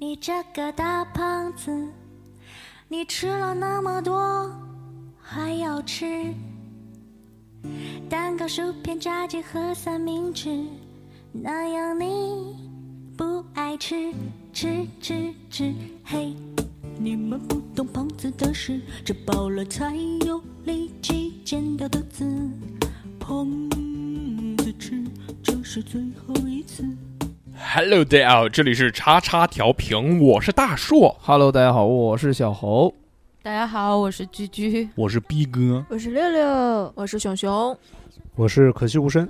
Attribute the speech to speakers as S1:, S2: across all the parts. S1: 你这个大胖子，你吃了那么多，还要吃蛋糕、薯片、炸鸡和三明治，那样你不爱吃，吃吃吃，嘿。你们不懂胖子的事，吃饱了才有力气减掉肚子。胖子吃，这是最后一次。
S2: Hello，大家好，这里是叉叉调频，我是大硕，
S3: Hello，大家好，我是小猴。
S4: 大家好，我是居居，
S2: 我是逼哥，
S4: 我是六六，我是熊熊。
S5: 我是可惜无声，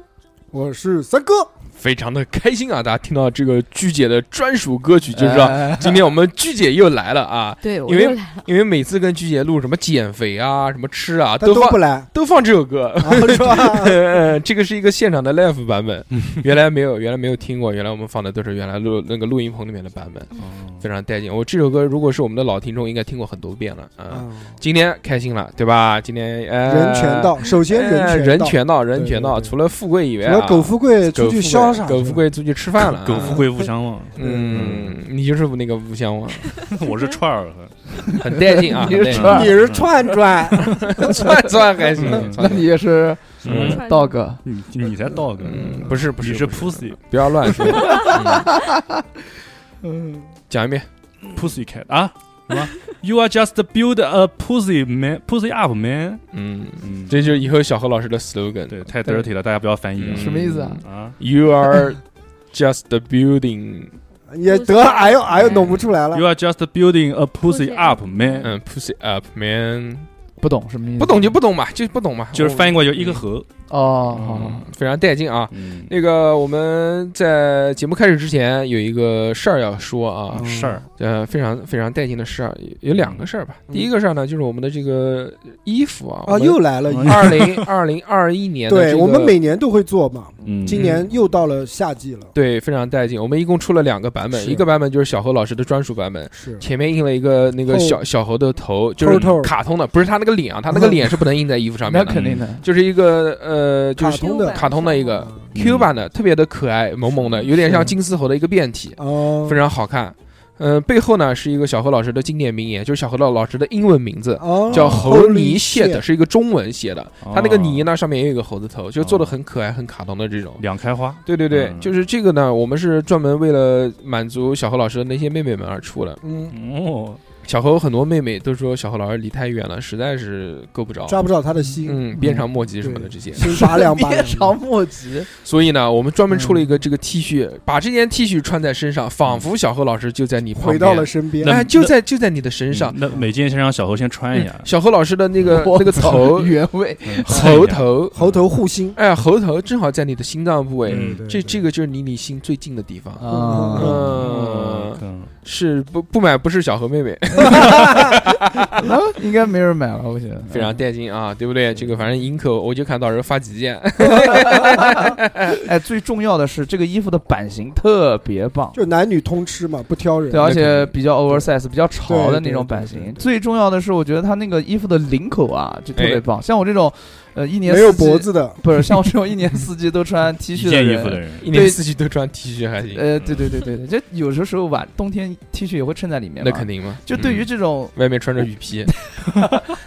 S6: 我是三哥，
S2: 非常的开心啊！大家听到这个鞠姐的专属歌曲，就知道今天我们鞠姐又来了啊！
S4: 对，我
S2: 因为
S4: 又来了。
S2: 因为每次跟鞠姐录什么减肥啊、什么吃啊，
S6: 但都
S2: 放
S6: 不来，
S2: 都放这首歌。
S6: 然后说
S2: 呃这个是一个现场的 live 版本，
S6: 嗯
S2: 原来没有，原来没有听过，原来我们放的都是原来录那个录音棚里面的版本，
S6: 哦
S2: 非常带劲。我这首歌如果是我们的老听众，应该听过很多遍了啊。今天开心了，对吧？今天呃，
S6: 嗯人权道，首先
S2: 哎
S6: 人
S2: 人
S6: 道，
S2: 权道，人权道，
S6: 对对对
S2: 除了富贵以外
S6: 然
S2: 啊，
S6: 后狗富贵出去潇洒，
S2: 狗富贵出去吃饭了啊，
S6: 狗富
S5: 贵勿相忘。
S2: 嗯，你就是那个吴襄王，
S5: 我是串儿，啊
S2: 很带劲啊，
S3: 你是
S2: 很带劲
S3: 串
S6: 你是串串，
S2: 嗯 串串还行，
S5: 嗯
S3: 那
S2: 串串
S3: 你也是
S5: 嗯
S3: 道哥，
S5: 你你才 dog，
S2: 嗯，不是不
S5: 你
S2: 是
S5: 是
S2: 不
S5: pussy
S2: 不要乱 说，嗯讲一遍
S5: pussy cat 啊？什么？You are just build a pussy man, pussy up man。
S2: 嗯，
S5: 嗯，
S2: 这就是以后小何老师的 slogan。
S5: 对，太 dirty 了，大家不要翻译
S2: 嗯
S3: 什么意思啊？
S5: 啊。
S2: You are just the building，
S6: 也得了，哎呦哎呦，弄不出来了
S5: You，are just building a pussy
S4: Pussy
S5: up
S4: up
S5: man，
S2: 嗯，pussy up man，
S3: 不懂什么意思？
S2: 不懂就不懂嘛，就不懂嘛，
S5: 就是翻译过来就一个河。
S3: 哦，好好
S2: 嗯，非常带劲啊。
S5: 嗯，
S2: 那个，我们在节目开始之前有一个事儿要说啊，
S6: 嗯
S5: 事儿
S2: 呃，非常非常带劲的事儿，有有两个事儿吧。
S6: 嗯
S2: 第一个事儿呢，就是我们的这个衣服啊，
S6: 啊，又来了，
S2: 二零二零二一年的这个，
S6: 对我们每年都会做嘛，
S5: 嗯，
S6: 今年又到了夏季了，
S2: 对非常带劲。我们一共出了两个版本，
S6: 是
S2: 一个版本就是小何老师的专属版本，
S6: 是
S2: 前面印了一个那个
S6: 后
S2: 小小猴的头，就是
S6: 头头
S2: 卡通的，不是他那个脸啊，他 那个脸是不能印在衣服上面
S3: 那
S2: 的，嗯
S3: 肯定的。
S2: 就是一个呃，就
S6: 卡
S2: 是
S6: 通的
S2: 卡通的一个
S6: 啊
S2: Q 版的，特别的可爱萌萌的，有点像金丝猴的一个变体。
S6: 哦
S2: 非常好看。嗯、背后呢是一个小何老师的经典名言，就是小何老老师的英文名字。
S6: 哦
S2: 叫猴泥
S6: 蟹
S2: 写的，是一个中文写的，
S5: 哦
S2: 它那个泥呢上面也有一个猴子头，就做的很可爱、很卡通的这种。
S5: 两开花。
S2: 对对对，
S5: 嗯
S2: 就是这个呢，我们是专门为了满足小何老师的那些妹妹们而出的。
S6: 嗯，
S5: 哦，
S2: 小何有很多妹妹都说小何老师离太远了，实在是够不着，
S6: 哦抓不到他的心，
S2: 嗯，鞭长莫及什么的
S6: 对
S2: 这些。
S6: 心拔凉 拔
S3: 别
S6: 凉，
S3: 长莫及，
S2: 所以呢，我们专门出了
S6: 嗯
S2: 一个这个 T 恤，把这件 T 恤穿在身上，仿佛小何老师就在你旁边，
S6: 回到了身边
S5: 那，
S2: 哎，就在就在你的身上
S5: 嗯。那每件先让小猴先穿一下
S2: 嗯， 小何老师的那个
S3: 我
S2: 那个
S3: 操
S2: 头
S3: 原味，哎
S5: 嗯
S2: 猴，头，
S6: 猴头护心，
S2: 哎呀，猴头正好在你的心脏部位，
S5: 嗯
S2: 这这个就是离你心最近的地方。
S3: 啊，
S2: 嗯，
S5: 嗯，
S2: 是不不买不是小何妹 妹，啊
S3: 应该没人买了，我觉得
S2: 非常带劲啊，对不
S3: 嗯
S2: 对？这个反正营口我就看到时候发几件，
S3: 哎，最重要的是这个衣服的版型特别棒，
S6: 就男女通吃嘛，不挑人
S3: 对，，而且比较 oversize、比较潮的那种
S6: 对对
S3: 版
S6: 对对
S3: 型。
S6: 对
S3: 最重要的是，我觉得它那个衣服的领口啊，就特
S2: 哎
S3: 别棒。像我这种，呃，一年
S6: 没有
S3: 四季
S6: 脖，子的，
S3: 不是像我这种一年四季都穿 T
S5: 一
S3: 恤的
S5: 件衣服
S3: 人
S5: 的，人，
S2: 一年四季都穿 T 恤还行，
S3: 呃，对对对对对，就有的时候晚冬天 T 恤也会衬在里面嘛。
S2: 那肯定嘛。
S3: 就对于
S2: 嗯
S3: 这种，
S2: 外面穿着雨 披，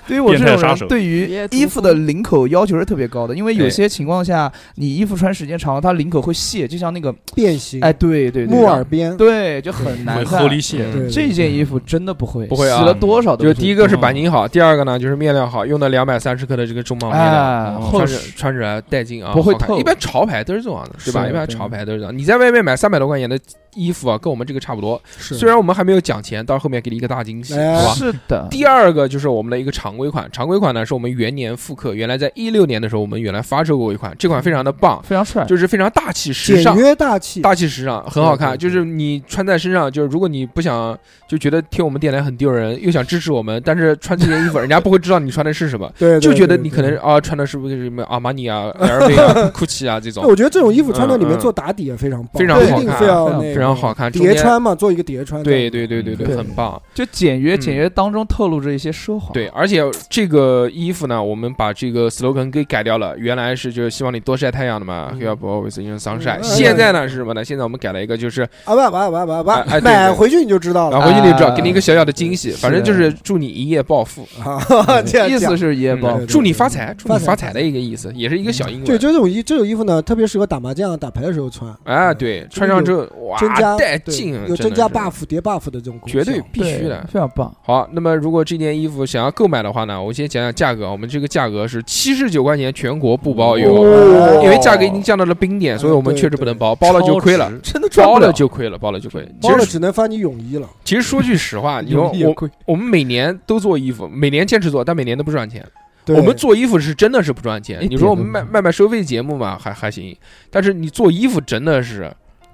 S3: 对于我这
S5: 变态
S3: 种
S5: 杀
S3: 人，
S5: 手
S3: 对于衣服的领口要求是特别高的，因为有
S2: 哎
S3: 些情况下，你衣服穿时间长了，它领口会卸，就像那个，
S6: 变形，
S3: 哎，对对对，
S6: 木耳，边，
S3: 对，就很难
S5: 会
S3: 看
S5: 后。离线，
S2: 嗯
S6: 对
S3: 这件衣服真的不会，
S2: 不会啊
S3: 洗了多少都
S2: 就
S3: 不
S2: 是
S3: 会。
S2: 第一个是版型好，第二个呢就是面料好，用的两百三十克的这个中磅面料。
S3: 哎，厚
S2: 穿着
S3: 实
S2: 穿着带劲啊，
S3: 不会
S2: 好看
S3: 透
S2: 一啊般潮牌都是这样的，对吧？
S3: 是啊
S2: 一般
S3: 对
S2: 潮牌都是这样。你在外面买三百多块钱的衣服啊，跟我们这个差不多。
S6: 是
S2: 虽然我们还没有讲钱，到后面给你一个大惊喜，
S6: 哎
S2: 好吧？
S3: 是的，
S2: 第二个就是我们的一个常规款，常规款呢是我们元年复刻，原来在一六年的时候我们原来发售过一款，这
S3: 嗯
S2: 款非常的棒，
S3: 非常帅，
S2: 就是非常大气时
S6: 简
S2: 尚。
S6: 约大气，
S2: 大气时
S6: 啊
S2: 尚很好看，
S6: 对对对
S2: 就是你穿在身上，就是如果你不想就觉得听我们电台很丢人，又想支持我们，但是穿这件衣服人家不会知道你穿的是什么，
S6: 对，对
S2: 就觉得
S6: 对
S2: 你
S6: 对
S2: 可能啊穿的是不是什么阿玛尼啊、LV 啊、GUCCI 啊这
S6: 那
S2: 种，
S6: 我觉得这种衣服穿到里面
S2: 嗯嗯
S6: 做打底也非常棒，
S2: 非常
S6: 不一
S2: 好
S6: 定
S2: 看
S6: 非要
S3: 非常
S6: 那
S2: 非常常好看，中
S6: 叠
S2: 间
S6: 穿嘛，做一个叠穿。
S2: 对对对对对，
S3: 嗯对
S6: 嗯
S2: 很棒。
S3: 就简约
S2: 嗯
S3: 简约当中透露着一些奢华。
S2: 对，，而且这个衣服呢，我们把这个 slogan 给改掉了。原来是就是希望你多晒太阳的嘛
S6: 嗯
S2: ，Help always in sunshine。
S6: 嗯
S2: 现在呢是什么呢？现在我们改了一个，就是
S6: 啊吧吧吧吧
S2: 哎哎
S6: 吧，
S2: 对对
S6: 买回去你就知道
S2: 啊，
S6: 了。
S2: 回去你知道，
S3: 啊
S2: 给你一个小小的惊喜，反正就是祝你一夜暴富，
S6: 啊， 这样
S3: 意
S6: 这
S3: 思
S6: 样
S3: 是也
S2: 嗯
S3: 包
S6: 对对
S2: 祝你发财，祝你
S6: 发财嗯
S2: 发财的一个意思，也是一个小英
S6: 对
S2: 文。
S6: 这种衣这种衣服呢，特别适合打麻将、打牌的时候穿。
S2: 啊，对，穿上之后哇
S6: 增加，
S2: 带
S6: 对
S2: 劲，啊
S6: 有
S2: 真
S6: 增
S2: 的
S6: 加
S2: 是
S6: buff 叠 buff 的这种功
S2: 绝对
S6: 效
S2: 必须的。
S3: 非常棒。
S2: 好，那么如果这件衣服想要购买的话呢，我先讲讲价格啊。我们这个价格是七十九块钱，全国不包邮，
S3: 哦
S2: 因为价格已经降到了冰点，所以我们
S6: 啊对
S2: 确实不能包，包了就亏了，
S3: 真的
S2: 包了就亏了，包了就亏了。
S6: 包了
S2: 其实
S6: 只能翻你泳衣了。
S2: 其实说句 实话，你说我我们每年都做衣服，每年坚持做，但每年都不赚钱。
S6: 对
S2: 我们做衣服是真的是不赚钱
S3: 一。点
S2: 你说我们
S3: 都不
S2: 卖卖卖收费节目嘛，还还行，但是你做衣服真的是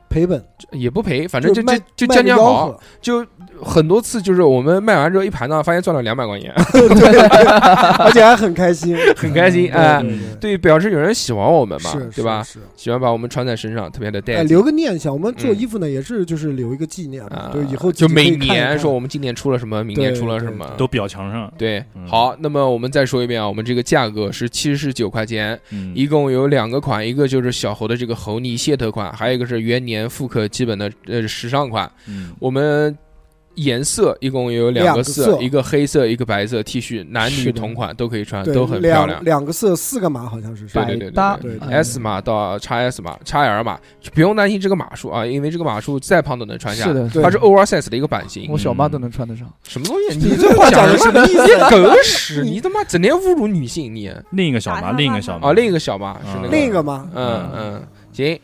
S6: 赔本，
S2: 也不赔，反正就
S6: 卖
S2: 就就
S6: 卖
S2: 将
S6: 个
S2: 将
S6: 吆
S2: 好
S6: 喝。
S2: 就很多次就是我们卖完之后一盘呢，发现赚了两百块 钱，
S6: 而且还很开心，嗯
S2: 很开心哎
S6: 对对对
S2: 对，表示有人喜欢我们嘛
S6: 是，
S2: 对吧？
S6: 是是
S2: 喜欢把我们穿在身上，特别的带
S6: 哎，
S2: 劲。
S6: 留个念想，我们做
S2: 嗯
S6: 衣服呢，也是就是留一个纪念嘛
S2: 啊，，
S6: 对，以后自己
S2: 就
S6: 可
S2: 每
S6: 以看一
S2: 年
S6: 看
S2: 说我们今年出了什么，明年
S6: 对
S2: 出了
S6: 对
S2: 什么，
S5: 都裱墙上，
S2: 对
S5: 嗯。
S2: 好，那么我们再说一遍啊，我们这个价格是七十九块钱，
S5: 嗯
S2: 一共有两个款，一个就是小猴的这个猴泥蟹特款，还有一个是元年复刻基本的呃时尚款。
S5: 嗯
S2: 我们颜色一共有两个色，
S6: 两个色
S2: 一个黑色，一个白色 T 恤，男
S6: 是
S2: 女
S6: 的
S2: 同款都可以穿，
S6: 对
S2: 啊都很漂亮
S6: 两。两个色四个码好像是是
S2: 对
S6: 吧，
S2: 对对
S3: 百搭
S2: 对
S6: 对
S2: 对
S6: 对
S2: ，S 码到 x S 码、x L 码，不用担心这个码数啊，因为这个码数再胖都能穿下。
S3: 是，的，
S6: 对
S2: 它是 oversize 的一个版型
S3: 我。小妈都能穿得上。
S2: 嗯什么东西？
S6: 你这话讲
S2: 讲
S6: 的什么意思？
S2: 你狗屎！啊 你他妈整天侮辱女性，你啊，
S5: 另一个小妈，另一个小啊妈，
S2: 另一个小码是那个
S6: 另一个吗？
S2: 嗯，嗯，行。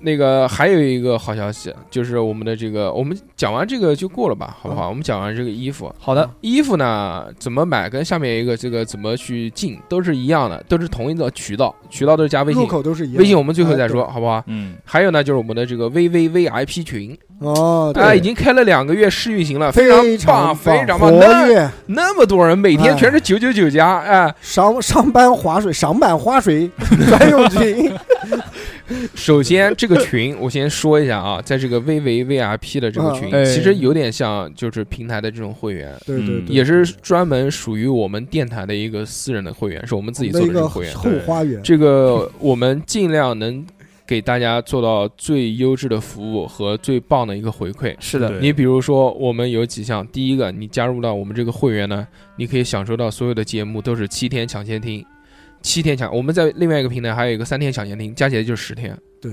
S2: 那个还有一个好消息，就是我们的这个，我们讲完这个就过了吧，好不
S6: 嗯
S2: 好？我们讲完这个衣服，
S3: 好的，
S2: 衣服呢怎么买，跟下面一个这个怎么去进都是一样的，都是同一个渠道，渠道都是加微
S6: 入
S2: 信，
S6: 口都是一样的。
S2: 微信我们最后再说，
S6: 哎。
S2: 好不好？
S5: 嗯，
S2: 还有呢，就是我们的这个 VVVIP 群，
S6: 对哦，
S2: 大家
S6: 对
S2: 啊已经开了两个月试运行了，非
S6: 非
S2: 常棒，非常棒，
S6: 活
S2: 那
S6: 跃，
S2: 那么多人，每天全是九九九加，哎，
S6: 上上班划水，上班划 水专用群，
S2: 首先，这个群我先说一下啊，在这个 VVVIP 的这个群
S3: 嗯，哎
S2: 其实有点像就是平台的这种会员，
S6: 对对
S5: 嗯
S6: 对，
S2: 也是专门属于我们电台的一个私人的会员，是我们自己做
S6: 我
S2: 的
S6: 们
S2: 这
S6: 的一
S2: 个
S6: 个
S2: 会员。
S6: 后花园。
S2: 这个我们尽量能给大家做到最优质的服务和最棒的一个回馈。
S3: 是
S5: 对
S2: 你比如说，我们有几项，第一个，你加入到我们这个会员呢，你可以享受到所有的节目都是七天抢先听，七天抢，我们在另外一个平台还有一个三天抢先听，加起来就是十天。
S6: 对，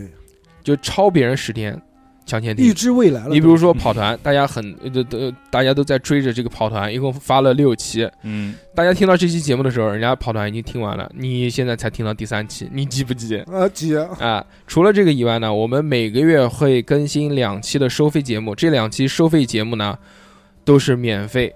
S2: 就超别人十天抢先
S6: 预
S2: 听。
S6: 知未来了。
S2: 你比如说跑团，大家很呃都大家都在追着这个跑团，一共发了六期。
S5: 嗯，
S2: 大家听到这期节目的时候，人家跑团已经听完了，你现在才听到第三期，你急不 急？
S6: 呃，姐，
S2: 啊，除了这个以外呢，我们每个月会更新两期的收费节目，这两期收费节目呢都是免费，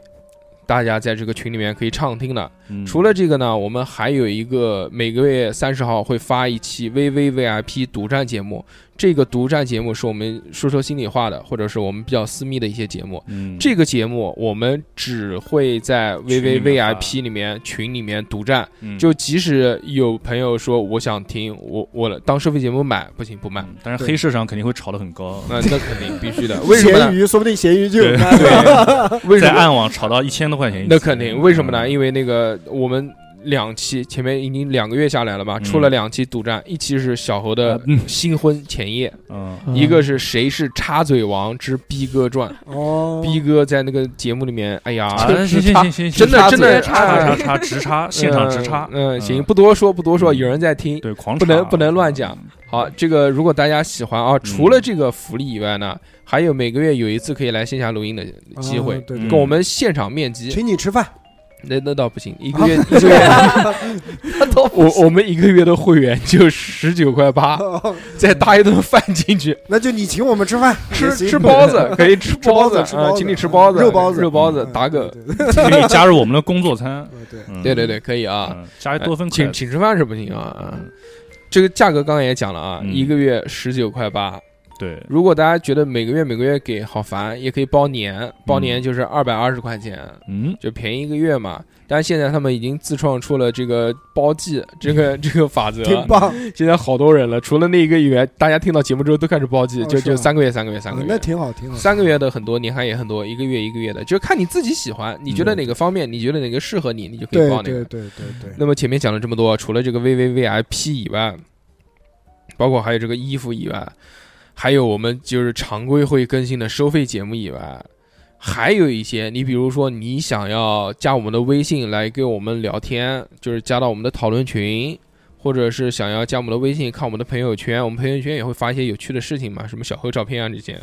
S2: 大家在这个群里面可以畅听的。
S5: 嗯
S2: 除了这个呢，我们还有一个每个月三十号会发一期 VVVIP 独占节目。这个独占节目是我们说说心里话的，或者是我们比较私密的一些节目。
S5: 嗯
S2: 这个节目我们只会在
S5: 群里面发
S2: VVVIP 里面群里面独占，
S5: 嗯
S2: 就即使有朋友说我想听，我我当收费节目买不行不卖，啊
S5: 嗯但是黑市上肯定会炒得很高，
S2: 那那肯定必须 的。为什么
S6: 咸
S2: 呢？
S6: 鱼说不定咸鱼就 有
S5: 对
S6: 卖
S2: 对，为
S5: 在
S2: 什么？
S5: 暗网炒到一千多块钱一次，
S2: 那肯定，为什么呢？
S5: 嗯
S2: 因为那个我们两期前面已经两个月下来了嘛，
S5: 嗯
S2: 出了两期独占，一期是小猴的
S5: 嗯
S2: 新婚前夜，
S5: 嗯
S2: 一个是谁是插嘴王之逼哥传，
S6: 哦，
S2: 逼哥在那个节目里面，哎呀。
S5: 啊，行行行行，
S2: 真的
S5: 行
S2: 真的
S5: 插插
S2: 啊
S5: 插直插，现场直插，
S2: 嗯，嗯行，不多说不多说，
S5: 嗯
S2: 有人在听。
S5: 对，狂
S2: 不
S5: 插嗯
S2: 能不能乱讲，好，这个如果大家喜欢啊，除了这个福利以外呢，还有每个月有一次可以来线下录音的机
S6: 啊
S2: 会，
S6: 对
S5: 嗯
S6: 对，
S2: 跟我们现场面基。
S6: 请你吃饭，
S2: 那那倒不行， 一个月一个月， 我我们一个月的会员就十九块 八，再搭一顿饭进去，
S6: 那就你请我们吃饭，
S2: 吃
S6: 也行
S2: 吃包子，可以吃
S6: 吃包
S2: 子
S6: 子吃包
S2: 啊，
S6: 子
S2: 请你吃包子，
S6: 肉包子
S2: 肉包子
S6: 嗯，
S2: 打 个，
S6: 对对
S5: 可以加入我们的工作餐，
S6: 对
S5: 嗯
S2: 哦对对，对，可以啊，
S5: 嗯加一多 分
S2: 请
S5: 钱，
S2: 请吃饭是不行啊，啊
S5: 嗯
S2: 这个价格刚刚也讲了啊，
S5: 嗯
S2: 一个月十九块八，
S5: 对，
S2: 如果大家觉得每个月每个月给好烦，也可以包年，包年就是二百二十块钱，
S5: 嗯，
S2: 就便宜一个月嘛。但是现在他们已经自创出了这个包季这个这个法则，
S6: 挺棒，
S2: 现在好多人了，除了那一个以外，大家听到节目之后都开始包季，
S6: 哦
S2: 就是哦
S6: 吧
S2: 就三个月三个月三个
S6: 哦那
S2: 月。
S6: 挺好，挺好。
S2: 三个月的很多，年还也很多，一个月一个月的，就是看你自己喜欢，你觉得哪个方面，你觉得哪个适合你，你就
S6: 嗯
S2: 可
S6: 对
S2: 以报哪
S6: 对
S2: 个。
S6: 对对对，
S2: 那么前面讲了这么多，除了这个 VVVIP 以外，包括还有这个衣服以外，还有我们就是常规会更新的收费节目以外，还有一些，你比如说你想要加我们的微信来跟我们聊天，就是加到我们的讨论群。或者是想要加我们的微信，看我们的朋友圈，我们朋友圈也会发一些有趣的事情嘛，什么小何照片啊这些。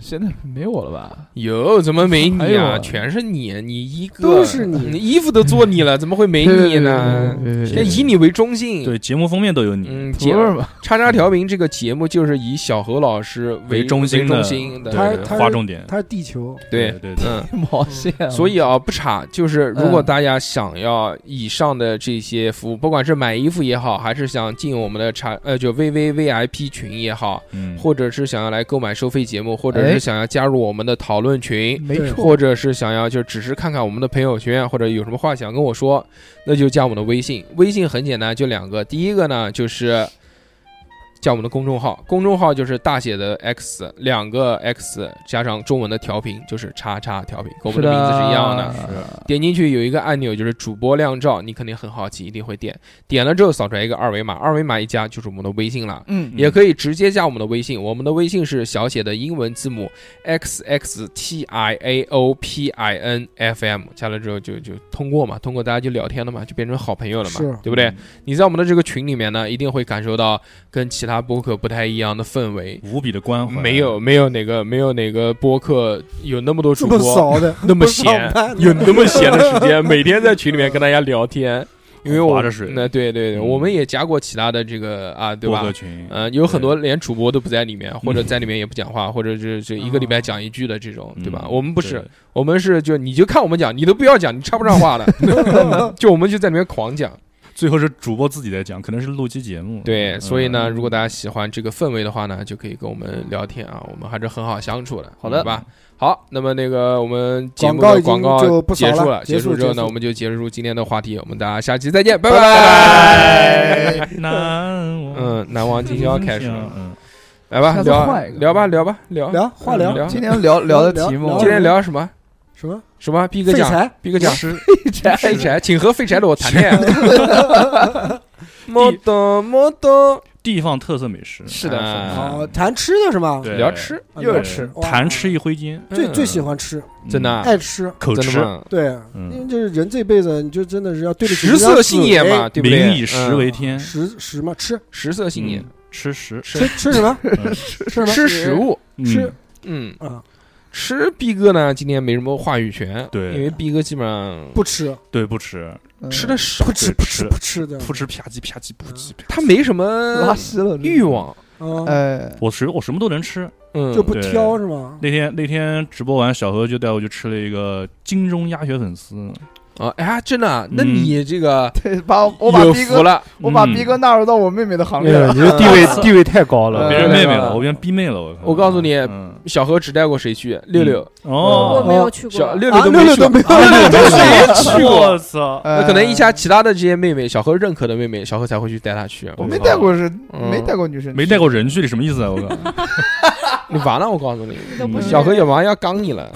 S3: 现在没我了 吧？
S2: 有怎么没你
S3: 还有
S2: 啊？
S3: 啊
S2: 全是你，你一个
S6: 哎都是你
S2: 衣服都做你了，怎么会没你呢？要
S3: 这
S2: 以你为中心。
S5: 对，节目封面都有你，
S2: 嗯，节
S3: 不是吧？
S2: 叉叉调频这个节目就是以小何老师
S5: 为
S2: 中
S5: 中心的
S2: 中心的，
S6: 他
S5: 对
S6: 他
S5: 划重点，
S6: 它是地球，
S2: 对
S5: 对对对，
S2: 嗯。
S3: 毛线啊！
S2: 所以啊，不差，就是如果
S3: 嗯
S2: 大家想要以上的这些服务，不管是买衣服也好，还是想进我们的茶呃就 VVVIP 群也好，
S5: 嗯，
S2: 或者是想要来购买收费节目，或者是
S3: 哎
S2: 想要加入我们的讨论群，
S3: 没
S6: 对
S3: 错，
S2: 或者是想要就只是看看我们的朋友圈，或者有什么话想跟我说，那就加我们的微信。微信很简单，就两个，第一个呢就是加我们的公众号，公众号就是大写的 X 两个 X 加上中文的调频，就是叉叉调频，跟我们的名字是一样的。
S3: 的。
S2: 点进去有一个按钮，就是主播靓照，你肯定很好奇，一定会点。点了之后扫出来一个二维码，二维码一加就是我们的微信了。
S3: 嗯，
S2: 也可以直接加我们的微信，我们的微信是小写的英文字母 x x t i a o p i n f m，加了之后就就通过嘛，通过大家就聊天了嘛，就变成好朋友了嘛
S6: 是，
S2: 对不
S5: 嗯
S2: 对？你在我们的这个群里面呢，一定会感受到跟其他播客不太一样的氛围。
S5: 无比的关怀，
S2: 没有没有哪个没有哪个播客有那么多
S6: 这
S2: 主
S6: 么
S2: 播
S6: 骚的，
S2: 那么
S6: 不上
S2: 闲
S6: 班，的
S2: 有那么闲的时 间，每天在群里面跟大家聊天。因为我
S5: 划着水
S2: 那对对对，
S5: 嗯
S2: 我们也加过其他的这个啊，对
S5: 播
S2: 吧？
S5: 客群，
S2: 嗯，有很多连主播都不在里面，或者在里面也不讲话，或者是就一个礼拜讲一句的这种，
S5: 嗯
S2: 对吧？我们不是
S5: 对，
S2: 我们是就你就看我们讲，你都不要讲，你插不上话 的， 就我们就在里面狂讲。
S5: 最后是主播自己在讲，可能是录期节目，
S2: 对，
S5: 嗯
S2: 所以呢，如果大家喜欢这个氛围的话呢，就可以跟我们聊天啊，我们还是很好相处的，嗯
S3: 好的
S2: 好吧？好，那么那个我们节
S6: 广
S2: 目
S6: 告
S2: 的
S6: 已经
S2: 广告
S6: 就不扫
S2: 结束
S6: 了
S2: 结
S6: 结束
S2: 束之后
S6: 结
S2: 呢，
S6: 束
S2: 我们就结束今天的话题，我们大家下期再见，拜
S6: 拜
S2: 拜。
S5: 难忘，
S2: 嗯，难忘今宵开始了，
S5: 嗯，
S2: 来吧，
S3: 下次
S2: 聊啊
S3: 换一个
S2: 聊吧，聊吧，聊
S6: 聊化
S2: 嗯
S6: 疗
S2: 聊
S3: 今天聊聊的题目，
S2: 今天聊什么？
S6: 什么
S2: 什么？逼哥
S6: 废
S2: 讲，
S6: 材
S2: 逼哥讲，
S5: 是
S2: 废柴，请和废柴裸谈恋爱。 么的么的，
S5: 地方特色美食，哎
S3: 是的，是
S2: 嗯
S3: 的，
S6: 哦，谈吃的是吗？
S5: 对
S2: 聊吃，嗯
S6: 啊
S3: 又
S6: 聊
S3: 吃
S6: 哇
S5: 谈吃一挥间，
S6: 最最喜
S5: 欢
S6: 欢吃，
S2: 真的啊
S6: 爱吃，
S5: 口
S2: 真
S5: 嗯吃
S2: 的，吗？
S6: 对，啊
S5: 嗯
S6: 因为就是人这辈子，你就真的是要对得起
S2: 食
S6: 人家哎
S2: 色性也
S6: 嘴
S2: 嘛，，对不对？
S5: 民以食
S2: 嗯
S5: 为天，
S6: 食食嘛，吃
S2: 食色性也
S5: 嗯，吃食
S6: 吃吃什么？
S5: 嗯
S6: 吃什么？
S2: 吃食物，
S6: 吃
S2: 嗯
S6: 啊，
S2: 吃逼哥呢，今天没什么话语权，
S5: 对
S2: 因为逼哥基本上
S6: 不吃，
S5: 对不吃，
S3: 嗯
S2: 吃的少
S6: 不，吃，
S5: 对
S6: 不
S5: 吃
S6: 吃，不吃嗯的，
S5: 不吃啪叽啪叽不叽，啪叽
S2: 他没什
S3: 拉
S2: 么
S3: 稀了
S2: 欲，望，
S6: 啊，
S3: 哎，
S5: 我什我什么都能吃。
S2: 嗯，
S6: 就不
S5: 对
S6: 挑是吗？
S5: 那天那天直播完，小何就带我去吃了一个京中鸭血粉丝，
S2: 啊，哎呀，真的啊，那
S5: 嗯
S2: 你这个
S3: 对，把我我把
S2: 有
S3: 逼
S2: 福
S3: 哥，
S2: 了，
S3: 我把
S5: 嗯
S3: 逼哥纳入到我妹妹的行列了，
S2: 你的
S7: 地位地位太高
S3: 呃
S7: 了，
S5: 别人妹妹了，
S2: 嗯
S5: 我变逼妹了，我靠
S2: 我告诉你
S5: 嗯
S2: 小何只带过谁去？六六，
S4: 我
S5: 哦，
S4: 没有去
S2: 小
S4: 过，
S2: 六
S6: 啊，
S2: 都
S6: 六
S2: 没
S6: 六
S2: 去过
S6: 都没有，
S2: 谁去过？
S5: 哎我操，
S3: 呃
S2: 那可能一下其他的这些妹妹，小何认可的妹妹，小何才会去带她去。啊
S3: 我没带过是
S2: 嗯
S3: 没带过女生，
S5: 没带过人去，你什么意思啊？我靠，
S2: 你完了，我告诉你，嗯
S4: 都不是
S2: 小何也马上要刚你了。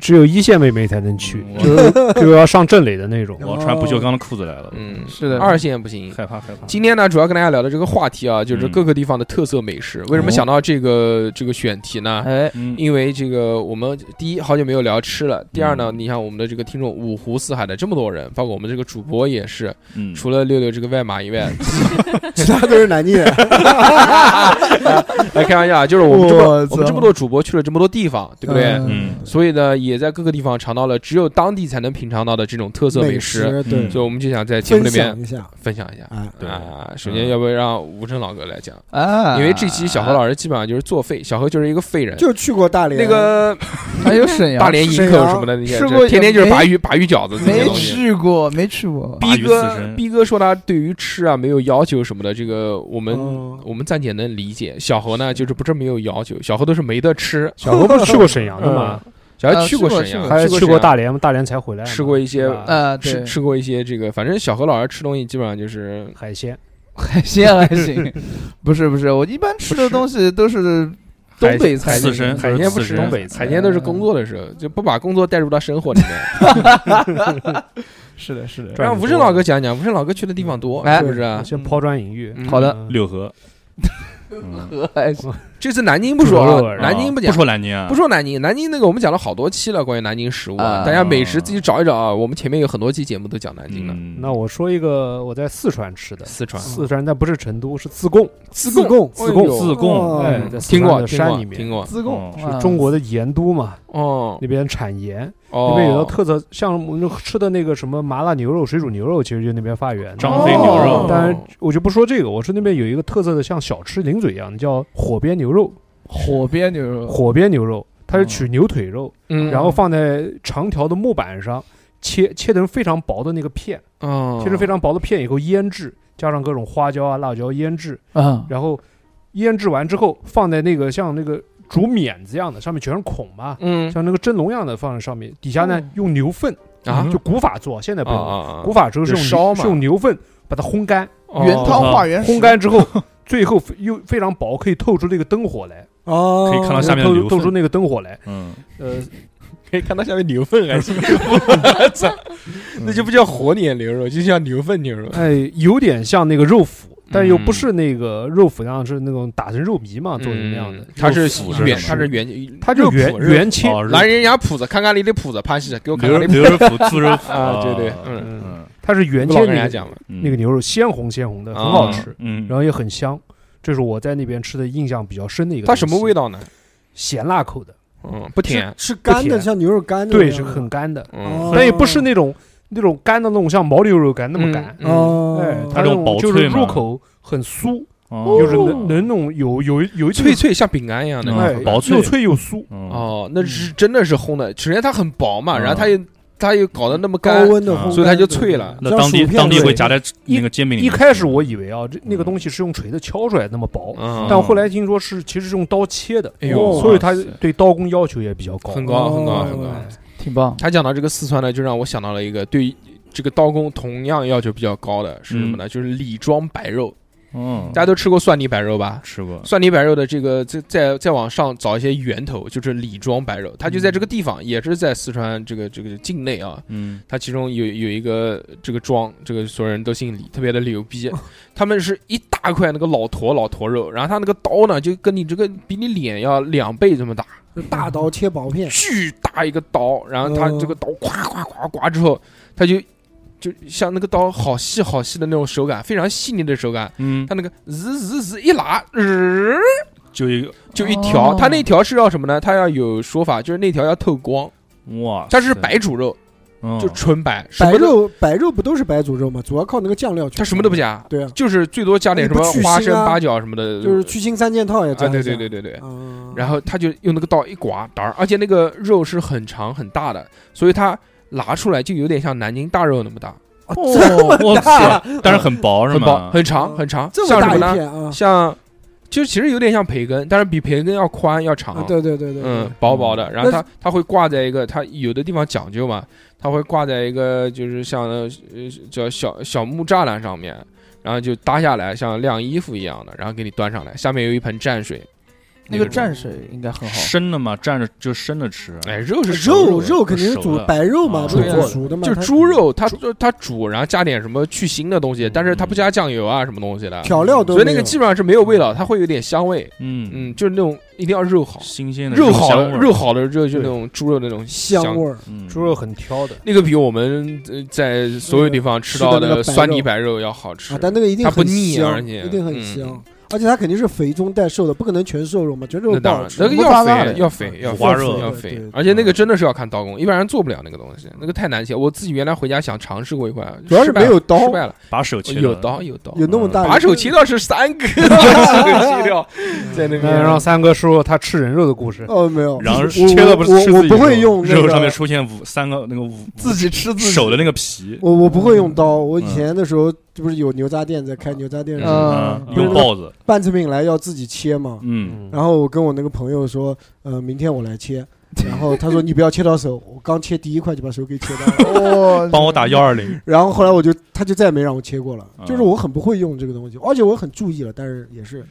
S7: 只有一线妹妹才能去，
S5: 嗯
S7: 就是就要上正磊的那种。
S5: 我穿不锈钢的裤
S6: 呃
S5: 子来了，
S2: 嗯，
S3: 是的，
S2: 二线不行。
S5: 害怕害怕。
S2: 今天呢，主要跟大家聊的这个话题啊，就是
S5: 嗯
S2: 各个地方的特色美食。为什么
S5: 哦
S2: 想到这个这个选题呢？
S3: 哎，
S5: 嗯，
S2: 因为这个我们第一好久没有聊吃了，第二呢，
S5: 嗯
S2: 你像我们的这个听众五湖四海的这么多人，包括我们这个主播也是，
S5: 嗯
S2: 除了六六这个外码以外，
S6: 其他都是南京人，
S2: 哎，开玩笑啊，就是我们这么
S3: 我操
S2: 我们这么多主播去了这么多地方，对不对？
S3: 嗯
S5: 嗯
S2: 所以呢，也在各个地方尝到了只有当地才能品尝到的这种特色
S6: 美
S2: 食，
S6: 食对
S5: 嗯，
S2: 所以我们就想在节目
S6: 分
S2: 里面
S6: 享一下，
S2: 分享一下。
S6: 哎，
S5: 对
S2: 啊，首先要不要让吴声老哥来讲？
S3: 啊，
S2: 因为这期小何老师基本上就是作废，小何就是一个废人。
S6: 就去过大连
S2: 那个
S3: 还有沈阳
S2: 大连营
S6: 沈
S2: 口
S6: 阳
S2: 什么的那些，
S3: 吃
S2: 就
S3: 过也
S2: 天天就是
S3: 没
S2: 鲅鱼鲅鱼饺子这些
S3: 没
S2: 东西。
S3: 去过，没去过。
S5: 鲅
S2: 逼
S5: 鱼刺
S2: 哥
S5: 身，
S2: 逼哥说他对于吃啊没有要求什么的，这个我们
S7: 嗯
S6: 哦
S2: 我们暂且能理解。小何呢，就是不是没有要求，小何都是没得吃。嗯
S7: 小何不是去过沈阳的 吗？
S2: 小何
S3: 呃
S2: 去
S3: 去
S2: 过
S3: 过
S2: 沈
S3: 去
S2: 阳，
S3: 过
S7: 还
S2: 去
S7: 是去过
S2: 沈阳
S7: 大连吗？大连才回来嘛，
S2: 吃过一些
S7: 是吧
S3: 啊，对
S2: 吃，吃过一些这个，反正小何老师吃东西基本上就是
S7: 海鲜，
S3: 海鲜还行， 不是不是，我一般吃的东西都是东北菜
S5: 刺身，
S7: 海
S5: 都是
S7: 鲜不
S5: 刺
S7: 吃
S5: 身
S7: 东北
S2: 海
S7: 菜，
S2: 鲜都是工作的时候，就不把工作带入到生活里面。
S3: 是的，是的。
S2: 让吴胜老哥讲讲，吴胜老哥去的地方多，
S3: 哎
S2: 是不是啊？
S7: 先抛砖引玉。
S2: 嗯哎
S3: 好的，
S5: 六合。嗯
S3: 还行
S2: 这次南京不说
S7: 猪肉
S2: 啊，
S7: 啊
S2: 南京不
S5: 不
S2: 讲。
S5: 说南京啊，
S2: 不说南京，南京那个我们讲了好多期了，关于南京食物啊，
S3: 啊
S2: 大家美食自己找一找啊。我们前面有很多期节目都讲南京的，
S5: 嗯
S7: 那我说一个我在四川吃的，
S2: 四川
S7: 四川但不是成都，是自贡，
S6: 自贡
S2: 自
S7: 贡
S5: 自贡，
S6: 哦
S7: 哎，在四
S2: 听
S7: 川
S2: 过
S7: 的
S2: 听
S7: 山
S2: 过
S7: 里面
S2: 听，过
S3: 自
S5: 贡
S3: 贡
S7: 是中国的盐都嘛，
S2: 哦
S7: 那边产盐，
S2: 哦，
S7: 那边有道特色，像我们吃的那个什么麻辣牛肉、水煮牛肉，其实就那边发源的。
S5: 张飞牛肉
S7: 哦当然我就不说这个，我说那边有一个特色的，像小吃零嘴一样，叫火边牛肉。
S3: 火边牛肉，
S7: 火边牛肉，它是取牛腿肉，
S2: 嗯，
S7: 然后放在长条的木板上，切切成非常薄的那个片，
S2: 哦，
S7: 切成非常薄的片以后腌制，加上各种花椒啊、辣椒腌制，
S3: 啊，
S7: 然后腌制完之后放在那个像那个煮免子一样的，上面全是孔嘛，
S2: 嗯
S7: 像那个蒸笼一样的放在上面，底下呢用牛粪
S2: 啊
S7: 就古法做，现在不
S2: 啊
S7: 用
S2: 啊
S7: 了，
S2: 啊
S7: 古法时候是用
S2: 就烧
S7: 牛
S2: 嘛
S7: 是用牛粪把它烘干，
S2: 哦
S3: 原汤化原食，
S7: 烘干之后 最后又非常薄，可以透出那个灯火来，
S6: 哦，
S5: 可以看到下面的
S7: 透
S5: 牛
S7: 透出
S5: 粪，
S7: 那个灯火来，
S5: 嗯，
S7: 呃，
S2: 可以看到下面牛粪还是操，那就不叫火碾牛肉，就叫牛粪牛肉。
S7: 哎，有点像那个肉脯，但又
S2: 嗯
S7: 不是那个肉脯那样，是那种打成肉糜嘛，做成那样的
S2: 嗯。它是
S5: 肉脯是
S2: 原，
S5: 什么
S2: 它是原，
S7: 它就原
S2: 肉脯
S7: 原切，
S5: 哦 肉
S2: 来人家谱子，看看你的谱子，潘西，给我看
S5: 牛
S2: 看你
S5: 肉
S2: 的
S5: 牛肉脯、猪肉 脯
S2: 啊，对对，
S5: 哦
S2: 嗯，
S5: 嗯，
S7: 它是原
S2: 不
S7: 切
S2: 老跟人家
S7: 那个
S2: 讲了，
S5: 嗯
S7: 那个牛肉，鲜红鲜红的，很
S2: 啊
S7: 好吃，，
S5: 嗯，
S7: 然后也很香。这是我在那边吃的印象比较深的一个。
S2: 它什么味
S7: 道？
S2: 道呢？
S7: 咸辣口的，
S2: 嗯，不甜，
S6: 是干
S7: 不
S6: 的，
S7: 甜
S6: 像牛肉干的那
S7: 对，
S6: 样
S7: 是
S6: 的，
S7: 很干的，
S2: 嗯，
S6: 哦
S7: 但也不是那种那种干的那种像牦牛肉干那么干。
S2: 嗯，
S7: 哎，
S6: 哦，
S7: 它那
S5: 它这种薄
S7: 种就是
S5: 脆嘛
S7: 入口很酥，
S5: 哦
S7: 啊就是能能那种有有有一
S2: 脆
S7: 定
S2: 脆像饼干一样
S7: 的
S2: 的
S5: 嗯。
S7: 哎，
S5: 薄脆
S7: 又脆又酥，
S5: 哦，
S2: 哦，那是真的是烘的，首先它很薄嘛，
S5: 嗯
S2: 然后它又它又搞得那么
S6: 高
S2: 干，
S6: 温的烘
S5: 嗯
S6: 干，
S2: 所以它就脆了
S5: 那
S6: 像
S5: 当地
S6: 薯片
S5: 当地
S6: 对
S5: 会夹在那个煎饼里
S7: 一
S5: 面。
S7: 开始我以为啊，这那个东西是用锤子敲出来那么薄，
S2: 嗯，
S7: 但后来听说是其实是用刀切的，
S2: 哎呦
S6: 哦
S7: 所以他对刀工要求也比较高。
S2: 很高很高很高。
S6: 哎
S3: 挺棒。
S2: 他讲到这个四川呢，就让我想到了一个对这个刀工同样要求比较高的是什么呢？就是李庄白肉，
S5: 嗯，
S2: 大家都吃过蒜泥白肉吧？
S5: 吃过，
S2: 蒜泥白肉的这个再再再往上找一些源头，就是李庄白肉，它就在这个地方，也是在四川这个这个境内啊。
S5: 嗯，
S2: 它其中有有一个这个庄，这个所有人都姓李，特别的牛 逼。他们是一大块那个老驼老驼肉，然后他那个刀呢，就跟你这个比你脸要两倍这么大，
S6: 大刀切薄片，
S2: 巨大一个刀，然后他
S6: 嗯
S2: 这个刀咵咵咵咵之后，他就就像那个刀好细好细的那种手感，非常细腻的手感。
S5: 嗯，
S2: 他那个滋滋滋一拉，日、
S5: 就一个
S2: 就一条。
S4: 哦
S2: 他那条是要什么呢？他要有说法，就是那条要透光。
S5: 哇，
S2: 它是白煮肉，
S5: 嗯，
S2: 就纯白，什
S6: 白
S2: 么都
S6: 肉白肉不都是白煮肉吗？主要靠那个酱料去。
S2: 它什么都不，加，
S6: 对啊，
S2: 就是最多加点什么
S6: 你不去腥啊
S2: 花生、八角什么的，
S6: 就是去腥三件套也加
S2: 啊，
S6: 一下。
S2: 对对对对对。
S6: 嗯，
S2: 然后他就用那个刀一刮，当然，而且那个肉是很长很大的，所以它拿出来就有点像南京大肉那么大，
S6: 啊
S5: 哦，哇
S6: 大
S5: 塞，但是很薄是
S2: 很薄，
S5: 吗？
S2: 很长很长，
S6: 这
S2: 像
S6: 么
S2: 什
S6: 大
S2: 么
S6: 一
S2: 呢？
S6: 片啊！
S2: 像，就其实有点像培根，但是比培根要宽要长
S6: 啊，，对对对对，对
S2: 嗯，，薄薄的。然后
S6: 那
S2: 它它会挂在一个，它有的地方讲究嘛，它会挂在一个就是像呃叫小小木栅栏上面，然后就搭下来像晾衣服一样的，然后给你端上来，下面有一盆蘸水，
S3: 那
S5: 嗯
S3: 个蘸水应该很好。
S5: 生的嘛，蘸着就生的吃。
S2: 哎，肉是熟
S6: 肉
S2: 的
S6: 肉肯定是
S5: 熟
S6: 煮
S5: 的
S6: 白肉嘛，
S5: 啊
S6: 不是
S2: 对啊
S6: 煮熟的嘛，
S2: 就
S6: 它
S2: 猪肉，它它煮，然后加点什么去腥的东西，但是它
S5: 嗯
S2: 不加酱油啊，什么东西的，
S6: 调料都
S2: 所
S6: 没有。
S2: 以那个基本上是没有味道，它会有点香味。
S5: 嗯
S2: 嗯，就是那种一定要肉好，
S5: 新鲜的
S2: 肉好
S5: 香
S2: 的
S5: 味儿
S2: 肉，好的肉就那种猪肉那种
S6: 香味。儿，
S5: 嗯
S7: 猪肉很挑的，
S2: 那个比我们呃在所有地方吃到
S6: 吃的那
S2: 的
S6: 个白肉
S2: 酸泥白肉要好吃
S6: 啊，，但那个一定
S2: 它不
S6: 很
S2: 腻
S6: 香
S2: 而且
S6: 一定很
S2: 嗯
S6: 香。而且它肯定是肥中带瘦的，不可能全瘦肉嘛，全瘦肉
S2: 那当
S6: 爆
S2: 然
S6: 了，吃
S2: 那个
S3: 不大
S2: 要
S3: 辣的
S2: 肥，要肥，要
S5: 花
S2: 肥
S5: 肉
S2: 要
S6: 对
S2: 肥
S6: 对，嗯
S2: 而且那个真的是要看刀工，一般人做不了那个东西，那个太难切。我自己原来回家想尝试过一块，
S6: 主要是
S2: 失败了
S6: 没有刀啊
S2: 失败了，
S5: 把手切了
S2: 有刀有刀，
S6: 有那么
S5: 嗯
S6: 大，
S2: 把手切掉是三 个，把手切掉在那边
S7: 嗯让三哥说说他吃人肉的故事。
S6: 哦，没有，
S5: 然后
S6: 我
S5: 切的不是
S6: 我
S5: 吃
S6: 我
S5: 自己
S6: 不会
S5: 肉
S6: 用那
S5: 肉
S6: 个
S5: 上 面出现五三个那个五
S3: 自己吃自己
S5: 手的那个皮，
S6: 我我不会用刀，我以
S5: 嗯
S6: 前的时候这不是有牛杂店在开牛杂店的时候，
S3: 嗯
S5: 嗯，用豹子，
S6: 半成品来要自己切嘛。
S5: 嗯，
S6: 然后我跟我那个朋友说，呃，明天我来 切。然后他说你不要切到手，我刚切第一块就把手给切到了。
S3: 哦，
S5: 帮我打幺二零，
S6: 然后后来我就他就再也没让我切过了，
S5: 嗯
S6: 就是我很不会用这个东西，而且我很注意了，但是也是，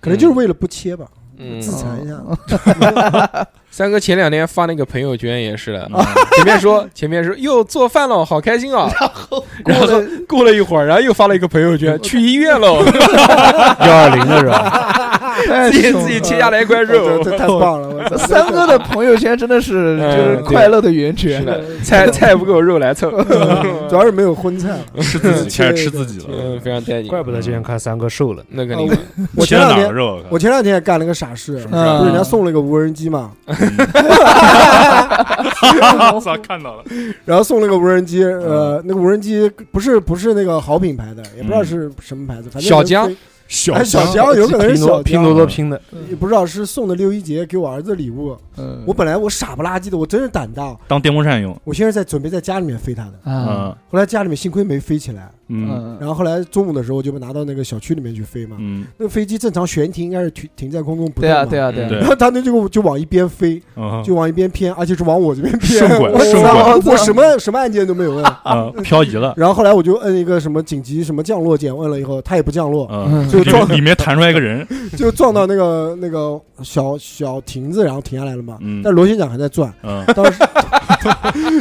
S6: 可能就是为了不切吧，
S2: 嗯，
S6: 自残一下。
S5: 哦
S2: 三哥前两天发那个朋友圈也是的，
S5: 嗯
S2: 前面说前面说哟做饭了，好开心啊，然后
S3: 过
S2: 过了一会儿，然后又发了一个朋友圈，去医院喽，
S7: 幺二零的 是吧？
S6: 哎
S3: 太
S2: 自己
S3: 爽
S2: 自己
S3: 了
S2: 切下来一块
S6: 哦这
S2: 肉，
S6: 这太棒了！我操
S3: 三哥的朋友圈真的是
S2: 嗯
S3: 就是
S2: 对
S3: 快乐的源
S2: 是
S3: 泉，
S2: 的，菜菜不够肉来凑，
S6: 主要是没有荤菜了。
S5: 吃自己，开始吃自己了。
S2: 嗯，非常带劲，
S7: 怪不得今天看三哥瘦了。
S2: 那肯定的，
S6: 哦我
S5: 切
S6: 前
S5: 了
S6: 两
S5: 哪儿
S6: 天
S5: 肉？啊
S6: 我前两天也干了个傻事，
S3: 么事儿
S6: 不是人家送了一个无人机 嘛，
S5: 我操，看到了，
S6: 然后送了个无人
S5: 嗯
S6: 机，呃，那个无人机不是不是那个好品牌的，也不知道是什么牌子，反正
S2: 小江
S6: 能飞，
S5: 嗯小
S6: 哎，小江有可能是
S7: 拼
S6: 小
S7: 多拼
S6: 江，啊
S7: 多多拼的，
S6: 也不知道是送的六一节给我儿子礼物。
S3: 嗯
S6: 我本来我傻不拉几的，我真是胆大，
S5: 当电风扇用，
S6: 我先是在准备在家里面飞它的，
S3: 啊
S5: 嗯
S6: 后来家里面幸亏没飞起来，
S5: 嗯
S3: 嗯
S6: 然后后来中午的时候我就拿到那个小区里面去飞嘛，
S5: 嗯
S6: 那个飞机正常悬停应该是停停在空中不动
S3: 对啊
S6: 嘛，
S3: 对
S6: 啊，
S3: 啊对
S5: 对
S3: 啊，
S6: 然后它那就就往一边飞，
S5: 嗯
S6: 就往一边偏，而且是往我这边偏，
S5: 顺拐
S6: 我
S5: 顺
S3: 拐
S6: 我什么什么按键都没有摁。
S5: 嗯，漂移了，
S6: 然后后来我就摁一个什么紧急什么降落键，摁了以后它也不降落，
S5: 嗯，
S6: 就
S5: 里
S6: 撞
S5: 面 里面弹出来一个人，
S6: 就撞到那个那个小小亭子，然后停下来了嘛。
S5: 嗯
S6: 但螺旋桨还在转，
S5: 嗯
S6: 当时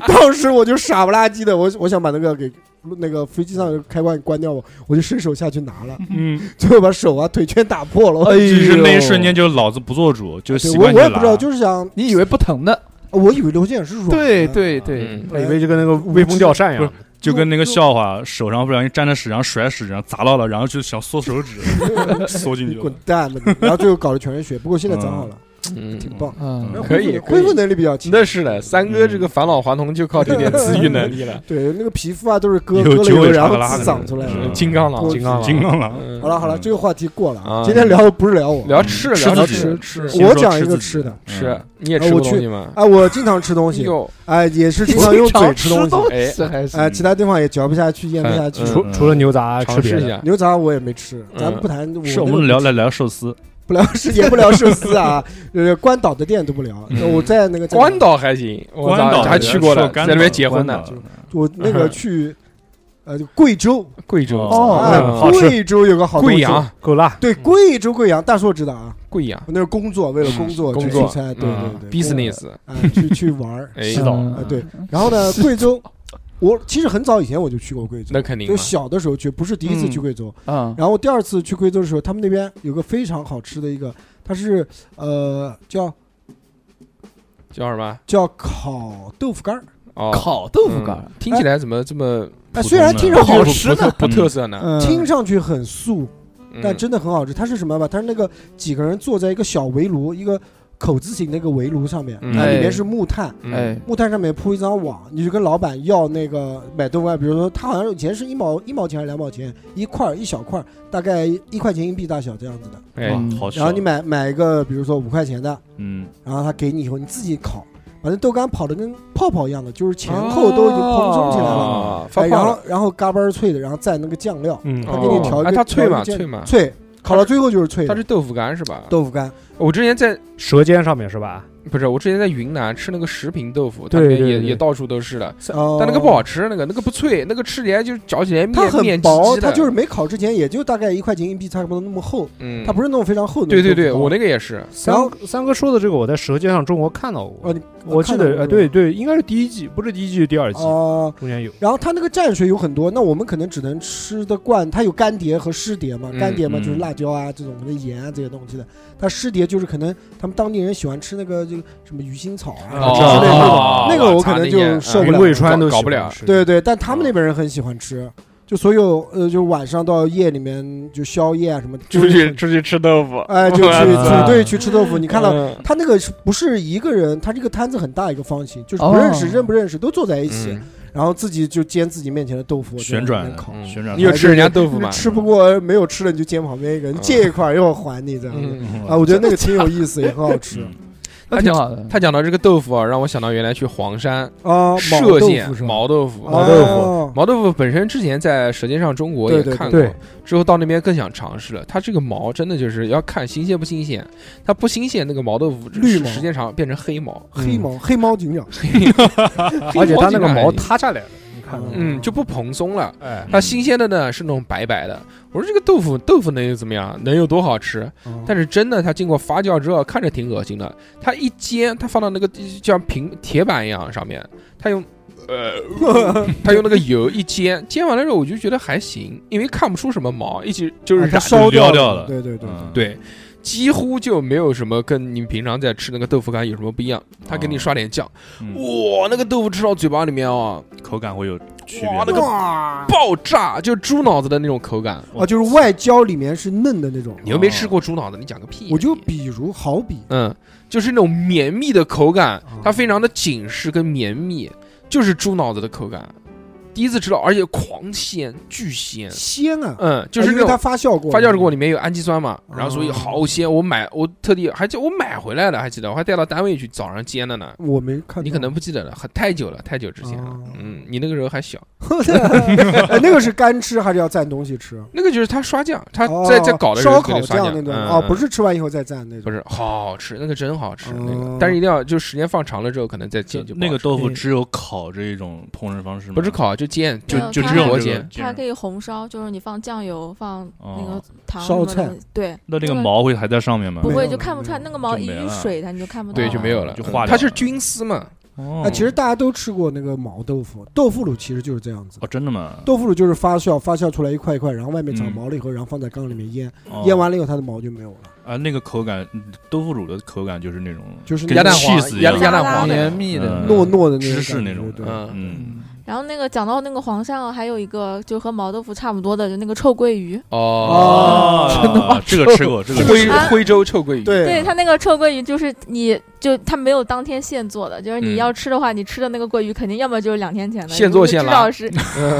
S6: 当时我就傻不拉几的，我我想把那个给那个飞机上的开关关掉，我我就伸手下去拿了，
S5: 嗯，
S6: 最后把手啊腿全打破了。我
S3: 哎呦
S5: 只是那一瞬间就老子不做主，就
S6: 哎对
S5: 习
S6: 我
S5: 惯就
S6: 我也
S5: 拉
S6: 不知道，，就是想，
S3: 你以为不疼的？
S6: 我以为螺旋桨是软的，啊
S3: 对对对，
S2: 嗯，
S7: 我
S6: 哎
S7: 以为就跟那个微风吊扇一样的。
S5: 就跟那个笑话，手上不小心沾着屎，然后甩屎，然后砸到了，然后就想缩手指， 缩进
S6: 你
S5: 去
S6: 滚
S5: 了。
S6: 蛋吧你！然后最后搞得全是血，不过现在长好了，
S2: 嗯
S6: 挺棒。
S3: 嗯
S6: 然后
S2: 可
S6: 恢
S2: 以
S6: 复
S2: 可以
S6: 恢复能力比较强。嗯
S2: 那是的，三哥这个返老还童就靠这点自愈能力了，
S6: 对，那个皮肤啊都是割
S5: 有
S6: 割了以
S5: 九
S6: 后，
S5: 尾
S6: 然
S5: 查
S6: 后
S5: 克拉
S6: 滋
S5: 的
S6: 长出来的。
S5: 嗯
S2: 金刚狼，
S6: 多
S7: 金刚
S5: 金
S7: 狼，
S5: 刚狼，
S2: 嗯
S6: 好了好了，这个话题过了啊。
S2: 啊
S6: 今天聊的不是聊我，
S2: 聊吃的，
S5: 吃
S2: 聊
S5: 自
S6: 己
S2: 吃
S6: 吃
S2: 吃
S6: 我讲一个吃的，
S2: 吃，你也
S6: 哎
S2: 吃
S6: 我
S2: 过
S6: 去
S2: 东西吗？
S6: 哎，我经常吃东西，
S2: 哟，
S6: 哎，也是经常用嘴吃
S3: 东
S6: 东西，
S2: 哎
S3: 还是
S6: 哎，其他地方也嚼不下去，咽不下去
S2: 嗯。
S7: 除除了牛杂吃
S2: 尝
S7: 别
S2: 试一
S7: 的，
S2: 下，嗯
S6: 牛杂我也没吃，咱们不谈我
S5: 嗯是
S6: 那
S5: 我
S6: 个
S5: 们聊来聊寿司，
S6: 不聊是也不聊寿司 啊，呃，关岛的店都不聊。
S2: 嗯
S6: 我在那个
S2: 关，岛还行，我
S5: 关岛
S2: 还去过了，
S5: 关
S2: 在
S5: 岛
S2: 那边结婚的
S5: 关，岛
S6: 我那个去，呃，就贵州，
S2: 贵州
S5: 哦
S6: 哎
S2: 嗯
S7: 好吃
S6: 贵州有个好东西
S2: 贵，阳，
S7: 够辣。
S6: 对，贵州贵阳，大叔知道啊，
S2: 贵阳
S6: 我那是工作，为了工作去
S2: 工
S6: 出
S2: 作
S6: 差，对
S2: 嗯
S6: 对对
S2: ，business，，
S6: 啊，去去玩儿
S2: 哎，
S5: 洗澡
S6: 啊，对。然后呢，贵州，我其实很早以前我就去过贵州
S2: 那，肯定啊
S6: 就
S2: 嘛，
S6: 小的时候去，不是第一次去贵州。
S3: 啊，
S6: 然后第二次去贵州的时候，他们那边有个非常好吃的一个，它是呃叫
S2: 叫什么？
S6: 叫烤豆腐干儿，
S2: 哦，
S3: 烤豆腐干儿
S2: 嗯，听起来怎么这么
S6: 哎，虽然
S5: 的
S6: 听
S2: 不
S6: 上去
S3: 好
S2: 不
S3: 吃
S2: 不特
S3: 呢
S2: 不特色呢？
S3: 嗯
S6: 听上去很素，
S2: 嗯
S6: 但真的很好吃。它是什么吧？它是那个几个人坐在一个小围炉，一个口字形的一个围炉上面，
S2: 嗯
S6: 它里面
S3: 哎
S6: 是木炭。
S3: 哎，
S6: 木炭上面铺一张网，你就跟老板要那个买豆腐干，比如说他好像以前是一毛一毛钱还是两毛钱一块儿一小块儿，大概一块钱硬币大小这样子的。
S2: 哎，
S3: 嗯
S5: 好吃。
S6: 然后你买买一个，比如说五块钱的，
S5: 嗯，
S6: 然后他给你以后你自己烤，把那豆干跑的跟泡泡一样的，就是前后都已经蓬松起来了，
S2: 哦发
S6: 哎、然
S2: 泡
S6: 后
S2: 了，
S6: 然后嘎巴儿脆的，然后蘸那个酱料，
S7: 嗯，
S6: 他给你调一个
S2: 哎它脆
S6: 调一
S2: 嘛
S6: 个酱
S2: 脆嘛，
S6: 脆，烤到最后就是脆
S2: 它
S6: 的
S2: 是豆腐干是吧？
S6: 豆腐干。
S2: 我之前在
S7: 舌尖上面是吧？
S2: 不是我之前在云南吃那个食品豆腐，它
S7: 对
S2: 里面
S7: 对
S2: 也
S7: 对
S2: 也到处都是的，
S6: 哦、
S2: 但那个不好吃，那个那个不脆，那个吃起来就是嚼起来
S6: 它
S2: 面
S6: 很
S2: 面
S6: 薄，
S2: 唧唧
S6: 它
S2: 的，
S6: 就是没烤之前也就大概一块钱硬币差不多那么厚，
S2: 嗯，
S6: 它不是那种非常厚的。
S2: 对对对，我那个也是，
S7: 三三哥说的这个，我在《舌尖上中国》看到
S6: 哦
S7: 过
S6: 你，
S7: 我记
S6: 看到过
S7: 得，呃，对对，应该是第一季，不是第一季，是第二季，
S6: 哦、
S7: 中间有。
S6: 然后它那个蘸水有很多，那我们可能只能吃得惯。它有干碟和湿碟嘛，
S2: 嗯
S6: 干碟嘛
S5: 嗯
S6: 就是辣椒啊这种的盐啊这些东西的，它湿碟就是可能他们当地人喜欢吃那个这个什么鱼腥草啊
S7: 哦
S6: 之类的那种。
S7: 哦
S6: 那个我可能就受不了
S7: 连
S6: 了
S7: 胃川都
S2: 搞
S7: 喜
S2: 不
S7: 欢
S2: 了
S7: 吃
S6: 对对，但他们那边人很喜欢吃，就所有呃，就晚上到夜里面就宵夜啊什么，
S2: 出去出去吃豆腐，
S6: 哎， 就去组队去吃豆腐。你看到
S2: 嗯
S6: 他那个是不是一个人？他这个摊子很大一个方形，就是不认识、
S3: 哦
S6: 认不认识都坐在一起，
S2: 嗯
S6: 然后自己就煎自己面前的豆腐，
S5: 旋转
S6: 在那
S5: 的
S6: 边烤。
S2: 嗯
S5: 旋转
S2: 你有吃嗯人家豆腐
S6: 你
S2: 吗？
S6: 吃不过没有吃的，你就煎旁边一个，你借一块儿一会儿还你这样子。
S2: 嗯。
S6: 啊，我觉得那个挺有意思，也很好吃
S3: 那挺好的。
S2: 他讲到这个豆腐啊，让我想到原来去黄山
S6: 啊。
S2: 射箭
S6: 毛
S2: 毛豆腐，
S6: 毛
S2: 豆
S6: 腐
S2: 毛豆腐本身之前在《舌尖上中国》也
S6: 对对
S2: 看过，
S7: 对，
S2: 之后到那边更想尝试了。它这个毛真的就是要看新鲜不新鲜，它不新鲜，那个毛豆腐
S6: 绿
S2: 时
S6: 毛
S2: 时间长变成黑毛， 嗯
S6: 黑毛黑猫警长，
S7: 而且它那个
S2: 黑
S7: 毛
S2: 竟然
S7: 塌下来了，你看到吗，
S2: 嗯就不蓬松了。
S7: 哎，
S2: 它新鲜的呢是那种白白的。我说这个豆腐豆腐能有怎么样？能有多好吃？
S7: 嗯
S2: 但是真的，它经过发酵之后，看着挺恶心的。它一煎，它放到那个就像平铁板一样上面，它 用呃，它用那个油一煎，煎完了之后我就觉得还行，因为看不出什么毛，一直就是
S6: 啊它
S2: 染
S6: 烧掉
S5: 撩掉
S6: 了
S5: 了
S6: 对对对，
S5: 嗯，
S2: 对，几乎就没有什么跟你平常在吃那个豆腐干有什么不一样。他给你刷点酱，
S5: 哦嗯
S2: 哇，那个豆腐吃到嘴巴里面啊，
S5: 口感会有区别
S2: 哇
S5: 吗。，
S2: 那个爆炸，就猪脑子的那种口感。
S6: 啊，就是外焦里面是嫩的那种。
S2: 你又
S5: 哦
S2: 没吃过猪脑子，你讲个屁呀！
S6: 我就
S2: 你
S6: 比如好比
S2: 嗯，就是那种绵密的口感
S6: 哦，
S2: 它非常的紧实跟绵密，就是猪脑子的口感。第一次吃到，而且狂鲜，巨鲜。
S6: 鲜啊，
S2: 嗯，就
S6: 啊
S2: 是
S6: 因
S2: 那
S6: 为
S2: 种
S6: 它发酵过，
S2: 发酵过里面有氨基酸嘛，
S6: 哦
S2: 然后所以好鲜。我买我特地还记我买回来了，还记得我还带到单位去早上煎的呢。
S6: 我没看到，
S2: 你可能不记得了，很太久了，太久之前了
S6: 哦。
S2: 嗯，你那个时候还小，
S6: 哎那个是干吃还是要蘸东西吃？啊
S2: 那个就是他刷酱，他
S6: 哦
S2: 在在搞的时候
S6: 烧
S2: 给
S6: 烤
S2: 你刷
S6: 酱
S2: 酱
S6: 那种
S2: 嗯
S6: 哦，不
S2: 嗯
S6: 是吃完以后再蘸那
S2: 不
S6: 种。
S2: 是，好好吃，那个真好吃，那
S6: 哦
S2: 个，但是一定要就时间放长了之后，可能再
S5: 就
S2: 煎就不好
S5: 那个
S2: 吃
S5: 豆腐
S6: 嗯
S5: 只有烤这一种烹饪方式吗？
S2: 不是，烤啊就煎，
S5: 就
S4: 没有
S5: 就
S4: 它
S5: 只有
S2: 薄
S5: 这个
S2: 煎。
S5: 煎
S4: 它可以红烧，就是你放酱油、放那个
S5: 哦
S4: 糖
S6: 烧
S4: 什么
S6: 菜
S4: 的，对，
S5: 那那个毛会还在上面吗
S4: 不？
S6: 没
S4: 会
S6: 有
S4: 就
S6: 了
S4: 看不
S6: 没
S4: 出来，
S6: 有
S4: 那个毛
S5: 就
S4: 一
S5: 没
S4: 遇
S5: 了
S4: 水它你就看不到
S2: 对，
S4: 了。
S2: 就没有了，
S5: 就
S2: 嗯
S5: 化掉
S2: 它是
S5: 了
S2: 菌丝嘛，
S5: 哦
S6: 哎，其实大家都吃过那个毛豆腐，豆腐乳其实就是这样子。
S5: 哦，真的吗？
S6: 豆腐乳就是发酵，发酵出来一块一块，然后外面长
S5: 嗯
S6: 毛了以后，然后放在缸里面腌，
S5: 哦
S6: 腌完了以后它的毛就没有了。
S5: 啊，那个口感，嗯豆腐乳的口感就是那种
S6: 就是
S5: 跟
S2: 鸭蛋
S5: cheese
S2: 黄
S5: 一
S2: 鸭
S5: 样
S2: 鸭蛋
S4: 沙拉
S2: 黄
S4: 的
S3: 绵密的
S5: 嗯
S6: 糯糯的那种
S5: 芝士
S6: 感
S5: 那
S6: 觉
S5: 种的
S6: 对，
S2: 嗯，
S5: 嗯，
S4: 然后那个讲到那个皇上，还有一个就和毛豆腐差不多的，就那个臭鳜鱼。
S2: 哦，
S5: 真的吗？ 这个吃过，这个
S2: 徽
S5: 吃过
S4: 啊
S2: 徽州臭鳜鱼，
S6: 对
S4: 对它那个臭鳜鱼，就是你就它没有当天现做的，就是
S2: 嗯
S4: 你要吃的话，你吃的那个鳜鱼肯定要么就是两天前的，
S2: 现做
S4: 你就
S2: 现
S4: 至
S2: 拉
S4: 少是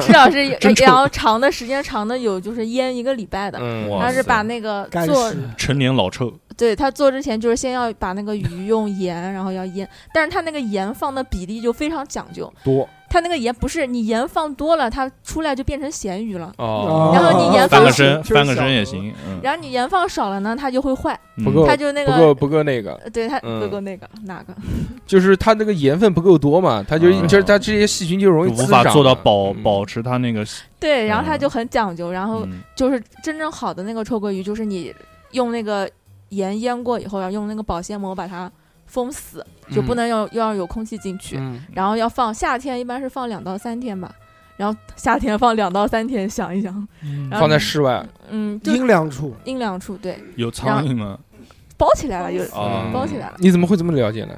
S4: 至少是
S5: 真臭
S4: 然后长的时间长的有就是腌一个礼拜的。
S2: 嗯，
S5: 哇
S4: 它是
S5: 塞
S4: 把那个
S6: 干
S4: 做
S6: 食
S5: 陈年老臭，
S4: 对他做之前就是先要把那个鱼用盐，然后要腌，但是他那个盐放的比例就非常讲究，
S2: 多
S4: 他那个盐不是你盐放多了，它出来就变成咸鱼了，
S2: 哦，
S4: 然后你盐
S5: 翻
S4: 放
S5: 个
S4: 小
S5: 身，翻个身也。行。嗯，
S4: 然后你盐放少了呢，它就会坏，
S5: 嗯
S2: 不够
S4: 它就那
S2: 不够
S4: 个
S2: 不够那个，
S4: 呃对它
S2: 嗯
S4: 不够那个哪个，
S2: 就是它那个盐分不够多嘛，它就
S5: 嗯
S2: 就是它这些细菌就容易
S5: 就无
S2: 滋
S5: 法
S2: 长
S5: 做到
S2: 嘛
S5: 保
S2: 嗯
S5: 保持它那个，
S4: 对，然后它
S5: 嗯
S4: 就很讲究，然后
S5: 嗯
S4: 就是真正好的那个臭鳜鱼，就是你用那个盐腌过以后，要用那个保鲜膜把它封死，就不能要要有空气进去，
S2: 嗯
S4: 然后要放夏天一般是放两到三天吧，然后夏天放两到三天，想一想，然后
S2: 放在室外
S4: 嗯，就
S6: 阴凉处，
S4: 阴凉处，对，
S5: 有苍蝇吗？
S4: 包起来了，有
S5: 啊，
S4: 包起来了，
S2: 你怎么会这么了解呢？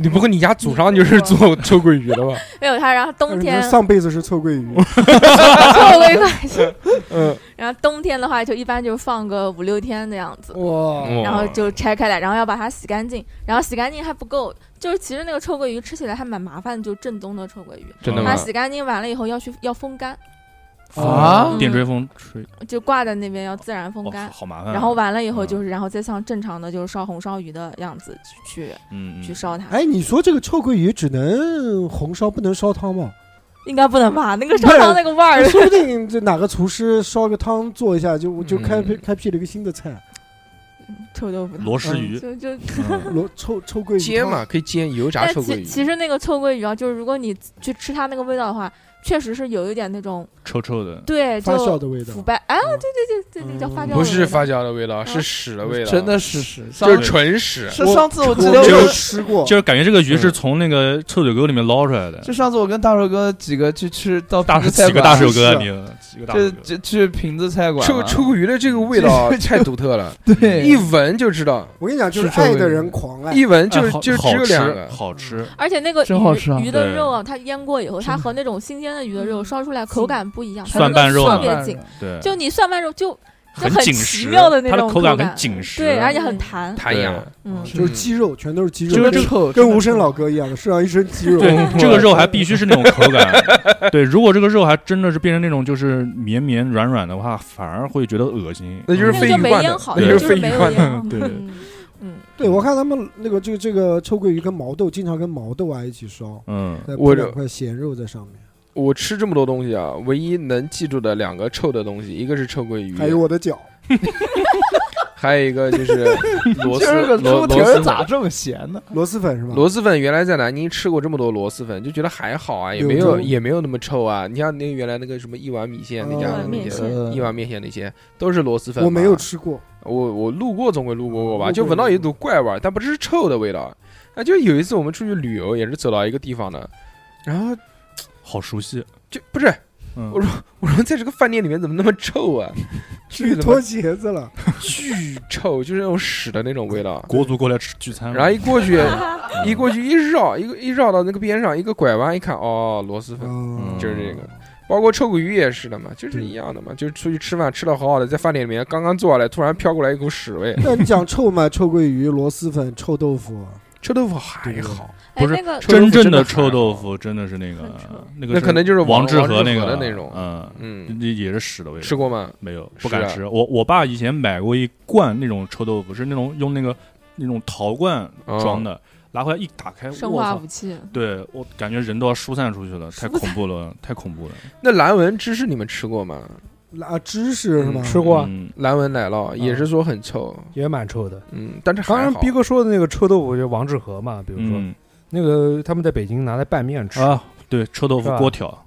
S2: 你不会你家祖上就是做 臭鳜鱼的 吧？
S4: 没有它，然后冬天
S6: 但 是上辈子是臭鳜鱼，
S4: 错过一块钱，
S2: 嗯，
S4: 然后冬天的话就一般就放个五六天的样子，
S6: 哇，
S4: 然后就拆开来，然后要把它洗干净，然后洗干净还不够，就是其实那个臭鳜鱼吃起来还蛮麻烦的，就正宗的臭鳜鱼，
S2: 真的
S4: 它
S2: 吗？
S4: 洗干净完了以后要去要风干，
S3: 啊
S5: 电
S4: 嗯
S5: 吹风吹，
S4: 就挂在那边要自然风
S5: 哦，
S4: 干
S5: 好。好麻烦啊。
S4: 然后完了以后就是，然后再像正常的就是烧红烧鱼的样子去
S5: 嗯，嗯
S4: 去烧它。
S6: 哎，你说这个臭鳜鱼只能红烧，不能烧汤吗？
S4: 应该不能吧？那个烧汤那个味儿，
S6: 说不定这哪个厨师烧个汤做一下，就就开辟
S2: 嗯
S6: 开辟了一个新的菜，
S4: 臭豆腐汤，
S5: 螺蛳鱼，
S4: 就就。
S5: 嗯
S6: 罗臭臭鳜鱼
S2: 煎
S6: 汤
S2: 嘛，可以煎油炸
S4: 但
S2: 臭鳜
S4: 其
S2: 鱼。
S4: 其实那个臭鳜鱼啊，就是如果你去吃它那个味道的话，确实是有一点那种
S5: 臭臭的，
S4: 对
S6: 发酵
S4: 就
S6: 的味道
S4: 腐，败啊，
S6: 嗯
S4: 对对对对对，叫发酵的味道。
S2: 不是发酵的味
S4: 嗯
S2: 道，是屎的味道，
S3: 真的是是，上
S2: 就是纯屎。
S3: 是上次我记
S6: 我
S3: 得
S6: 没有
S3: 我。
S6: 吃过，
S5: 就是感觉这个鱼是从那个臭水沟里面捞出
S2: 嗯
S5: 来的。
S3: 就上次我跟大手哥几个去吃到
S5: 大
S3: 瓶子
S5: 几
S3: 菜
S5: 个
S3: 馆，
S5: 大
S6: 手
S5: 手哥啊，
S6: 是
S5: 你几个大
S3: 就
S5: 手哥
S3: 就去瓶子菜馆
S2: 臭
S3: 嘛，
S2: 臭鳜鱼的这个味 道 太独特 了，
S3: 对，
S2: 一闻就知道，
S6: 我跟你讲，就是
S3: 是臭
S6: 爱
S3: 鳜
S6: 的
S3: 鱼
S6: 人狂爱，
S2: 一闻就
S5: 哎好
S2: 就只
S5: 好
S2: 有
S5: 吃
S2: 两个。
S5: 好吃，
S4: 而且那个
S3: 真好吃啊
S4: 鱼鱼的
S5: 对
S4: 肉啊，它腌过以后，它和那种新鲜鲜的鱼的肉烧出来口感不一样，它
S5: 蒜瓣肉
S4: 特
S5: 嘛
S4: 别紧，
S5: 对，
S4: 就你蒜瓣肉就就
S5: 很
S4: 奇
S5: 紧实，
S4: 妙的那
S5: 它
S4: 种
S5: 的口
S4: 感
S5: 很紧实，
S4: 对，而且很弹，
S2: 弹牙，
S4: 嗯，
S6: 就是鸡肉，全都是鸡肉，
S3: 这个
S6: 跟
S3: 臭，
S6: 跟无声老哥一样的，嗯身上一身肌肉。
S5: 对，这个肉还必须是那种口感。对，如果这个肉还真的是变成那种就是绵绵软软的话，反而会觉得恶心。嗯
S2: 那就是
S4: 那
S2: 非
S4: 就
S2: 遗
S4: 没
S2: 惯
S4: 腌
S2: 的
S4: 好，，
S2: 那
S5: 对
S2: 就是非遗
S4: 没有
S2: 惯的。
S4: 腌好，
S5: 对
S4: 嗯嗯，
S6: 对，我看他们那个这个这个臭鳜鱼跟毛豆经常跟毛豆啊一起烧，
S5: 嗯，
S6: 再
S2: 我
S6: 铺
S2: 这
S6: 两块咸肉在上面，
S2: 我吃这么多东西啊，唯一能记住的两个臭的东西，一个是臭鳜鱼，
S6: 还有哎我的脚，
S2: 还有一个就是 螺
S3: 今儿
S2: 蛳
S3: 个
S2: 螺
S3: 猪蹄
S2: 螺
S3: 儿
S2: 蛳
S3: 咋
S2: 粉。
S3: 这么咸呢？
S6: 螺蛳粉是吧？
S2: 啊螺蛳粉原来在南京吃过这么多螺蛳粉，就觉得还好啊，也没
S6: 柳
S2: 有
S6: 州
S2: 也没有那么臭啊。你像那个原来那个什么一碗米线那家
S6: 哦
S2: 的那
S4: 面
S2: 些
S4: 线
S2: 一碗面线那些都是螺蛳粉嘛。
S6: 我没有吃过，
S2: 我我路过总会路过过吧，
S5: 嗯
S6: 路
S2: 就
S6: 过
S2: 闻到
S6: 路
S2: 一
S6: 过
S2: 股怪味儿，但不是臭的味道。啊，就有一次我们出去旅游，也是走到一个地方的，然后
S5: 好熟悉。
S2: 就不是
S5: 嗯，
S2: 我说在这个饭店里面怎么那么臭 啊？
S6: 去脱鞋子了，
S2: 巨臭，就是那种屎的那种味道。
S5: 国足过来吃聚餐，
S2: 然后一过 去，一过去一绕，一个一绕到那个边上，一个拐弯，一看，哦，螺蛳粉，
S6: 嗯，
S2: 就是这个。包括臭鳜鱼也是的嘛，就是一样的嘛，就是出去吃饭吃的好好的，在饭店里面刚刚坐下来，突然飘过来一股屎味。
S6: 那你讲臭嘛？臭鳜鱼、螺蛳粉、臭豆腐，啊
S2: 臭豆腐还好，
S4: 哎，
S5: 不是
S4: 那个
S2: 臭豆腐
S5: 真正的
S2: 真的
S5: 臭豆
S2: 还
S5: 腐真的是那个
S4: 很臭
S5: 那个
S2: 那可能就是
S5: 王
S2: 志
S5: 和那
S2: 和
S5: 个
S2: 的那种。
S5: 嗯，
S2: 嗯，
S5: 这也是屎的味道。
S2: 吃过吗？
S5: 没有？
S2: 是
S5: 不敢
S2: 啊
S5: 吃。我我爸以前买过一罐那种臭豆腐，是那种用那个那种陶罐
S2: 哦
S5: 装的，拿回来一打开，
S4: 生
S5: 我
S4: 化
S5: 操
S4: 武！
S2: 哎
S4: 器，
S5: 对我感觉人都要疏散出去了，太恐怖了，太 恐怖了。
S2: 那蓝纹芝士你们吃过吗？
S6: 啊，芝士是吗？
S2: 嗯
S7: 吃过啊，
S5: 嗯，
S2: 蓝纹奶酪也是说很臭，
S7: 也蛮臭的。
S2: 嗯，但是还
S7: 当然
S2: 好，
S7: 逼哥说的那个臭豆腐，就王致和嘛，比如说
S5: 嗯
S7: 那个他们在北京拿来拌面吃，
S5: 啊，对，臭豆
S7: 是
S5: 腐
S7: 吧
S5: 锅条，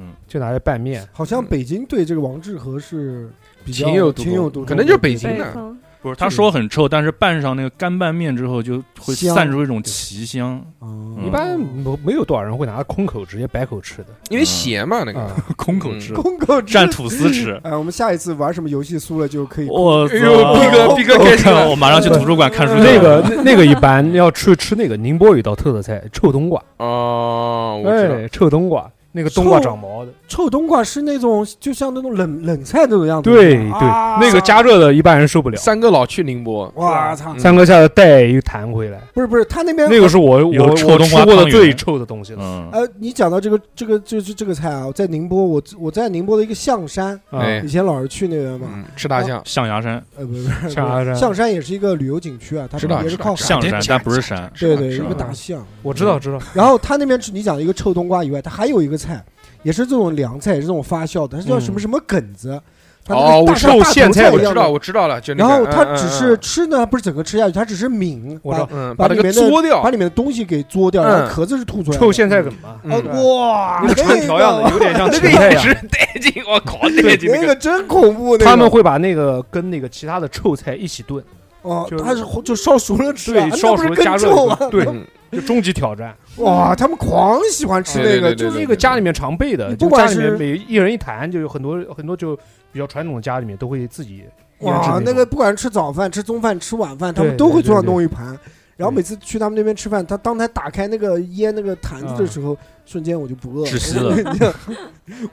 S2: 嗯
S7: 就拿来拌面。
S6: 好像北京对这个王致和是比较
S2: 情有独
S6: 情有
S2: 钟
S6: 独钟的，
S2: 可能就是北京啊
S6: 对
S2: 的
S6: 对
S2: 那
S1: 风
S5: 不是他说很臭，但是拌上那个干拌面之后，就会
S6: 香
S5: 散出一种奇香，
S6: 哦
S5: 嗯
S7: 一般没没有多少人会拿空口直接白口吃的
S2: 因为咸嘛那
S6: 嗯
S2: 个。
S7: 啊。
S5: 空
S2: 口吃
S6: 公狗吃。
S5: 蘸吐司吃
S6: 哎，我们下一次玩什么游戏输了就可以。
S5: 我操！
S2: 哎呦，逼哥 逼哥开心了
S5: 我，马上去图书馆看书去
S7: 那
S5: 了。
S7: 个那那个一般要去吃那个宁波有一道特色菜臭冬瓜，
S2: 哦，我知道，
S7: 哎，臭冬瓜，那个冬瓜
S6: 臭
S7: 长毛的，
S6: 臭冬瓜是那种就像那种冷冷菜那种样子。
S7: 对
S6: 是吧
S7: 对，
S6: 啊
S7: 那个加热的一般人受不了。
S2: 三哥老去宁波，
S6: 哇操！
S2: 嗯
S7: 三哥下来带一坛回来，
S6: 不是不是，他那边
S7: 那个是我
S5: 有
S7: 我
S5: 臭
S7: 我
S5: 冬
S7: 吃
S5: 瓜
S7: 过的
S5: 汤圆
S7: 最臭的东西了。
S5: 嗯，
S6: 呃，你讲到这个这个就是这个菜啊，在宁波，我我在宁波的一个象山，
S7: 啊
S2: 哎
S6: 以前老是去那边嘛。
S2: 嗯，吃大象，
S5: 象牙山，
S6: 呃，不是 不是，
S7: 象牙山
S6: 象山也是一个旅游景区啊，它
S2: 知道
S6: 也是
S2: 知道
S6: 靠
S2: 知
S6: 海
S2: 道，
S5: 象
S2: 这
S5: 山
S2: 这，
S5: 但不是山。
S2: 知
S6: 对
S7: 啊
S2: 道
S6: 对，
S2: 知
S6: 一
S2: 道
S6: 个大象。
S7: 我知道知道，
S6: 然后他那边吃你讲一个臭冬瓜以外，他还有一个菜，也是这种凉菜，也是这种发酵的，它叫什么
S7: 嗯
S6: 什么梗子。它那个
S2: 哦，我
S6: 大
S2: 知道，
S6: 像
S2: 我
S6: 大头菜
S2: 知道，我
S6: 一样
S2: 知道，
S6: 的。
S2: 我知道了，就那
S6: 然
S2: 个。
S6: 后
S2: 嗯
S6: 它
S2: 嗯
S6: 只
S2: 嗯
S6: 是吃呢，它不是整个吃下去，它只是抿，
S7: 我知道
S2: 嗯，
S6: 把
S2: 把那个
S6: 里面的
S2: 嘬掉
S6: 把，里面的东西给嘬掉，
S2: 嗯
S6: 然后壳子是吐出来的。
S7: 臭苋菜梗嘛，
S2: 嗯
S6: 啊哇，
S7: 那个传条样的，有点像
S2: 那
S7: 芹
S2: 个
S7: 菜
S2: 也
S7: 呀。
S2: 是带劲，我靠，那个劲
S6: 那
S2: 那
S6: 个真恐怖。那个
S7: 他们会把那个跟那个其他的臭菜一起炖，
S6: 哦
S7: 就，
S6: 它是就烧熟了吃啊，
S7: 对，
S6: 那
S7: 烧
S6: 不
S7: 熟
S6: 是
S7: 了加
S6: 更
S7: 热
S6: 臭
S7: 一
S6: 吗？
S7: 炖，对，
S2: 嗯
S7: 就终极挑 战，
S6: 哇，他们狂喜欢吃
S2: 对
S6: 那个，
S2: 对对
S6: 就
S7: 就是是一个家里面常备的，
S6: 你
S7: 就
S6: 不管
S7: 家里面
S6: 是
S7: 每一人一坛，就有很多很多就比较传统的家里面都会自己腌制
S6: 哇，那
S7: 种
S6: 个不管是吃早饭、吃中饭、吃晚饭，他们
S7: 对
S6: 都会
S7: 对
S6: 桌上
S7: 对
S6: 弄一盘。
S5: 嗯
S6: 然后每次去他们那边吃饭，他当他打开那个腌那个坛子的时候，瞬间我就不饿了，
S5: 啊窒息了
S6: 你知道。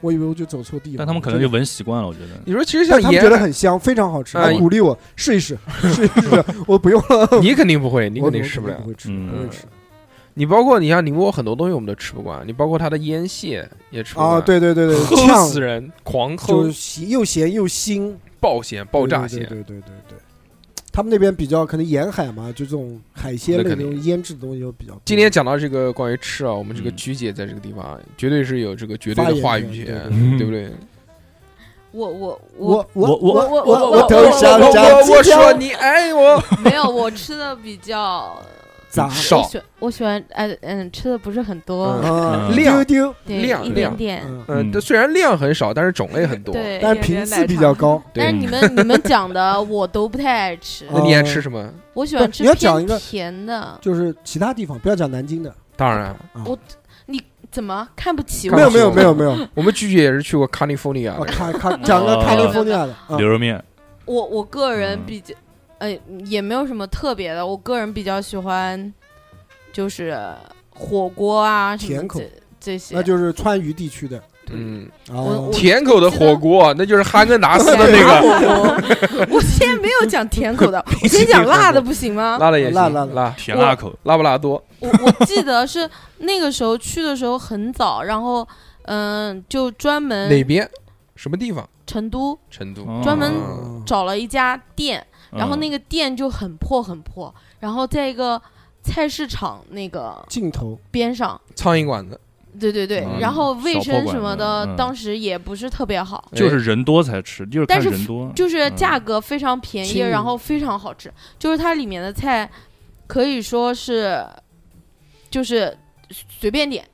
S6: 我以为我就走错地方，
S5: 但他们可能就闻习惯了，我觉得。
S2: 你说其实
S6: 但
S2: 像
S6: 他们
S2: 盐
S6: 觉，得很香，非常好吃，
S2: 哎
S6: 他鼓励我试一试，试一试。我不用了，
S2: 你肯定不会，你
S6: 我
S2: 肯定
S6: 我
S2: 吃不
S6: 肯
S2: 了
S6: 定。会吃，
S5: 嗯
S6: 不会吃。
S2: 你包括你像宁波很多东西我们都吃不惯，你包括它的腌蟹 也吃不
S6: 啊，
S2: 惯，，
S6: 对对对对，
S2: 齁
S6: 呛
S2: 死人，狂
S6: 就
S2: 齁，
S6: 咸又咸又腥，
S2: 爆咸，爆
S6: 对
S2: 炸蟹，
S6: 对对对对对。他们那边比较可能沿海嘛，就这种海鲜类
S2: 那
S6: 的
S2: 肯
S6: 那
S2: 定
S6: 种腌制的东西就比较多。
S2: 今天讲到这个关于吃啊，我们这个
S5: 嗯
S2: 鞠姐在这个地方啊绝对是有这个绝对
S6: 发
S2: 的
S6: 言
S2: 话
S6: 权
S2: 语
S6: 对
S2: 权，
S5: 对
S2: 对不对？
S4: 我我
S6: 我
S5: 我我
S6: 我
S4: 我
S6: 我
S4: 我
S6: 投降
S4: 我
S6: 降
S2: 我我
S6: 降
S2: 说你爱我，
S4: 没有，我吃的比较
S6: 咋
S8: 我
S2: 嗯少
S8: 喜我喜欢哎嗯吃的不是很多，
S6: 啊
S5: 嗯
S6: 丢丢，
S8: 对
S2: 量
S8: 一
S2: 量
S8: 点点，
S6: 嗯，
S2: 嗯，
S5: 嗯
S2: 但虽然量很少，但是种类很多。
S8: 对，
S6: 但是
S8: 一点
S6: 频
S8: 点
S6: 次
S8: 奶
S6: 比
S8: 茶
S6: 较。高。
S8: 但是
S2: 对
S8: 你们你们讲的 我都不太爱吃，
S2: 那你爱吃什么？
S8: 我喜欢吃
S6: 你要讲一
S8: 偏
S6: 个哦
S8: 甜的。
S6: 就是其他地方，不要讲南京的。
S2: 当然，啊
S8: 怎么看不起我？
S6: 没有没有没有没有，
S2: 我们鞠姐也是去过 California
S6: 啊
S2: 的。
S6: 卡卡讲个
S5: 哦
S6: 卡利福尼亚的啊
S5: 牛，肉面，
S8: 我我个
S5: 嗯
S8: 人比较，呃，也没有什么特别的。我个人比较喜欢，就是火锅啊，什
S6: 甜
S8: 么
S6: 口
S8: 这这些。
S6: 那就是川渝地区的
S2: 嗯，
S6: 啊
S8: 我。
S2: 甜口的火锅那就是哈根达斯 的那个，
S8: 个，我今天没有讲甜口的，我先讲辣的不行吗？
S2: 辣的也行，
S6: 辣辣
S2: 辣
S5: 甜辣口，
S2: 辣不辣多？
S8: 我我记得是那个时候去的时候很早，然后嗯、就专
S2: 哪
S8: 门
S2: 边？什么地方？
S8: 成都
S2: 成都。
S5: 哦
S8: 专门
S2: 嗯
S8: 找了一家店，然后那
S5: 个
S8: 个店就很破很破，然后在一个菜市场那个
S6: 镜头
S8: 边上，
S2: 苍蝇馆子
S8: 对对对，
S5: 嗯
S8: 然后卫
S5: 小破
S8: 生
S5: 馆
S8: 什么
S5: 子
S8: 的、
S5: 嗯
S8: 当时也不是特别好。
S2: 哎
S5: 就是人多才吃，就是看
S8: 但是
S5: 人多，嗯
S8: 就是价格非常便宜，
S6: 嗯
S8: 然后非常好吃，就是它里面的菜可以说是就是随便点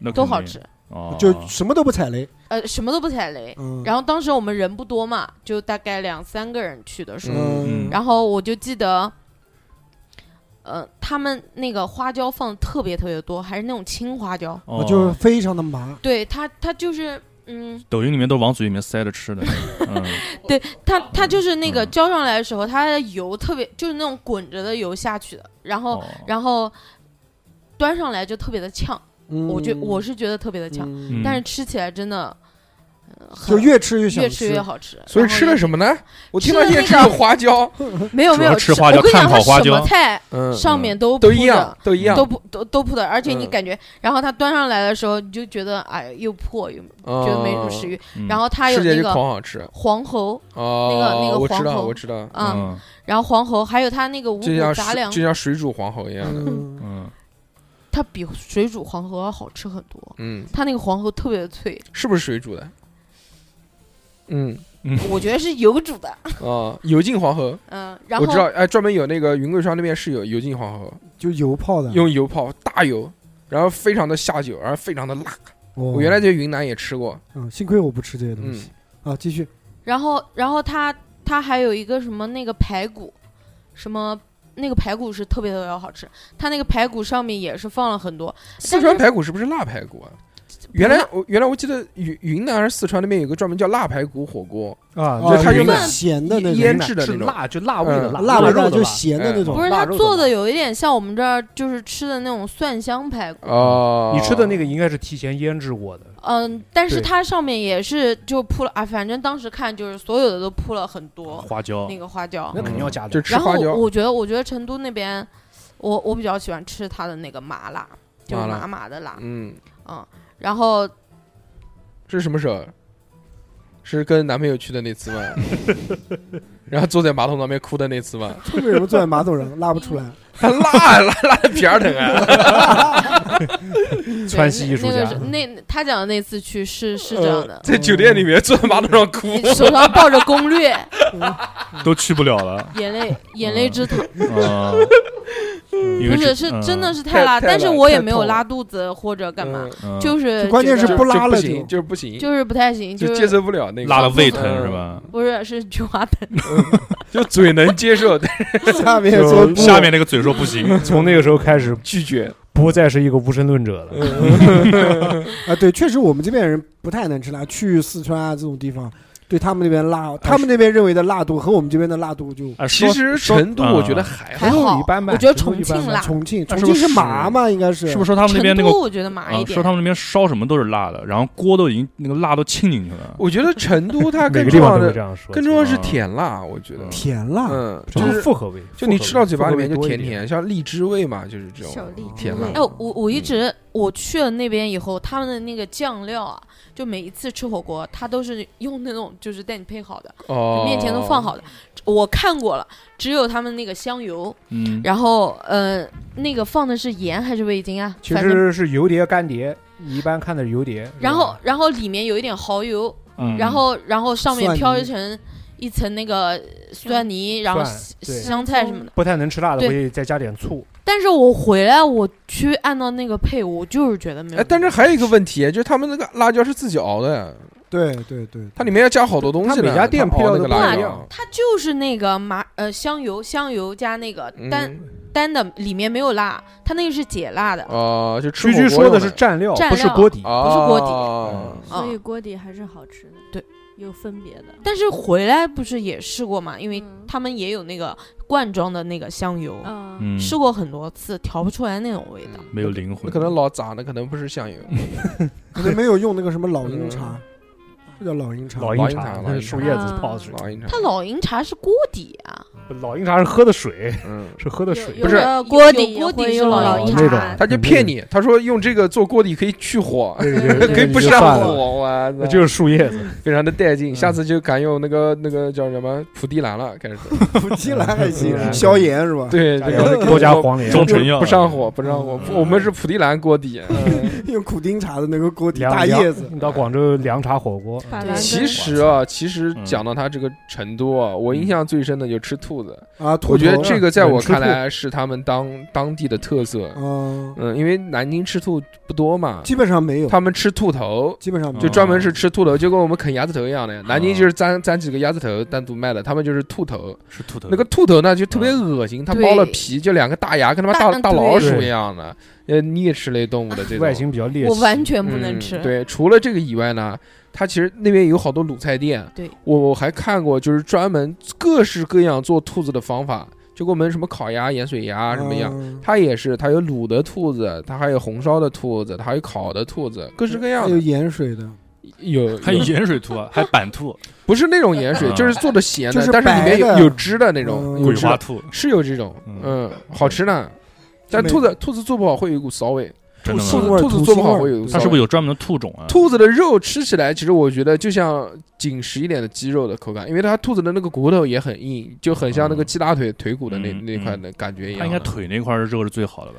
S5: 那
S8: 都
S5: 肯
S8: 好
S5: 定
S8: 吃，
S5: 哦，
S6: 就什么都不踩雷，
S8: 呃，什么都不踩雷。
S6: 嗯，
S8: 然后当时我们人不多嘛，就大概两三个人去的时候，
S6: 嗯
S5: 嗯
S8: 然后我就记得，呃，他们那个花椒放的特别特别多，还是那种青花椒，
S5: 哦
S6: 就是非常的麻，
S8: 对它它就是。嗯，
S5: 抖音里面都往嘴里面塞 着吃的，嗯，
S8: 它它就是那个
S5: 嗯
S8: 浇上来的时候，它的油特别就是那种滚着的油下去的，然后
S5: 哦
S8: 然后端上来就特别的呛，
S2: 嗯
S8: 我觉我是觉得特别的呛，
S6: 嗯
S8: 但是吃起来真的，呃很
S6: 就越吃越想
S8: 越吃越好吃。
S2: 所以
S8: 然后
S2: 吃了
S8: 也
S2: 什么呢？我听
S8: 吃
S2: 到
S8: 了
S2: 现在
S8: 那
S2: 只
S8: 个
S2: 有花椒，
S8: 没有
S5: 主
S8: 没
S5: 要
S8: 有
S5: 吃
S8: 是
S5: 花椒
S8: 我跟你讲，
S5: 看
S8: 它
S5: 好花
S8: 什么
S5: 椒
S8: 菜
S2: 嗯，
S8: 上面都
S2: 都
S8: 铺
S2: 一
S8: 着
S2: 样，都一样
S8: 都，不都都铺的，而且你
S2: 嗯
S8: 感觉，然后它端上来的时候，你就觉得哎又破又
S2: 觉
S8: 觉得没什么食。
S2: 哦
S8: 欲，
S5: 嗯
S8: 然后它有
S2: 吃起来
S8: 那
S2: 就
S8: 个
S2: 狂好吃
S8: 黄喉
S2: 哦，
S8: 那个
S2: 我知
S8: 黄
S2: 道，
S8: 喉
S2: 我知道，
S8: 啊，
S5: 嗯
S8: 然后黄喉还有它那个五
S2: 就
S8: 谷
S2: 像
S8: 杂
S2: 水
S8: 粮，
S2: 就像水煮黄喉一样的，
S6: 嗯，
S5: 嗯，
S8: 它比水煮黄喉要好吃很多，
S2: 嗯，
S8: 它那个黄喉特别的脆，
S2: 是不是水煮的？嗯
S8: 我 觉得是油煮的，
S2: 啊，油浸黄喉，
S8: 嗯，然
S2: 我
S8: 后
S2: 知道，哎，专门有那个云贵川那边是有油浸黄喉，
S6: 就油泡的。
S2: 用油泡大油，然后非常的下酒，然后非常的辣。
S6: 我
S2: 我原来在云南也吃过，
S6: 嗯，幸亏我不吃这些东
S2: 嗯
S6: 西。啊，继续，
S8: 然后，然后它它还有一个什么那个排骨，什么那个排骨是特别特别好吃，它那个排骨上面也是放了很多，
S2: 四川排骨是不是辣排骨啊？原来我原来我记得云云南还是四川那边有个专门叫辣排骨火锅，
S7: 啊，
S2: 就
S6: 哦
S2: 它
S6: 有
S2: 用
S6: 点
S2: 那
S6: 咸的那
S2: 腌
S6: 种，
S2: 制的
S7: 是
S2: 那种
S7: 辣，就辣味的
S2: 嗯
S7: 辣，
S6: 辣
S7: 味
S6: 辣
S7: 肉的
S6: 就
S7: 辣。
S6: 咸的那种
S8: 不。是它
S7: 腊肉的
S8: 做
S7: 吧
S8: 的有一点像我们这儿就是吃的那种蒜香排骨，
S2: 哦，
S7: 你吃的那个应该是提前腌制过的，
S8: 嗯，但是
S2: 对
S8: 它上面也是就铺了啊，反正当时看就是所有的都铺了很多
S5: 花椒
S8: 那个花椒
S7: 那，肯定要加
S2: 就
S7: 的。
S2: 吃
S8: 然后
S2: 花椒
S8: 我我觉得我觉得成都那边，我我比较喜欢吃它的那个麻辣，就是
S2: 麻辣
S8: 麻麻的辣，
S2: 嗯，
S8: 嗯，然后
S2: 这是什么时候？是跟男朋友去的那 次吗？然后坐在马桶旁边哭的那次吗？
S6: 为什么坐在马桶上拉不 出来？
S2: 他 辣辣辣的皮儿疼啊！
S7: 川西艺术
S8: 那
S7: 家
S8: 个
S7: 呃
S8: 是那他讲的那次去是是这样的，
S2: 在酒店里面坐在马桶上哭，
S8: 你手上抱着攻略，
S5: 都去不了 了，
S8: 眼泪眼
S7: 嗯
S8: 泪 直淌，
S5: 啊，
S7: 哦
S8: 不是是
S6: 嗯
S8: 真的
S5: 是，
S8: 是太辣，
S2: 太太
S8: 但是
S2: 辣
S8: 我也
S2: 太
S8: 没有
S2: 痛了
S8: 拉肚子或者干嘛，
S2: 嗯？
S5: 嗯
S8: 就是
S6: 关键
S8: 觉
S6: 是
S8: 得
S2: 就
S6: 不拉
S2: 就
S6: 了
S2: 不行，就是不行，
S8: 就是不太行，
S2: 就是接受不嗯了那个
S5: 辣的胃疼
S2: 嗯
S5: 是吧？
S8: 不是是菊花疼，
S2: 就嘴能接 受，但
S6: 下面说不
S5: 下面那个嘴说不行，
S7: 从那个时候开始，
S2: 拒绝。
S7: 不再是一个无神论者了。嗯
S6: 啊，对，确实我们这边人不太能吃辣，去四川啊这种地方，对他们那边辣，他们那边认为的辣度和我们这边的辣度就
S5: 啊，
S2: 其
S5: 说啊
S2: 实成都我觉得 还好，
S8: 还
S7: 成都
S8: 好
S7: 一般，吧
S8: 我觉得
S7: 成
S8: 重
S7: 都一般
S8: 庆
S7: 吧
S8: 辣，
S6: 重庆，
S5: 那
S6: 重
S5: 是
S6: 庆
S5: 不是
S6: 是麻嘛，应该是
S5: 是不是说他们那边那
S8: 成
S5: 个
S8: 都我觉得麻
S5: 啊
S8: 一，点
S5: 说他，们那边烧什么都是辣的，然后锅都已经那个辣都沁进去了，
S2: 我觉得成都它 更
S7: 每个地
S2: 重要
S7: 方都会这
S2: 的，
S7: 样说。
S2: 更重要是甜辣，我觉得，
S5: 嗯
S6: 甜辣？
S2: 嗯，就
S7: 就是是复合味，
S2: 就你吃到嘴巴里面就
S7: 复合味
S2: 甜
S7: 多一点。
S2: 甜，像荔枝味嘛，就是 这
S1: 小荔
S2: 种
S1: 枝
S2: 甜辣
S1: 味。
S8: 哎，我我一直我去了那边以后，他们的那个酱料啊，就每一次吃火锅，他都是用那种就是带你配好的，
S2: 哦，
S8: 面前都放好的，我看过了，只有他们那个香油，
S5: 嗯，
S8: 然后呃，那个放的是盐还是味精啊？
S7: 其
S8: 反正
S7: 实是油碟干碟，你一般看的是油碟。
S8: 然后然后里面有一点蚝油，
S5: 嗯
S8: 然后然后上面
S6: 蒜泥
S8: 飘一层一层那个蒜泥，然后
S7: 蒜
S8: 香
S7: 对
S8: 香菜什么的。
S7: 不太能吃辣的
S8: 对
S7: 会再加点醋，
S8: 哦但是我回来我去按照那个配，我就是觉得没有。
S2: 哎，但是还有一个问题，就是他们那个辣椒是自己熬的，
S6: 对对对，
S2: 它里面要加好多东西
S7: 它
S2: 呢。
S7: 每家店
S2: 它
S7: 配
S2: 熬那
S7: 料都
S2: 个
S7: 不
S2: 辣
S8: 一
S2: 椒
S7: 样，
S8: 它就是那个麻呃香油，香油加那个单、
S2: 嗯
S8: 单的里面没有辣，它那个是解辣的。
S2: 哦，就吃
S7: 居居
S2: 火锅
S7: 说
S2: 用
S7: 的是蘸料，
S8: 蘸
S7: 不是
S8: 料
S7: 锅底。
S9: 嗯
S2: 哦
S8: 不是锅底
S2: 哦
S1: 所以锅底还是好吃的。
S8: 嗯对，
S9: 有分别的。
S8: 但是回来不是也试过嘛？因为
S9: 嗯
S8: 他们也有那个罐装的那个香油，
S9: 嗯，
S5: 嗯，
S8: 试过很多次，调不出来那种味道。
S5: 没有灵
S2: 那
S5: 魂，
S2: 可能老杂，那可能不是 香油，
S6: 可能没有用那个什么老鹰茶，
S5: 嗯
S6: 这叫老鹰茶。
S7: 老
S2: 鹰
S7: 鹰
S2: 茶
S7: 茶，
S2: 老
S7: 那
S2: 鹰
S7: 是
S2: 茶
S7: 树叶子泡的水。
S2: 老鹰茶。
S8: 它老鹰茶是锅底啊，
S7: 老鹰茶是喝的水，
S2: 嗯，
S7: 是喝的水。
S9: 有
S2: 不是
S9: 的
S8: 锅底
S9: 底
S8: 锅
S9: 锅
S8: 底是
S9: 老
S8: 老
S9: 鹰
S7: 那种
S9: 茶，
S2: 他就骗你，他说用这个做锅底可以去火，
S7: 对对对，
S2: 可以
S7: 对
S2: 不
S7: 就
S2: 上
S7: 算了
S2: 火，哇
S7: 那
S2: 塞，
S7: 就是树叶子，
S2: 非常的带劲。
S7: 嗯
S2: 下次就敢用那个那个叫什么蒲地蓝了，开始做
S6: 普基兰还行
S7: 普基，兰
S6: 消炎是吧？
S2: 对，
S7: 加
S2: 这
S7: 油
S2: 个
S7: 多加黄连，
S5: 中成药
S2: 不上火，不上火，
S6: 嗯
S2: 不我们是蒲地蓝锅底。嗯
S6: 用苦丁茶的那个锅底
S7: 凉
S6: 大叶子，
S7: 你到广州凉茶火锅，
S9: 板
S8: 对
S9: 蓝
S2: 其
S9: 根
S2: 实啊，其实
S7: 嗯
S2: 讲到他这个程度啊，我印象最深的就吃兔子，
S6: 啊，兔头
S2: 我觉得这个在我
S7: 冷吃兔
S2: 看来是他们当当地的特色。
S6: 嗯，
S2: 嗯，因为南京吃兔不多嘛，
S6: 基本上没有，
S2: 他们吃兔头，
S6: 基本上没有
S2: 就专
S7: 哦
S2: 门是吃兔头，就跟我们啃鸭子头一样的呀。南京就是粘粘几个鸭子头单独卖的，他们就是兔头。
S5: 是兔头
S2: 那个兔头呢，就特别
S7: 嗯
S2: 恶心，它包了
S8: 对
S2: 皮，就两个大牙，跟他妈
S8: 大
S6: 嗯
S2: 大大老鼠
S7: 对
S2: 一样的，呃，啮齿类动物的这种。
S7: 外形比较猎
S8: 我
S7: 奇，
S8: 完全不能吃。
S2: 嗯。对，除了这个以外呢，它其实那边有好多卤菜店。
S8: 对，
S2: 我我还看过，就是专门各式各样做兔子的方法，就跟我们什么烤鸭、盐水鸭什么样。
S6: 嗯
S2: 它也是，它有卤的兔子，它还有红烧的兔子，它还有烤的兔子，各式各样
S6: 还有
S2: 的。
S6: 盐水的，
S2: 有
S5: 还有盐水兔啊，还有 板兔、
S2: 不是那种盐水，
S5: 嗯
S2: 就是做的咸
S6: 就
S2: 的
S6: 是，
S2: 但是里面
S6: 白
S2: 有
S6: 的
S2: 有汁的那种，
S6: 嗯
S2: 有
S5: 鬼
S2: 汁
S5: 花
S2: 的
S5: 兔，
S2: 是有这种，嗯
S5: 嗯，
S2: 好吃呢。但
S6: 美
S2: 兔子兔子做不好会有一股骚味，
S5: 真的
S2: 兔
S6: 腥
S5: 吗？
S6: 味儿
S2: 子兔子
S6: 土
S2: 做不
S6: 腥
S2: 好
S6: 味儿
S2: 会有一股
S5: 它
S2: 骚
S5: 是
S2: 味
S5: 不。是有专门的兔种啊？
S2: 兔子的肉吃起来，其实我觉得就像紧实一点的鸡肉的口感，因为它兔子的那个骨头也很硬，就很像那个
S5: 嗯
S2: 鸡大腿腿骨的那
S5: 嗯
S2: 那块的感觉一
S5: 它
S2: 样
S5: 应该
S2: 的。
S5: 腿那块儿肉是最好的吧？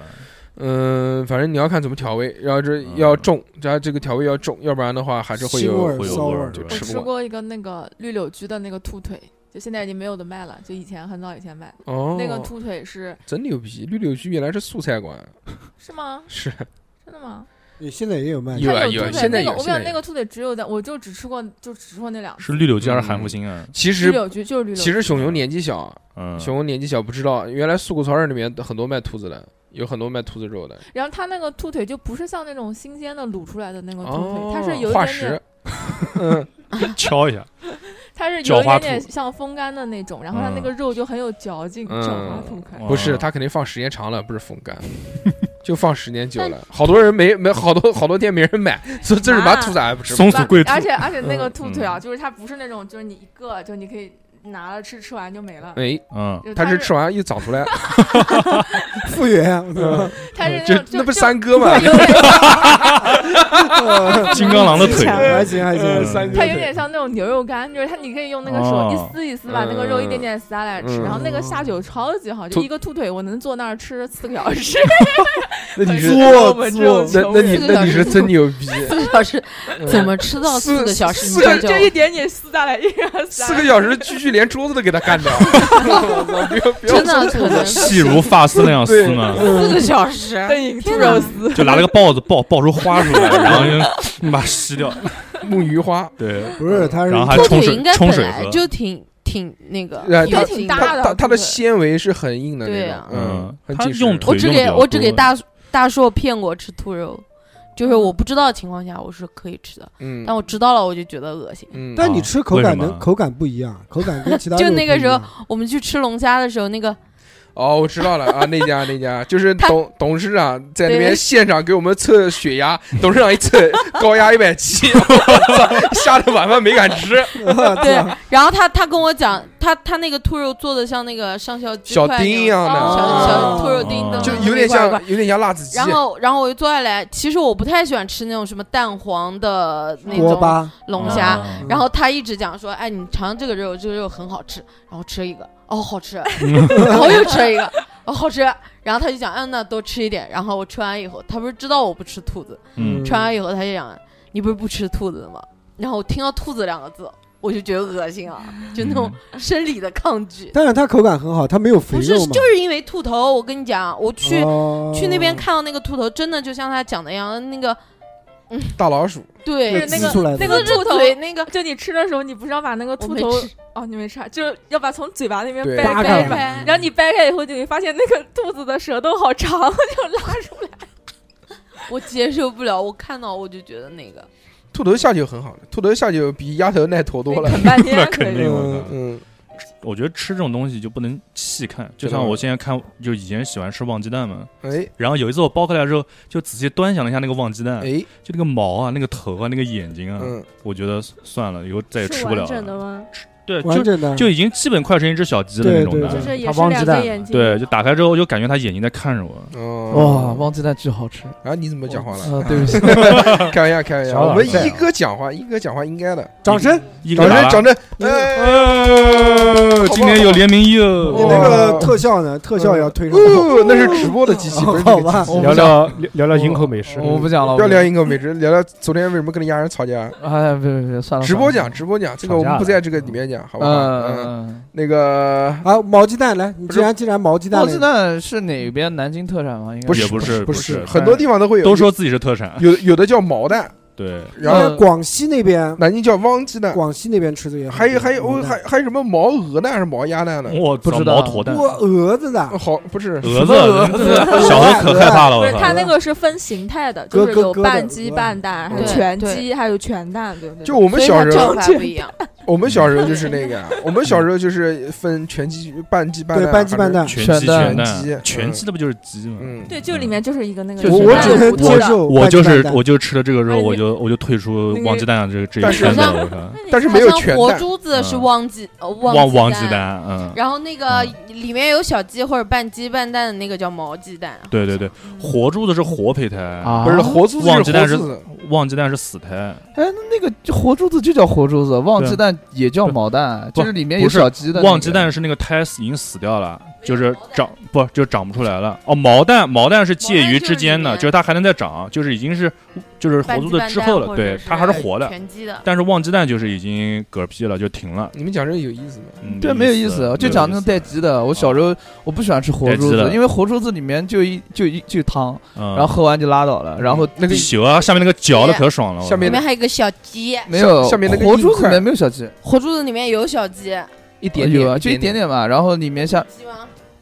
S2: 嗯，反正你要看怎么调味，然后这
S5: 嗯
S2: 要重，加这个调味要重，要不然的话还是会
S6: 腥味
S2: 有
S6: 儿
S5: 会有
S6: 骚
S5: 味
S6: 味
S5: 儿
S6: 儿
S5: 对吧
S4: 我
S2: 吃不
S4: 吃
S2: 惯
S4: 过一个那个绿柳居的那个兔腿，就现在已经没有的卖了，就以前很早以前卖的。
S2: 哦。
S4: 那个兔腿是
S2: 真牛逼，绿柳居原来是素菜馆，
S4: 是吗？
S2: 是
S4: 真的吗？
S6: 也现在也有卖的，
S2: 有啊
S4: 它
S2: 有啊
S4: 兔腿，
S2: 现在
S4: 那个
S2: 有
S4: 我跟你
S2: 现在
S4: 讲，那个兔腿只有在，我就只吃过，就只吃过那两次。
S5: 是绿柳鸡还是韩福星啊？
S2: 其
S4: 绿
S2: 实
S4: 柳居就是绿柳居。
S2: 其实熊熊年纪小，
S5: 嗯，
S2: 熊熊年纪小不知道，原来素骨超市里面很多卖兔子的，有很多卖兔子肉的。
S4: 然后它那个兔腿就不是像那种新鲜的卤出来的那个兔腿，
S2: 哦，
S4: 它是有一
S2: 化
S4: 点
S2: 石
S4: 点，，
S5: 敲一下，
S4: 它是有
S5: 叫
S4: 一
S5: 花
S4: 点
S5: 兔
S4: 点像风干的那种，然后它那个肉就很有嚼劲，
S2: 嗯
S4: 叫花兔感。
S2: 不是，
S5: 哇
S2: 它肯定放时间长了，不是风 干，就放时间久了，好多人没没好多好多店没人买，所以这是
S4: 妈
S2: 把兔崽不吃。
S5: 松鼠 贵兔
S4: 而，且而且那
S2: 嗯
S4: 个兔腿啊，就是它不是那种，就是你一个，就你可以拿了吃，吃完就没了。
S2: 哎，
S5: 嗯，
S4: 就
S2: 它
S4: 是
S2: 是吃完又长 出来，
S6: 复 原，嗯
S4: 它是
S2: 就
S4: 那种就
S2: 那不
S4: 就
S2: 三哥嘛？
S4: 有 点，
S5: 金刚狼的 腿，
S6: 还行还行，
S5: 嗯
S6: 三哥
S4: 它有点像那种牛肉干，就是它你可以用那个手
S5: 哦
S4: 一撕一撕，把
S2: 嗯
S4: 那个肉一点点撕下来吃，
S2: 嗯
S4: 然后那个下酒超级好，
S2: 兔
S4: 就一个兔腿，我能坐那儿吃四个小时。
S2: 那你是
S4: 我们这种
S2: 那
S4: 穷
S2: 那你
S4: 人
S2: 那你是真 牛逼，
S8: 四个小时
S5: 呃
S2: 嗯
S8: 怎么吃到
S2: 四
S8: 四个小时？
S2: 四
S8: 你
S2: 个
S8: 这
S4: 就就一点点撕下来，一点点撕
S2: 四
S4: 下来
S2: 个小时，区区连桌子都给他干掉，我操不要不要
S8: 真的可能
S5: 细如发丝那样撕啊呢，
S8: 四个小 时。
S4: 对，猪肉丝。
S5: 就拿了个刨子刨刨出花出来，然 后用把它吸掉，
S2: 木鱼花。
S5: 对，
S6: 不是，他是
S5: 然后还
S8: 兔
S5: 冲
S8: 腿
S5: 水
S8: 应该
S5: 冲
S8: 本
S5: 水
S8: 来
S5: 喝，
S8: 就挺挺那个
S2: 呃，
S8: 挺
S2: 它
S8: 紧
S4: 它
S2: 它
S4: 大的
S2: 它它的
S4: 对
S2: 纤维是很硬的
S8: 对
S2: 那种
S8: 啊，
S2: 嗯
S5: 嗯，
S2: 很
S5: 它
S2: 紧实
S5: 用
S8: 我
S5: 腿
S8: 只
S5: 用比
S8: 给
S5: 较
S8: 我只给
S5: 多
S8: 大大硕骗过吃兔肉，就是我不知道的情况下我是可以吃的，
S2: 嗯，
S8: 但我知道了我就觉得恶心。
S2: 嗯，
S6: 但你吃口感
S5: 为什
S6: 能
S5: 么
S6: 口感不一样，口感跟 其他
S8: 就
S6: 肉
S8: 那个
S6: 不一
S8: 时候
S6: 样，
S8: 我们去吃龙虾的时候，那 个
S2: 哦，我知道了啊，那家那家就是
S8: 他
S2: 董董事长在那边
S8: 对
S2: 现场给我们测血压，董事长一测高压一百七， 我操，吓得晚饭没敢 吃。
S8: 对，然后他他跟我讲，他他那个兔肉做的像那个上校鸡
S2: 小
S8: 块那
S2: 丁
S8: 种
S2: 一样
S8: 小
S2: 的，
S8: 小
S6: 哦
S8: 兔肉丁
S5: 哦
S8: 的，
S2: 就
S5: 嗯
S2: 有点
S8: 那一块一块
S2: 像有点像辣子鸡
S8: 然，后，然后我就坐下来。其实我不太喜欢吃那种什么蛋黄的那
S6: 锅
S8: 种
S6: 巴
S8: 龙虾。
S2: 啊
S5: 嗯
S8: 然后他一直讲说：“哎，你尝尝这个肉，这个肉很好吃。”然后吃一个，哦，好 吃。然后又吃了一个，哦，好吃。然后他就讲：“嗯，那多吃一点。”然后我吃完以后，他不是知道我不吃兔子，
S5: 嗯，
S8: 吃完以后他就讲：“你不是不吃兔子的吗？”然后我听到“兔子”两个字，我就觉得恶心啊，就那种
S2: 嗯
S8: 生理的抗拒。
S6: 但是它口感很好，它没有肥
S8: 不是，
S6: 肉嘛。
S8: 就是因为兔头。我跟你讲，我去
S6: 哦
S8: 去那边看到那个兔头，真的就像他讲的一样，那个
S2: 大老鼠，
S8: 嗯对
S4: 是那
S6: 滋
S4: 个
S6: 出来的
S4: 那个
S8: 兔
S4: 兔头
S8: 嘴那个
S4: 就你吃的时候，你不是要把那个
S8: 我
S4: 兔
S8: 没
S4: 头
S8: 吃，
S4: 哦，你没吃啊，就是要把从嘴巴那边
S2: 对
S4: 掰
S6: 扒
S4: 开
S6: 开
S4: 掰
S6: 来
S4: 开，然后你掰开以后，你会发现那个兔子的舌头好长， 就拉出来。
S8: 我接受不了，我看到我就觉得那个
S2: 兔头下酒很好的，兔头下酒比鸭头耐坨多了。
S4: 啃半 天
S5: 那
S4: 可
S5: 肯
S4: 以
S5: 定
S2: 嗯
S5: 我靠
S2: 嗯，
S5: 我觉得吃这种东西就不能细看，就像我现在看，就以前喜欢吃旺鸡蛋嘛，
S2: 哎
S5: 然后有一次我剥开来之后，就仔细端详了一下那个旺鸡蛋，
S2: 哎，
S5: 就那个毛啊、那个头啊、那个眼睛啊，
S2: 嗯，
S5: 我觉得算了，以后再也吃
S4: 是
S5: 不了
S4: 完整的
S5: 了。
S4: 吗？
S5: 对，
S6: 完
S5: 就
S6: 整的，
S5: 就已经基本快成一只小鸡的那种
S6: 对
S5: 的
S6: 对
S4: 就是
S6: 对，
S4: 也
S7: 它
S4: 是
S7: 忘
S4: 两
S7: 记带
S4: 个
S7: 了
S4: 眼睛，
S5: 对，就打开之后我就感觉它眼睛在看着我。
S2: 哦
S3: 哇，忘记蛋巨好吃
S2: 啊，你怎么讲话了？
S3: 啊！对 不起，
S2: 开玩笑，开玩笑。
S7: 小
S2: 我
S7: 老
S2: 们
S7: 师
S2: 一哥讲话，一哥讲话应该的。
S6: 掌声，
S5: 一个
S2: 掌声，
S5: 打
S2: 掌声！
S6: 一
S2: 哎，
S5: 哦，今天有联名衣
S6: 呃你
S5: 哦，
S6: 那个特效呢？特效也要推上。
S2: 哦，那是直播的机器，不是这
S6: 哦好
S2: 个
S6: 吧
S2: 机器。
S7: 聊聊聊聊营口美食，
S3: 我不讲了，
S2: 不要聊
S3: 聊。
S2: 一口美食，聊聊昨天为什么跟那家人吵架。
S3: 哎，别别别，算了，
S2: 直播
S3: 算
S2: 讲，
S3: 了，
S2: 直播讲，这个我们不在这个里面讲，好不好？嗯，
S3: 嗯嗯。
S2: 那个
S6: 啊，毛鸡蛋来，你既然既然毛鸡蛋
S3: 墨
S6: 来
S3: 汁，蛋是哪边南京特产吗？应该
S2: 不
S5: 也
S2: 是
S5: 不是
S2: 不
S5: 是，
S2: 很
S6: 哎
S2: 多地方都会有，
S5: 都说自己是特产，
S2: 有有的叫毛蛋，
S5: 对，
S2: 然后
S6: 应该呃广西那边，
S2: 南京叫汪鸡蛋，
S6: 广西那边吃的也好
S2: 还有还有
S6: 毛
S2: 哦
S6: 蛋
S2: 还还有什么毛鹅蛋还是毛鸭蛋呢？呃
S5: 我
S3: 不
S5: 操
S3: 知道
S5: 毛驼蛋，
S6: 哇蛾子的，
S2: 好，不是
S5: 蛾
S3: 鹅
S5: 子，小时候可害怕了，
S4: 不
S5: 我
S4: 是，它
S5: 操！
S4: 那个是分形态的，
S6: 咯
S4: 就是有
S6: 咯咯的
S4: 半鸡
S6: 鹅
S4: 半蛋，还有
S8: 对
S4: 全
S8: 对
S4: 鸡，还有全蛋，对不对？
S2: 就我们
S8: 所以它
S2: 小时
S8: 叫
S2: 候，
S8: 法不一样。
S2: 我们小时候就是那个，啊我们小时候就是分全鸡、半鸡、半
S6: 对，
S2: 蛋，
S6: 半鸡半蛋。
S5: 全
S3: 全
S5: 鸡
S3: 蛋
S2: 鸡
S5: 蛋，全
S2: 嗯
S5: 鸡那不就是鸡吗？
S2: 嗯，
S4: 对，就里面就是一个那个
S3: 就
S4: 鸡
S6: 我
S4: 蛋
S6: 我只
S3: 是
S4: 有
S6: 能
S4: 骨头
S6: 接
S4: 的
S6: 受
S5: 我
S6: 半
S5: 就
S6: 鸡半
S5: 是
S6: 蛋，
S5: 我就吃了这个之后，
S4: 而且
S5: 我就我就退出
S2: 那个
S5: 王鸡蛋这个这
S2: 但
S5: 一
S2: 是
S5: 圈子
S8: 好
S5: 了，
S8: 像
S5: 我靠，
S2: 但是没有全
S8: 活
S2: 蛋，
S8: 珠子是
S5: 嗯
S8: 汪鸡，呃，
S5: 王
S8: 汪
S5: 王鸡
S8: 蛋。
S5: 蛋，嗯，
S8: 然后那个
S5: 嗯
S8: 里面有小鸡或者半鸡半蛋的那个叫毛鸡蛋，
S5: 对对对，
S8: 嗯
S5: 活珠子是活胚胎，
S3: 啊，
S2: 不是活珠子
S5: 旺
S2: 是
S5: 鸡
S2: 活
S5: 蛋是
S2: 珠子，
S5: 旺鸡蛋是死胎，
S3: 哎，那那个就活珠子就叫活珠子，旺鸡蛋也叫毛蛋，
S5: 不
S3: 就是里面有小鸡的。
S5: 旺鸡蛋，是那个胎死已经死掉了，就是长不就长不出来了。哦，毛蛋毛蛋是介于之间
S8: 毛
S5: 的，
S8: 蛋就是里面
S5: 就是它还能再长，就是已经是就是活
S8: 半
S5: 珠
S8: 鸡
S5: 子
S8: 半
S5: 之
S8: 蛋
S5: 后了，
S8: 或
S5: 对
S8: 者，
S5: 它还是活的。
S8: 全鸡的。
S5: 但是旺鸡蛋就是已经嗝屁了，就停了。
S2: 你们讲这个有意思吗？
S5: 嗯，
S3: 对，没有意思，就讲那种带鸡的。我小时
S2: 哦
S3: 候我不喜欢吃活珠
S5: 带鸡
S3: 子，
S5: 的
S3: 因为活珠子里面就一就一就汤，
S5: 然
S3: 然后喝完就拉倒了，然后
S2: 嗯那个
S5: 小啊，下面那个嚼的可爽了，
S2: 下面
S8: 里面还有一个小鸡，
S3: 没有
S2: 下面那个
S3: 活珠
S2: 硬
S3: 子
S2: 块
S3: 里面没有小鸡，
S8: 活珠子里面有小鸡，
S2: 一
S3: 有啊，就一点
S2: 点，
S3: 点嘛。然后里面像
S8: 鸡吗？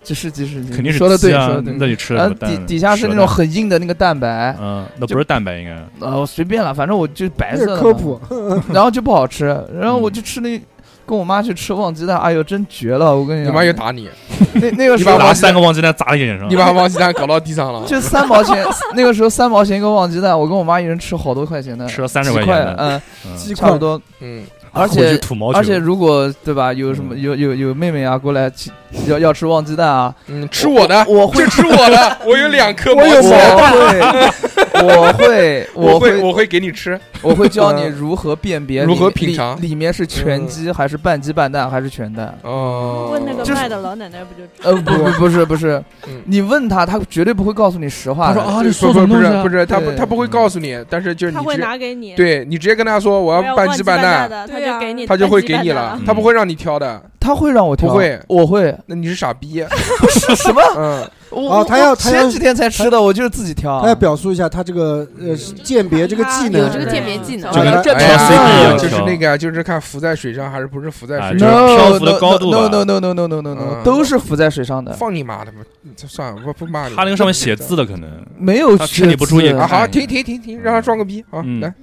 S3: 这是鸡是鸡
S5: 肯定是
S3: 说的对，
S5: 鸡啊
S3: 说的
S5: 那
S3: 对。
S5: 你吃了
S3: 然后
S5: 什么
S3: 底
S5: 蛋
S3: 底下是那种，很硬的那个蛋白
S5: 蛇蛋，嗯，那不是蛋白应该。
S3: 呃，我随便了，反正我就白
S6: 这
S3: 色
S6: 是
S3: 的嘛
S6: 科普，
S3: 然后就不好吃，然后我就吃那，跟我妈去吃旺鸡蛋，哎呦，真绝了！我跟你
S2: 你
S3: 讲，
S2: 妈又打你，
S3: 那那个
S2: 你
S3: 时
S2: 把
S3: 候
S2: 我
S5: 拿三个旺鸡蛋砸你脸上
S2: 你，把王鸡蛋搞到地上了，
S3: 就三毛钱，那个时候三毛钱一个旺鸡蛋，我跟我妈一人吃好多块钱的，
S5: 吃了三十
S3: 几
S5: 块
S3: 块
S5: 钱的，
S3: 嗯，
S5: 嗯
S6: 鸡
S3: 差不
S6: 块，
S3: 多。
S2: 嗯，
S3: 而
S5: 回去
S3: 且
S5: 吐毛球，
S3: 而且如果对吧，有什么
S5: 嗯
S3: 有有有妹妹啊过来起要要吃旺鸡蛋啊，
S2: 嗯，吃我的，
S3: 我会
S2: 就吃 我的，我有两颗毛
S6: 我有
S3: 我
S2: 鸡蛋，
S3: 会
S2: 我
S3: 我会我
S2: 会
S3: 会
S2: 我会给你吃，嗯
S3: 我会教你如何辨别
S2: 如何
S3: 里
S2: 品尝
S3: 里里面是全鸡还是半鸡半蛋还是全蛋。
S2: 哦，
S9: 问那个
S3: 就是
S9: 卖的老奶奶不就知道？
S3: 呃，不不不是不是
S2: 嗯，
S3: 你问他，他绝对不会告诉你实话
S5: 他说
S3: 的。
S5: 啊，你
S2: 不
S5: 说
S2: 不
S5: 什么
S2: 不
S5: 东西
S2: 是
S5: 啊
S2: 不？是，他不
S3: 对哦
S2: 他不会告诉你，但是就是
S9: 他
S2: 你
S9: 会
S2: 直接
S9: 拿给你，
S2: 对你直接跟他说我
S9: 我
S2: 要
S9: 要
S2: 半
S9: 忘
S2: 鸡
S9: 记
S2: 半
S9: 蛋
S2: 蛋，
S9: 的，他
S4: 对啊
S9: 就给你，
S2: 他就会给你了
S9: 了。，
S2: 他不会让你挑的，
S3: 他会让我挑，
S2: 不会
S3: 我会。
S2: 那你是傻逼，
S3: 是 什么？
S2: 嗯，
S3: 我
S6: 哦
S3: 我
S6: 他要
S3: 我
S6: 他要
S3: 前几天才吃的，我就是自己挑啊。
S6: 他要表述一下他这个呃鉴别这个技
S8: 有
S6: 能，
S8: 这个
S9: 对
S8: 鉴别技能
S5: 就，跟
S6: 哎
S5: 跳
S2: 哎呀
S5: CP 一样
S2: 就是
S5: 跳
S2: 那个啊就是看浮在水上还是不是浮在
S5: 哎
S2: 水
S5: 就是
S2: 上，
S5: 漂浮的高度
S3: No
S5: 吧
S3: no no no no no no no，
S2: 嗯
S3: 都是浮在水上的，
S2: 放你妈的吧，嗯这算了，我不骂你。
S5: 他那个上面写字的可能，
S3: 没有
S5: 他吃你不注意
S3: 血渍
S2: 啊，好，
S5: 哎
S2: 停停停停，让他装个逼，好，
S5: 嗯
S2: 来，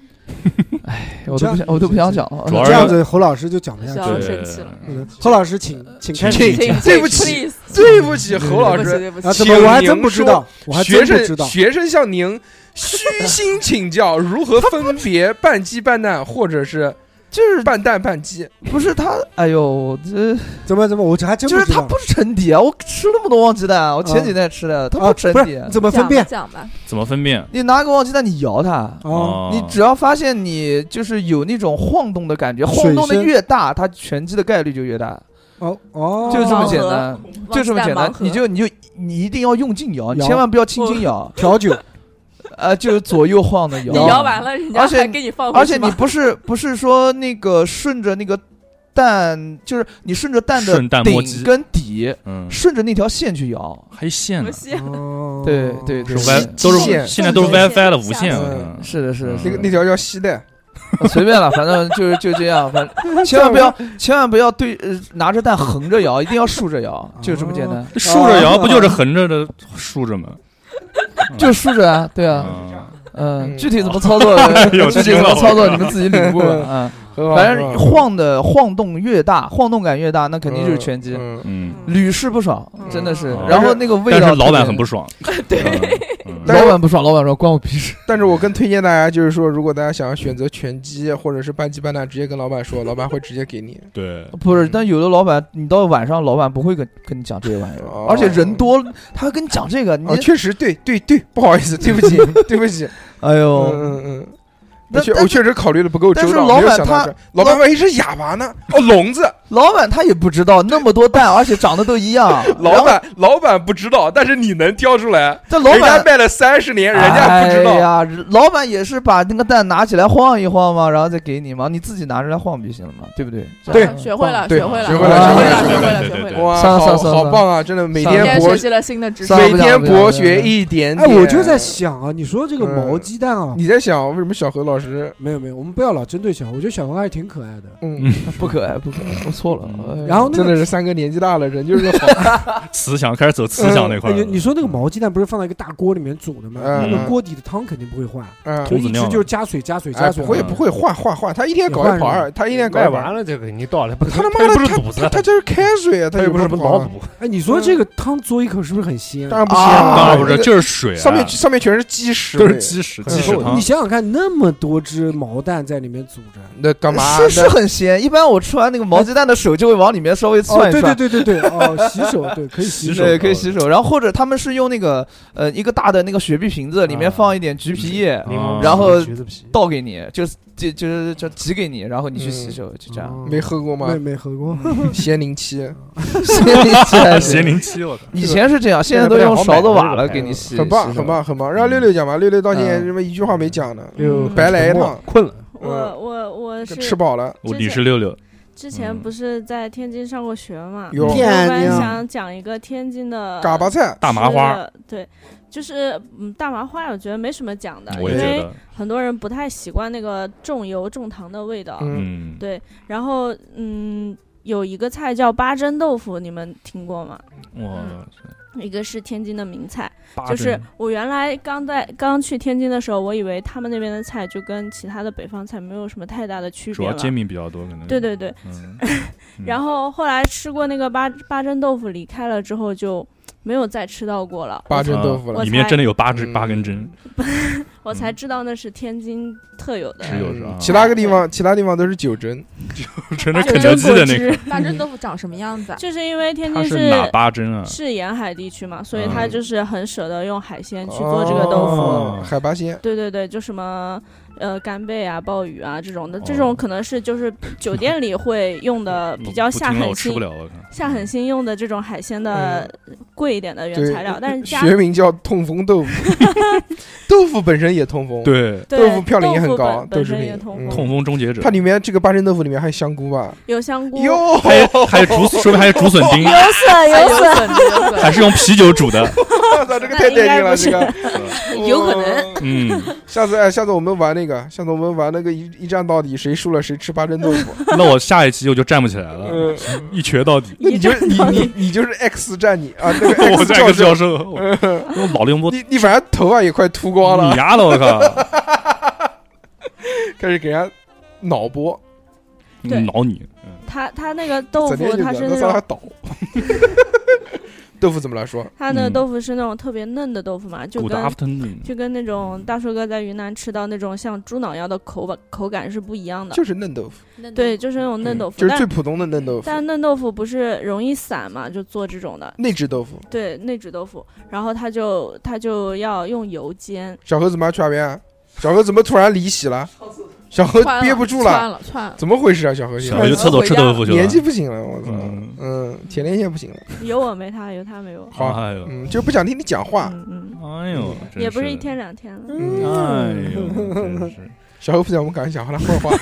S3: 我都不哎想，我都不想讲了。
S5: 主要
S6: 哦这
S5: 是
S6: 样子侯老师就讲不下去
S4: 小
S6: 了。
S5: 对，
S4: 生气了
S6: 嗯侯老师，请请开始
S2: 呃请
S6: 讲。
S2: 对不起，
S4: please，
S2: 对不起，侯
S4: 对
S2: 老
S4: 不起，
S2: 师，
S4: 对不
S6: 啊，
S4: 起，
S6: 怎么我还
S2: 请
S6: 真不知
S2: 说
S6: 道，我还
S2: 学
S6: 真不知道
S2: 生。学生向您虚心请教，如何分别半鸡半蛋或者是
S3: 就是
S2: 半蛋半鸡？
S3: 不是他，哎呦，这
S6: 怎么怎么，我这还真
S3: 就是
S6: 知
S3: 他
S6: 道
S3: 不。沉底啊！我吃那么多旺鸡蛋，啊我前几天吃的，他
S6: 啊，不
S3: 不沉
S6: 是，
S3: 底
S6: 你。怎么分
S4: 讲
S6: 辨
S9: 啊
S4: 吧？讲吧，
S5: 怎么分
S2: 啊
S5: 辨？
S3: 你拿个旺鸡蛋，你摇它，
S6: 哦，
S3: 你只要发现你就是有那种晃动的感觉，晃动
S6: 水
S3: 的
S6: 声
S3: 越大，它全击的概率就越大，
S6: 哦哦，
S3: 就这么
S4: 盲
S3: 简
S4: 盒
S3: 单。就这么简单
S4: 忘，记带盲盒
S3: 你就你就你一定要用劲摇，你
S6: 摇哦
S3: 千万不要轻轻摇，
S6: 调酒，
S3: 呃，就是左右晃的摇。
S4: 你摇完，了，人家
S3: 而且
S4: 还给你放回
S3: 而
S4: 去
S3: 且你
S4: 吗
S3: 不是不是说那个顺着那个蛋，就是你顺着蛋的
S5: 顺蛋摸
S3: 顶
S5: 鸡
S3: 跟底，
S5: 嗯，
S3: 顺着那条线去摇。
S5: 还线
S4: 什
S5: 呢
S4: 么？线？
S6: 哦
S3: 对对对，
S5: 是歪
S3: 是，
S5: 都
S2: 线
S5: 是现在都是
S4: 动线
S5: WiFi 了，无线
S4: 下
S2: 线
S5: 嗯
S3: 是的，是的，
S2: 那
S3: 是
S2: 个
S3: 的
S2: 那条叫西带，
S3: 哦随便了，反正就是就这样，反正 千万不要千万不要对呃拿着蛋横着摇，一定要竖着摇，就这么简
S5: 哦
S3: 单，
S5: 竖着摇不就是横着的竖着吗？
S3: 就竖着啊，对啊，
S5: 嗯
S3: 嗯，
S2: 嗯
S3: 具体怎么操作，
S5: 有
S3: 具体
S5: 听
S3: 怎么
S5: 到
S3: 操作
S5: 了
S3: 你们自己领 悟吧。嗯，
S2: 很好
S3: 反正晃的晃动越大，晃动感越大，那肯定就是拳击，
S2: 嗯嗯
S5: 嗯，
S3: 屡试不爽，
S4: 嗯
S3: 真的是
S5: 嗯。
S3: 然后那个味
S5: 但
S3: 道特
S5: 是
S3: 别，
S5: 老板很 不爽，对，嗯
S2: 但是
S3: 老板不爽，老板说关我屁事。
S2: 但是我更推荐大家，就是说，如果大家想要选择拳击或者是半鸡半蛋，直接跟老板说，老板会直接给你。
S5: 对，
S3: 不是，但有的老板，你到晚上，老板不会跟跟你讲这些玩意儿，
S2: 哦
S3: 而且人多，他会跟你讲这个，你
S2: 哦，确实，对对对，不好意 思，对不起，对不起。
S3: 哎
S2: 嗯
S3: 呦，
S2: 嗯嗯，我
S3: 但
S2: 确
S3: 但
S2: 我确实考虑的不够周
S3: 但是
S2: 到，
S3: 老
S2: 没有
S3: 板
S2: 想到
S3: 他
S2: 这。老板万一是哑巴呢？哦，聋子。。
S3: 老板他也不知道那么多蛋，而且长得都一样
S2: 老板老板不知道，但是你能挑出来。
S3: 这老
S2: 人家
S3: 板
S2: 卖了三十年，人家不知道。
S3: 哎呀，老板也是把那个蛋拿起来晃一晃嘛，然后再给你嘛，你自己拿出来晃不就行了嘛，对不对？
S2: 对
S4: 嗯学会了，
S2: 对
S4: 学会了，
S2: 学
S4: 学
S2: 会
S4: 会
S2: 学
S3: 了
S4: 了，
S5: 会了
S4: 学会
S5: 对对对
S4: 了。
S2: 哇，
S3: 算了算
S2: 好
S3: 了算了
S2: 好棒啊！真的，每
S3: 算了
S4: 今
S2: 天
S4: 天
S2: 博
S4: 学习了新的知识
S3: 算，了
S2: 每
S3: 不讲
S2: 天
S3: 了不讲
S2: 博
S3: 了
S2: 学一点
S6: 哎，
S2: 点。
S6: 我 就在想啊，你说这个
S2: 嗯
S6: 毛鸡蛋啊，
S2: 你在想为什么小何老师？
S6: 没有没有，我们不要老针对小猴，我觉得小猴还挺可爱的。
S2: 嗯，
S3: 不可爱，不可爱，我错了。
S5: 嗯
S3: 哎
S6: 然后那
S2: 真的
S6: 个
S2: 是三哥年纪大了，人就是个好。
S5: 慈 祥开始走慈祥那块
S6: 哎
S5: 儿了，
S6: 你你说那个毛鸡蛋不是放在一个大锅里面煮的吗？
S2: 嗯
S6: 那个锅底的汤肯定不会换，
S2: 嗯
S6: 就
S5: 童子
S6: 一
S5: 尿
S6: 直
S5: 了
S6: 就是加水加水
S2: 哎，
S6: 加
S2: 不
S6: 水。
S2: 会
S5: 嗯
S2: 不会，换换换，他一天搞一
S6: 换
S2: 跑
S6: 是吧
S2: 二，他一天搞
S7: 卖
S2: 一跑二
S7: 完。了这个你倒了，不
S2: 他他
S7: 又
S2: 妈
S7: 不
S2: 的，
S7: 是
S2: 他
S7: 补
S2: 他
S7: 的，
S2: 他就是开水，他
S7: 他又不是
S2: 不
S7: 脑
S2: 跑啊。
S7: 补，
S6: 哎，你说这个汤嘬一口是不是很鲜？
S2: 当然不行
S3: 啊
S5: 当然不
S2: 啊，
S5: 是，就是水啊，
S2: 上面上面全是鸡屎，
S5: 都是。鸡屎鸡屎
S2: 嗯
S5: 汤
S6: 你，想想看，那么多只毛蛋在里面煮着。
S2: 那干嘛？
S3: 是是很鲜，一般我吃完那个毛鸡蛋的手就会往里面稍微
S6: 哦，
S3: 涮一
S6: 对对
S3: 涮。
S6: 对对对， 哦，洗手，对，可以洗
S5: 洗
S6: 手
S5: 手。
S3: 对，可以洗手，然后或者他们是用那个呃一个大的那个雪碧瓶子，里面放一点橘皮液，嗯
S7: 柠檬
S5: 啊
S7: 皮
S3: 然后
S7: 橘子皮，
S3: 倒给你，就是就就是就挤给你，然后你去洗手，就这样。
S6: 哦
S2: 没喝过吗
S6: 没？没喝过，
S2: 咸宁嗯 七，
S5: 咸宁七，我操，
S3: 以前是这样，现在都用勺子挖了给你洗，
S2: 很棒，
S3: 洗手
S2: 很。棒，很棒。让六六讲吧，六六到现在
S3: 嗯
S2: 这么一句话没讲呢，
S7: 又
S2: 白来一趟，
S7: 困了，
S9: 我呃我我是
S2: 吃饱了。
S5: 我你是六六，
S9: 之前不是在天津上过学嘛，
S2: 哟
S9: 我
S6: 天
S9: 本来
S6: 呀
S9: 想讲一个天津的
S2: 啊嘎巴菜，
S5: 大麻
S9: 吃
S5: 花，
S9: 的，对，就是嗯大麻花，我觉得没什么讲的，
S5: 我
S9: 因
S5: 也觉
S9: 为
S5: 得，
S9: 很多人不太习惯那个重油重糖的味道。
S2: 嗯，
S5: 嗯，
S9: 对，然后嗯，有一个菜叫八珍豆腐，你们听过吗？
S5: 我
S9: 一个是天津的名菜，
S5: 八
S9: 就是
S5: 珍
S9: 我原来刚在刚去天津的时候，我以为他们那边的菜就跟其他的北方菜没有什么太大的区
S5: 主
S9: 别
S5: 要
S9: 了。
S5: 煎饼比较多，可能
S9: 对，对对，
S5: 嗯，
S9: 然后后来吃过那个八八珍豆腐，离开了之后就没有再吃到过了。
S2: 八珍豆腐
S9: 我
S2: 了
S9: 才。
S5: 啊里面真的有八只
S2: 嗯
S5: 八根针，
S9: 我才知道那是天津特有的
S5: 只有是啊吧
S2: 嗯其他个地方，其他地方都是九珍，
S5: 成了肯德基的那个，
S9: 汁，
S4: 八珍豆腐长什么样子啊？
S9: 就是因为天
S5: 它
S9: 津
S5: 是哪八针啊？
S9: 是沿海地区嘛，所以他
S5: 嗯
S9: 就是很舍得用海鲜去做这个豆腐。
S2: 哦海八鲜。
S9: 对对对，就什么呃干贝啊、鲍鱼啊这种的，这
S5: 哦嗯
S9: 种可能是就是酒店里会用的比较
S5: 不
S9: 下
S5: 听了
S9: 狠
S5: 我吃
S9: 心
S5: 不、了，我靠，
S9: 下狠心用的这种海鲜的贵一点的原
S2: 嗯对呃
S9: 材料，但是家
S2: 学名叫痛风 豆腐，豆腐本身也痛风，，
S5: 对，
S9: 对
S2: 豆腐嘌呤也很
S9: 豆腐
S2: 高
S9: 本
S2: 豆
S9: 本
S2: 制
S9: 身
S2: 品
S9: 也痛
S2: 嗯
S9: 风，
S5: 痛风终结者
S2: 它，里面这个八珍豆腐里面还有香菇吧？
S9: 有香菇，
S2: 哟，
S5: 还有还 有竹，说不定还有竹笋丁，
S8: 哎有可能，
S9: 嗯
S8: 有可
S5: 还是用啤酒煮 的，
S2: 我操，这个 太带劲了，这个
S8: 能，有可能。
S2: 哦
S5: 嗯，
S2: 下次哎，下次我们玩那个，下次我们玩那个一一战到底，谁输了谁吃八珍豆腐。
S5: 那我下一期我就站不起来了，
S2: 嗯，
S5: 一瘸到底。
S2: 那你就
S9: 一
S2: 你
S9: 战到底
S2: 你你就是 X 战警啊， 那个
S5: 我
S2: X
S5: 在一
S2: 教
S5: 个
S2: 授
S5: 教，授， 我老令波
S2: 你你反正头发也快秃光
S5: 你
S2: 了，
S5: 丫的，我靠，
S2: 开始给人家脑波，
S9: 对
S5: 嗯挠你，
S9: 它它那个豆
S2: 整天
S9: 腐
S2: 就
S9: 它
S2: 这
S9: 是
S2: 样
S9: 那
S2: 那让他
S9: 种
S2: 倒。豆腐怎么来说？
S9: 它那个
S5: 嗯
S9: 豆腐是那种特别嫩的豆腐嘛，就
S5: Good
S9: 跟
S5: afternoon，
S9: 就跟那种大叔哥在云南吃到那种像猪脑腰的口感口感是不一样的。
S2: 就是嫩豆腐，
S9: 对，就是那种嫩
S2: 嗯
S9: 豆腐，
S2: 就是
S9: 但
S2: 最普通的嫩豆腐，
S9: 但嫩豆腐不是容易散嘛，就做这种的，
S2: 内酯豆腐。
S9: 对，内酯豆腐，然后它就它就要用油煎，
S2: 小何怎么还去那边？啊小何怎么突然离席了？小何
S4: 窜
S2: 憋不住
S4: 窜
S2: 了，
S4: 了，窜了。
S2: 怎么回事啊？小何现
S5: 小
S2: 在
S5: 回去厕所吃豆腐去了
S2: 年。纪不行了，我操，
S5: 嗯
S2: 嗯，前列腺不行了，
S9: 有我没他，有他没我。
S2: 好，
S5: 哎呦，
S2: 嗯，就不想听你讲话。
S9: 嗯嗯，
S5: 哎呦，真
S9: 也不是
S5: 的
S9: 一天，两天了。
S2: 嗯，
S5: 哎呦，真是
S2: 小何不想我们赶紧讲话，他坏话。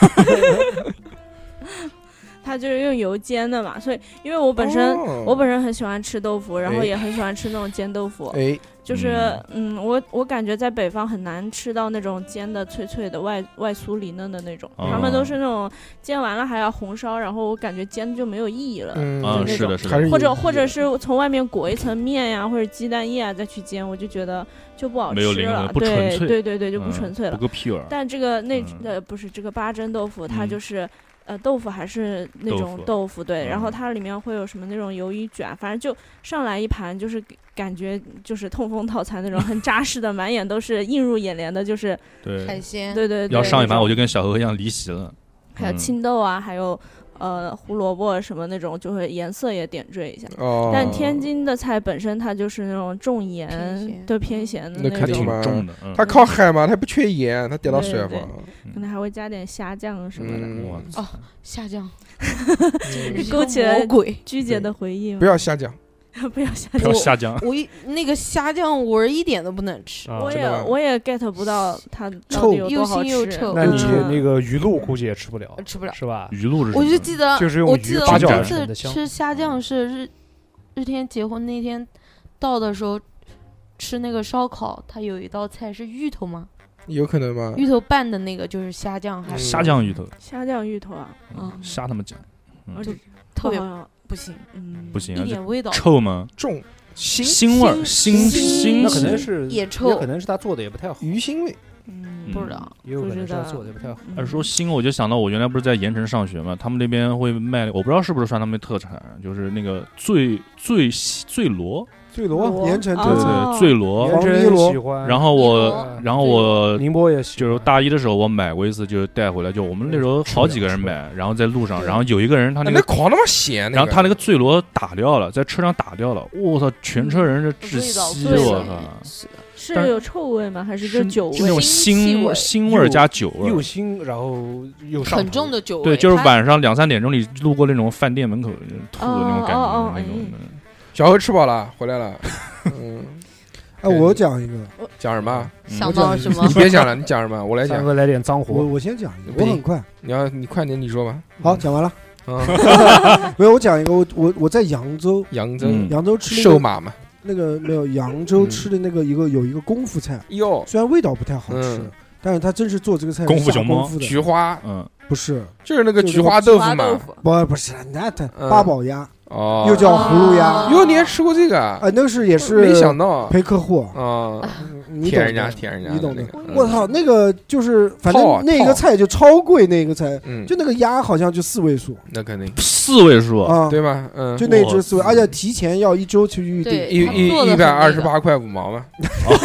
S9: 它就是用油煎的嘛，所以因为我本身、我本身很喜欢吃豆腐，然后
S2: 哎
S9: 也很喜欢吃那种煎豆腐，
S2: 哎，
S9: 就是嗯我我感觉在北方很难吃到那种煎的脆脆的外外酥里嫩的那种，他们
S5: 哦
S9: 都是那种煎完了还要红烧，然后我感觉煎就没有意义了。
S5: 啊，
S9: 嗯
S5: 是的，是
S2: 还
S5: 的，
S2: 是
S9: 或者或者是从外面裹一层面呀、或者鸡蛋液啊再去煎，我就觉得就不好
S5: 没有
S9: 吃
S5: 灵魂
S9: 了，
S5: 不纯
S9: 对
S5: 粹
S9: 对对对，就
S5: 嗯
S9: 不纯粹了
S5: 不。够 pure。
S9: 但这个那、
S5: 嗯
S9: 呃不是这个八珍豆腐，它
S5: 嗯
S9: 就是。呃，豆腐还是那
S5: 豆
S9: 种
S5: 腐
S9: 豆腐，对，然后
S5: 嗯
S9: 它里面会有什么那种鱿鱼卷，反正就上来一盘，就是给感觉就是痛风套餐那种很扎实的，满眼都是映入眼帘的，就是
S5: 对
S8: 海，鲜，
S9: 对对对，
S5: 要上一
S9: 那
S5: 盘我
S9: 种
S5: 就跟小何一样离席了。
S9: 还有
S5: 嗯
S9: 青豆啊，还有呃胡萝卜什么那种，就会颜色也点缀一下。
S2: 哦，
S9: 但天津的菜本身它就是那种重盐
S8: 偏咸
S9: 对偏咸的
S2: 那
S9: 那
S2: 肯
S9: 种
S2: 定
S5: 挺，
S2: 嘛
S5: 重的，嗯
S2: 它靠海嘛，它不缺盐，它跌到水
S9: 对
S2: 房。
S9: 可能还会加点虾酱啊什么的。
S2: 嗯，
S5: 我
S8: 哦下 降，
S2: 嗯
S8: 这是
S9: 勾
S8: 个
S9: 起了
S8: 魔鬼。
S9: 鞠姐的回忆
S2: 不
S9: 吗？
S2: 要瞎讲，
S9: 不要虾
S5: 不
S9: 酱
S5: 要，下降，
S8: 我一那个虾酱，我一点都不能吃。
S7: 啊
S9: 我
S2: 真
S9: 也
S2: 的吗
S9: 我也 get 不到它到
S7: 臭
S9: 底有多好吃。
S8: 又腥又臭
S7: 那你
S8: 嗯
S7: 那个鱼露估计也吃不了
S8: 呃，吃不了
S7: 是吧？
S5: 鱼露是什么？
S8: 我就记得，
S7: 就是用
S8: 我
S7: 鱼
S8: 记得
S5: 发
S8: 我
S5: 酵
S8: 第一
S7: 成
S8: 次
S7: 的香
S8: 吃虾
S5: 嗯
S8: 酱是日日天结婚那天到的时候，吃那个烧烤，它有一道菜是芋头嘛，
S2: 有可
S5: 啊
S2: 能吗？
S8: 芋头拌的那个就是虾酱，还
S2: 嗯
S8: 是
S5: 虾酱鱼头，
S9: 虾酱芋头啊，
S8: 嗯
S5: 虾他们酱
S9: 我就
S8: 特别
S9: 好像
S8: 不行，
S9: 嗯
S5: 不行
S8: 一
S5: 啊，
S8: 点味道
S5: 臭吗？
S2: 重腥
S5: 腥味儿，
S2: 腥
S5: 腥
S8: 腥
S7: 那
S5: 腥
S7: 可能
S5: 气
S7: 是
S8: 也
S7: 也
S8: 臭
S7: 可能是他做的也不太好，
S2: 鱼腥味，
S9: 嗯
S8: 不知道。
S7: 也有可
S9: 不知
S7: 能是他
S9: 道
S7: 做的也不太好。
S5: 哎，说腥，我就想到我原来不是在盐城上学嘛，他们那边会卖，我不知道是不是算他们特产，就是那个醉醉醉螺，
S7: 最多
S6: 盐城
S9: 哦
S6: 特产
S5: 啊对，醉螺。
S7: 盐
S6: 黄泥螺
S7: 城喜欢，
S5: 然后我
S7: 哦，
S5: 然后我
S7: 宁波也喜
S5: 就是
S7: 欢
S5: 大一的时候，我买过一次，就是带回来，就我们那时候好几个人买，然后在路上，然后有一个人他那
S2: 哎
S5: 个
S2: 那，狂他妈咸，
S5: 然后他那个醉螺打掉了，在车上打掉了，我操，全车人是窒息，
S9: 味道
S5: 我
S9: 味
S5: 靠，
S8: 是的，
S9: 是
S5: 但是
S9: 有臭味吗？还是
S5: 是
S9: 就酒
S5: 是那种
S9: 味？
S5: 腥
S8: 腥味
S5: 腥味儿加酒味
S7: 又
S5: 儿，
S7: 腥，然后又上
S8: 很
S7: 头
S8: 重的酒味，
S5: 对，就是
S8: 它
S5: 晚上两三点钟你路过那种饭店门口就吐的那种感
S9: 哦哦哦
S5: 觉，那
S8: 哎
S5: 种的。
S2: 小何吃饱了，回来 了。嗯，
S6: 哎，我讲一个，嗯
S2: 讲什么？嗯
S8: 想到什么
S2: 你？别讲了，你讲什么？我来
S7: 三
S2: 讲。
S7: 哥来点脏
S6: 我
S7: 活，
S6: 我先讲一
S2: 不
S6: 个，我
S2: 行
S6: 很快。
S2: 你要你快点，你说吧。
S6: 好，讲完了。
S2: 嗯，
S6: 没有，我讲一个，我我我在扬州，
S2: 扬州
S5: 嗯
S6: 扬州吃那
S2: 瘦
S6: 个
S2: 马嘛，嗯
S6: 那个没有，扬州吃的那个一个有一个功夫菜，
S2: 哟，
S6: 虽然味道不太好吃
S2: 嗯，
S6: 但是他真是做这个菜是
S5: 功夫
S6: 下
S5: 熊猫
S6: 功夫
S2: 菊
S6: 的，
S2: 花
S5: 嗯，
S6: 不是
S2: 就是那个
S6: 就是
S2: 菊花豆腐
S4: 麻豆
S2: 嘛。
S4: 腐，
S6: 不不是，那他
S2: 嗯
S6: 八宝鸭
S2: 哦，
S6: 又叫葫芦鸭，
S8: 啊
S2: 哟，你还吃过这个啊
S6: 啊，？那个是也是
S2: 没想到
S6: 陪客户，
S2: 啊，
S6: 你懂
S2: 舔
S6: 的
S2: 人家，舔人家的
S6: 你懂
S2: 那
S6: 的。
S2: 个。
S6: 我
S2: 嗯，
S6: 操，那个就是反
S2: 套啊
S6: 正那
S2: 套
S6: 个菜就超贵，那个菜
S2: 嗯，
S6: 就那个鸭好像就四位数
S2: 那肯定
S5: 四位数，哦
S6: 啊，
S2: 对吧？嗯，
S6: 就那
S5: 我
S6: 只四位，而且提前要一周去预定。
S8: 对，
S2: 一
S8: 它
S2: 一
S8: 做得
S2: 一
S8: 很
S2: 百
S8: 那
S2: 二十
S8: 个
S2: 八块五毛嘛。
S5: 哦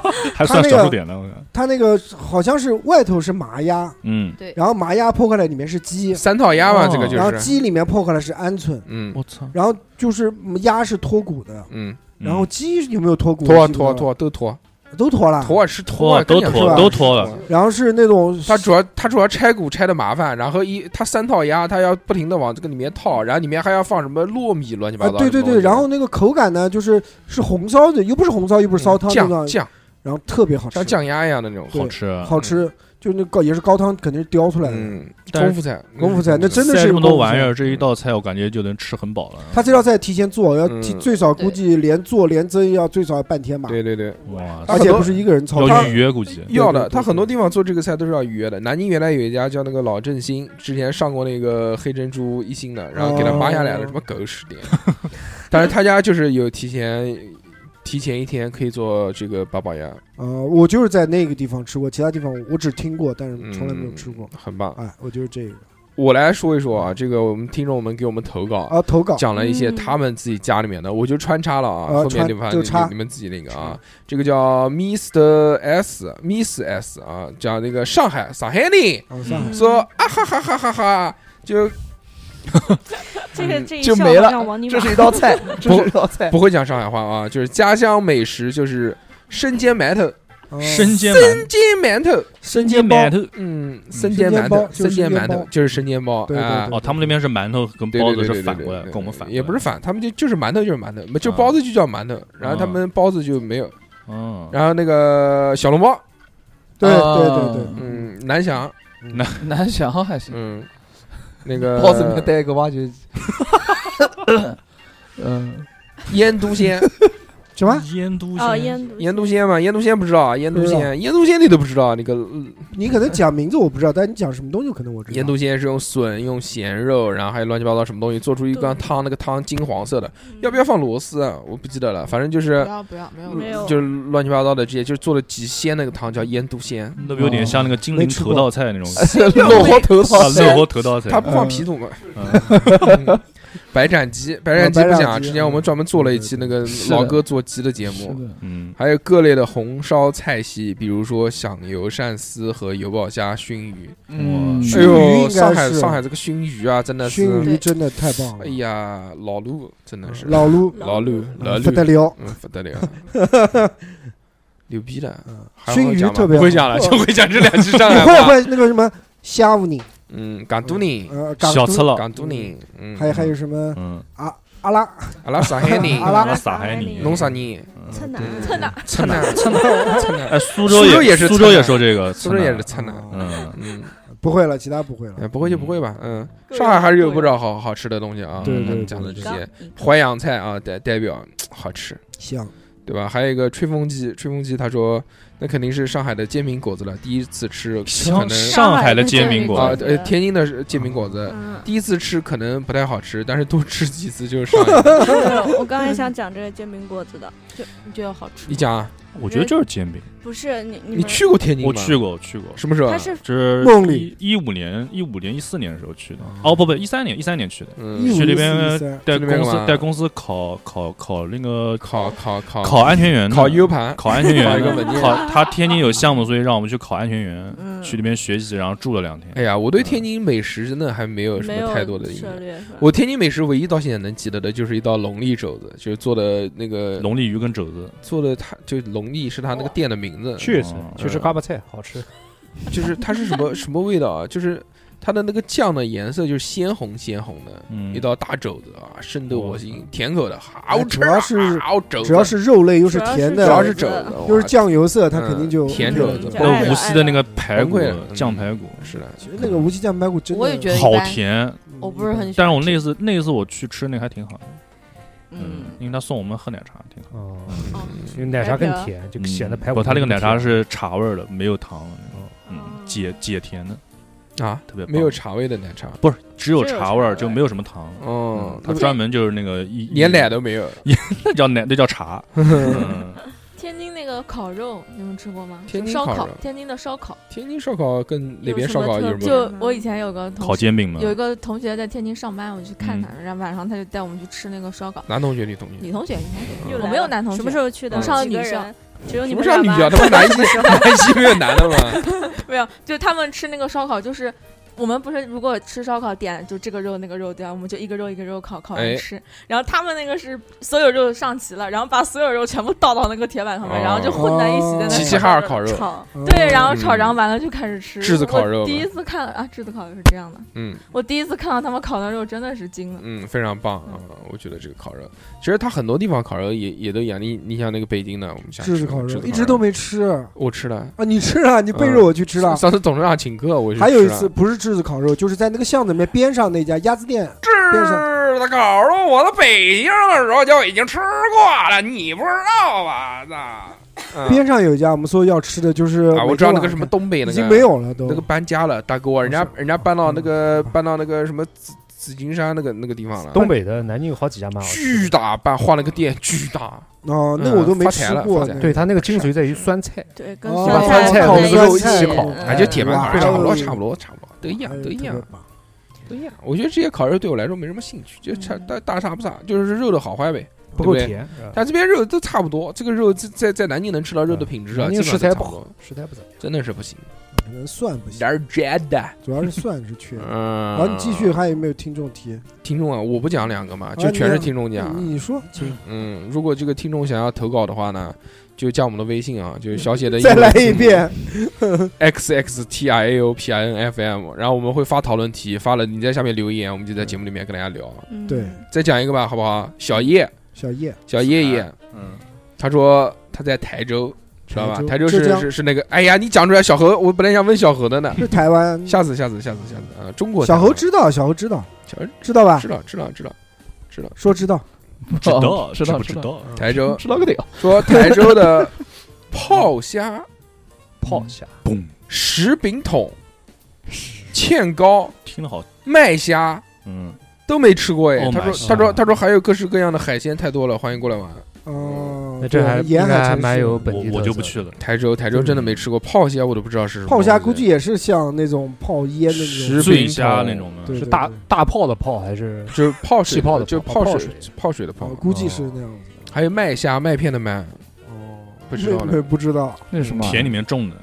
S5: 还算少数点了，我看，
S6: 它那个好像是外头是麻鸭，
S5: 嗯，
S6: 然后麻鸭破开来里面是鸡，
S2: 三套鸭嘛，
S5: 哦
S2: 这个
S6: 然后
S2: 就
S6: 鸡里面破开来是鹌鹑，
S2: 嗯
S5: 我操，
S6: 然后就是鸭是脱骨的，
S2: 嗯，
S6: 然后鸡有没有脱骨？
S2: 脱啊
S6: 我记不
S2: 脱
S6: 到
S2: 脱都脱，
S6: 了，都脱了。
S2: 脱啊是脱啊，
S5: 脱都
S2: 跟你
S6: 是
S5: 脱
S2: 说
S6: 吧
S5: 都脱了，
S6: 然后是那种
S2: 他主要他主要拆骨拆的麻烦，然后一他三套鸭，他要不停的往这个里面套，然后里面还要放什么糯米乱七八
S6: 啊，
S2: 糟的东
S6: 对
S2: 西。
S6: 对对，然后那个口感呢，就是是红烧的，又不是红烧，又不是烧汤那
S2: 嗯酱
S6: 种，
S2: 酱
S6: 然后特别好吃，
S2: 像酱鸭一样的那种，
S6: 对
S5: 好吃啊，
S6: 好吃，就那高也是高汤，肯定是雕出来的
S2: 嗯，
S5: 但是
S2: 功夫菜
S6: 功夫菜，那真的
S5: 塞
S6: 是
S5: 这么
S6: 功
S5: 多
S6: 夫
S5: 玩意
S6: 菜
S5: 儿，这一道菜我感觉就能吃很饱了。
S6: 他这道菜提前做，要提
S2: 嗯
S6: 最少估计连做连蒸要最少要半天吧，
S2: 对对对，
S5: 哇
S6: 而
S5: 塞，
S6: 且不是一个人操
S5: 要
S6: 办
S5: 预。约估计。
S2: 要的，
S6: 对对
S2: 他
S6: 对
S2: 很多
S6: 对
S2: 地方做这个菜都是要预约的。南京原来有一家叫那个老振兴，之前上过那个黑珍珠一星的，然后给他扒下来了，
S6: 哦
S2: 什么狗屎店。 但是他家就是有提前提前一天可以做这个八宝鸭，
S6: 呃，我就是在那个地方吃过，其他地方我只听过，但
S2: 嗯
S6: 是从来没有吃过。
S2: 很棒。
S6: 哎，我就是这个
S2: 我来说一说啊，这个我们听众们给我们投稿。
S6: 啊，投稿
S2: 讲了一些
S9: 嗯
S2: 他们自己家里面的，我就穿插了啊，
S6: 啊
S2: 后面
S6: 穿
S2: 你们
S6: 就插
S2: 你你们自己那个啊，这个叫 Mr S Miss S 啊，讲那个上海上海人，
S6: 啊，上海
S9: 嗯
S2: 说啊哈哈哈哈哈，就
S9: 这个这一
S3: 嗯就
S9: 笑
S3: 没
S9: 好
S3: 了
S9: 像王尼玛
S3: 这是一道菜，这是一道菜，
S2: 不会讲上海话啊，就是家乡美食就是生煎馒头，
S6: 啊
S3: 嗯
S5: 生煎馒
S2: 煎馒头，
S6: 生
S5: 煎
S6: 煎包
S5: 馒头，
S2: 嗯，生煎馒头，生
S6: 生
S2: 煎
S6: 煎包
S2: 馒头
S6: 就是
S2: 就是生煎包，
S6: 对对
S2: 啊
S6: 对
S5: 哦，他们那边是馒头跟
S2: 对
S5: 包
S2: 对
S5: 子
S2: 对对对
S5: 是反
S2: 对
S5: 过来，
S2: 对
S5: 跟我们反过来
S2: 也不是，反，他们就就是馒头就是馒头，就
S5: 啊
S2: 包子就叫馒头，然后他们包子就没有，
S5: 嗯，
S2: 然后那个小笼包，
S6: 对
S3: 啊
S6: 对对对，
S2: 哦嗯，南翔，
S3: 难想还行，
S2: 嗯，那个
S3: 包子里面带一个挖掘机。嗯，
S2: 腌 笃鲜，
S6: 什么？
S5: 腌都
S9: 哦，
S5: 鲜
S9: 烟
S2: 腌笃鲜嘛，腌笃鲜不知道啊，腌笃
S6: 不知道
S2: 鲜，腌笃鲜你都不知道，那个嗯
S6: 你可能讲名字我不知道，但你讲什么东西可能我知道。
S2: 腌笃鲜是用笋、用咸肉，然后还有乱七八糟什么东西做出一缸
S9: 对
S2: 汤，那个汤金黄色的，要不要放螺丝啊？我不记得了，反正就是
S8: 嗯
S2: 嗯
S8: 不要不要，没有
S9: 没有
S2: 就是乱七八糟的这些，就是做了极鲜那个汤叫腌笃鲜，
S5: 那不有点像那个
S3: 哦
S5: 精灵头道菜那种？
S2: 落花头
S5: 啊，
S2: 丝，
S5: 乐活头道菜。
S2: 他不放皮肚吗？
S5: 嗯
S2: 白斩鸡，白斩鸡不
S6: 白
S3: 嗯
S2: 讲，啊
S6: 斩鸡
S2: 之前我们专门做了一期那个
S3: 是的
S2: 老哥做鸡的节目，
S3: 的，
S5: 嗯，
S2: 还有各类的红烧菜系，比如说响油鳝丝和油爆虾、熏鱼。
S3: 嗯，
S6: 熏
S2: 哎
S6: 鱼应该
S2: 呦，上海
S6: 是
S2: 上海这个熏鱼啊，真的
S6: 熏
S2: 是，
S6: 鱼真的太棒了
S2: 哎，呀，老陆真的是
S6: 老卢
S2: 老陆老
S6: 不
S2: 陆，
S6: 得了，
S2: 嗯，不得了， 牛逼的，
S6: 嗯
S2: 还
S6: 熏
S2: 会
S6: 鱼
S2: 讲吗
S6: 特别
S2: 不会
S6: 好
S2: 讲了，就会讲这两句上
S6: 你
S2: 海
S6: 会 不
S2: 话。
S6: 会那个什么虾五宁？
S2: 嗯，港都人，
S6: 呃，港
S5: 小
S6: 都
S5: 赤佬，
S2: 港都人，嗯，
S6: 还有还有什么啊
S5: 嗯，
S6: 阿拉？
S2: 阿拉上海人，
S6: 阿拉
S5: 撒海你，
S2: 侬啥？ 人？
S9: 蹭哪
S2: 嗯
S4: 蹭哪？
S2: 蹭哪？蹭哪？蹭哪？
S5: 哎，苏
S2: 州
S5: 州
S2: 也
S5: 也
S2: 是蹭
S5: 苏州
S2: 的
S5: 也说这个，
S2: 苏州也是蹭
S5: 蹭
S2: 哪？
S5: 的。嗯，
S2: 嗯，
S6: 不会了，其他不会了。
S2: 哎不会就不会吧。嗯，上海还是有不少好好吃的东西啊。
S6: 对对
S2: 他们
S6: 对
S2: 讲的这
S9: 缸
S2: 些，淮扬菜啊，代代表好吃，
S6: 香，
S2: 对吧？还有一个吹风机，吹风机他说那肯定是上海的煎饼果子了，第一次吃可
S5: 上
S2: 能
S5: 上海的煎饼
S2: 啊
S5: 果，
S2: 呃，天津的煎饼果子。
S9: 嗯，
S2: 第一次吃可能不太好吃，但是多吃几次就是上瘾了。
S9: 我刚才想讲这个煎饼果子的，
S8: 你觉得好吃
S2: 你？讲啊，
S5: 我觉得就是煎饼。
S9: 不是你你
S2: 你
S9: 们
S2: 去过天津
S5: 我
S2: 吗？
S5: 去过，我去过，
S2: 什么时候啊？
S9: 它是
S5: 这
S6: 梦里
S5: 一五年、一五年、一四年的时候去的。哦，不不，一三年，一三年去的，
S2: 嗯
S6: 一五
S5: 去那
S6: 一
S5: 边
S6: 四一三，
S5: 带
S2: 去那边啊
S5: 公司
S2: 干嘛
S5: 带公司考考考那个
S2: 考考考
S5: 考安全员的，
S2: 考 U 盘，
S5: 考安全
S2: 考
S5: 员
S2: 一个稳定
S5: 的，考他天津有项目，所以让我们去考安全员，
S9: 嗯
S5: 去那边学习，然后住了两天。
S2: 哎
S5: 嗯
S2: 呀，我对天津美食真的还没有什
S9: 没
S2: 么
S9: 有
S2: 太多的印
S9: 涉
S2: 象。
S9: 猎是吧？
S2: 我天津美食唯一到现在能记得的就是一道龙利肘子，就是做的那个
S5: 龙利鱼跟肘子，
S2: 做的它，就龙利是它那个店的名字，
S7: 确实
S5: 嗯
S7: 确实嘎巴菜好吃，
S2: 就是它是什 么什么味道啊？就是它的那个酱的颜色就是鲜红鲜红的，
S5: 嗯
S2: 一道大肘子啊，渗透我心，甜口的，好
S6: 哎
S2: 吃
S6: 主要
S2: 啊，
S6: 是
S2: 好肘子，
S6: 只要是肉类又是甜
S2: 主
S6: 的，
S2: 要
S9: 要
S2: 是
S9: 是
S2: 肘
S9: 肘
S2: 子
S9: 子，
S2: 哇
S6: 又是酱油色，它
S2: 嗯
S6: 肯定就
S2: 甜
S9: 肘
S6: 嗯
S9: 子
S5: 那
S9: 爱了
S5: 无锡的那个排骨嗯
S2: 崩溃了
S5: 酱排骨
S2: 是的，
S6: 其实那个无锡酱排骨真的，
S8: 我也觉得
S5: 好甜，
S6: 嗯
S8: 我不是很喜
S5: 但
S8: 欢
S5: 是我那次那次我去吃那个还挺好的，
S9: 嗯，
S5: 因为他送我们喝奶茶，挺好。
S7: 哦，
S8: 哦
S7: 因为奶茶更甜，就
S5: 嗯
S7: 显得排
S5: 不
S7: 骨。
S5: 他那个奶茶是茶味儿的，没有糖，嗯
S9: 哦，
S5: 解解甜的，
S2: 啊，
S5: 特别棒
S2: 没有茶味的奶茶，
S5: 不是只 有茶味儿，
S9: 只有茶味
S5: 就
S9: 儿
S5: 没有什么糖。
S2: 哦，
S5: 它专门就是那个一
S2: 连奶，都没有。
S5: 那叫奶，那叫茶。嗯
S4: 天津那个烤肉，你们吃过吗？就
S2: 天津
S4: 烧
S2: 烤
S4: 烤
S2: 肉，
S4: 天津的烧烤，
S2: 天津烧烤跟哪边烧烤有什
S9: 不
S2: 么？
S4: 就
S9: 吗
S4: 我以前有个同
S5: 烤煎饼嘛，
S4: 有一个同学在天津上班，我去看他，
S5: 嗯
S4: 然后晚上他就带我们去吃那个烧烤。
S2: 男同学、女同学？
S4: 女同学，女同学，
S9: 又
S4: 我
S9: 来
S4: 没有
S9: 了
S4: 男同
S9: 什么
S4: 学
S9: 时候去的？
S2: 嗯
S9: 几个
S4: 上女校
S9: 人？只有你
S2: 什么
S9: 们俩
S2: 叫女
S9: 吧
S2: 校？他妈 南西南西没有男的吗？
S4: 没有，就他们吃那个烧烤，就是我们不是如果吃烧烤点就这个肉那个肉对吧？啊我们就一个肉一个肉烤烤
S2: 哎
S4: 完吃，然后他们那个是所有肉上齐了，然后把所有肉全部倒到那个铁板上面，
S2: 哦
S4: 然后就混在一起在那
S2: 齐齐哈尔
S4: 炒
S2: 烤肉
S4: 炒。
S6: 嗯
S4: 对，然后炒，
S2: 嗯
S4: 然后完了就开始吃。
S2: 炙子烤肉
S4: 我第
S2: 吧
S4: 一次看啊，炙子烤肉是这样的。
S2: 嗯
S4: 我第一次看到他们烤的肉，真的是惊了。
S2: 嗯，非常棒啊！我觉得这个烤肉，其实它很多地方烤肉也也都一样。你你像那个北京的，我们想
S6: 炙
S2: 吃
S6: 子烤肉
S2: 炙
S6: 一直都没吃啊！
S2: 我吃了，嗯
S6: 你吃了，你背着我去吃了。
S2: 上次董事长请客，我去
S6: 还有一
S2: 吃了啊
S6: 次不是炙子烤肉，就是在那个巷子里面边上那家鸭子店边上，
S2: 是的烤肉，我在北京的时候就已经吃过了，你不知道吧？嗯那
S6: 边上有一家我们说要吃的，就是
S2: 啊，我知道那个什么东北那
S6: 已
S2: 个
S6: 经没有了都
S2: 那个搬家了，大哥，人家
S6: 不是
S2: 人家搬到那个
S6: 嗯
S2: 搬到那个什么紫紫金山那个那个地方了，
S7: 东北的南京有好几家蛮好
S2: 巨
S7: 吃的。
S2: 大搬换了个店，巨大。
S6: 哦，那我都没吃过
S2: 嗯发财了发财
S6: 呢。
S2: 了
S7: 对它那个精髓在于酸菜，
S9: 对，跟
S6: 哦
S7: 把
S9: 酸
S7: 酸菜
S9: 放
S7: 和
S9: 在
S6: 烤
S7: 牛
S6: 肉
S7: 肉
S9: 一
S7: 一
S9: 起
S7: 起
S6: 菜
S7: 烤。
S2: 哎，就铁板烤肉，差不多，
S6: 哇
S2: 差不多，差不多，都一样，都一样，
S6: 哎
S2: 都 一样。我觉得这些烤肉对我来说没什么兴趣，就
S6: 嗯
S2: 差大大差不差，就是肉的好坏呗。
S7: 不够
S2: 对不对
S7: 甜，嗯
S2: 但这边肉都差不多，这个肉在在在南京能吃到肉的品质啊，
S7: 南
S2: 基
S7: 京
S2: 本
S7: 食
S2: 上
S7: 材
S2: 都
S7: 不
S2: 差
S7: 好
S2: 多，，
S7: 食材不怎么样。
S2: 真的是不行。
S6: 可能蒜不行
S2: 点，儿觉的，
S6: 主要是蒜是缺的。
S2: 嗯。
S6: 然啊后你继续，还有没有听众提？啊
S2: 听众啊，我不讲两个嘛，就全是听众讲。
S6: 你说，请
S2: 嗯，如果这个听众想要投稿的话呢，就加我们的微信啊，就是小写的
S6: 再来一遍。
S2: x x t i a o p i n f m，然后我们会发讨论题，发了你在下面留言，我们就在节目里面跟大家聊。
S9: 嗯
S6: 对，
S2: 再讲一个吧，好不好？小叶，
S6: 小叶，
S2: 小叶叶，
S5: 嗯，
S2: 他说他在台州，知道吧？台
S6: 台
S2: 州
S6: 州
S2: 是
S6: 浙江
S2: 是是那个，哎呀，你讲出来小何，我本来想问小何的呢。
S6: 是台湾。
S2: 下次下次下次下次啊，中国
S6: 小
S2: 猴
S6: 猴知道，小猴知道，
S2: 小猴
S6: 知道吧？
S2: 知道知道知道知道，哦
S6: 说知道，
S5: 不知道，
S3: 知道
S5: 哦不知道？嗯
S2: 台州
S3: 知道个屌，
S2: 说台州的泡虾、
S3: 泡虾，
S5: 嘣，
S2: 石饼筒、芡糕、
S5: 听得好，
S2: 麦虾
S5: 嗯，
S2: 都没吃过哎。
S5: Oh
S2: 他说
S5: my god
S2: 他说他说还有各式各样的海鲜太多了，欢迎过来玩。
S6: 嗯，
S7: 那这还
S6: 对沿
S7: 应该
S6: 海
S7: 还
S6: 城市
S7: 蛮有本地特色的
S5: 我我就不去了。
S2: 台州台州真的没吃过泡虾，我都不知道是什么东
S6: 泡
S2: 西。
S6: 虾，估计也是像那种泡腌的那
S2: 石
S6: 种，
S5: 醉虾那种的，
S6: 对，
S7: 是
S6: 对
S7: 大
S6: 对
S7: 大炮的炮还是
S2: 就是泡水
S7: 气泡的
S2: 就
S7: 泡
S2: 泡水
S7: 泡水
S2: 泡水的泡
S6: 哦，估计是那样子的。
S2: 还有麦虾麦片的麦，
S6: 哦，
S2: 不知道
S6: 那
S2: 了
S6: 那不知道。
S3: 那是什么
S5: 田里面种的，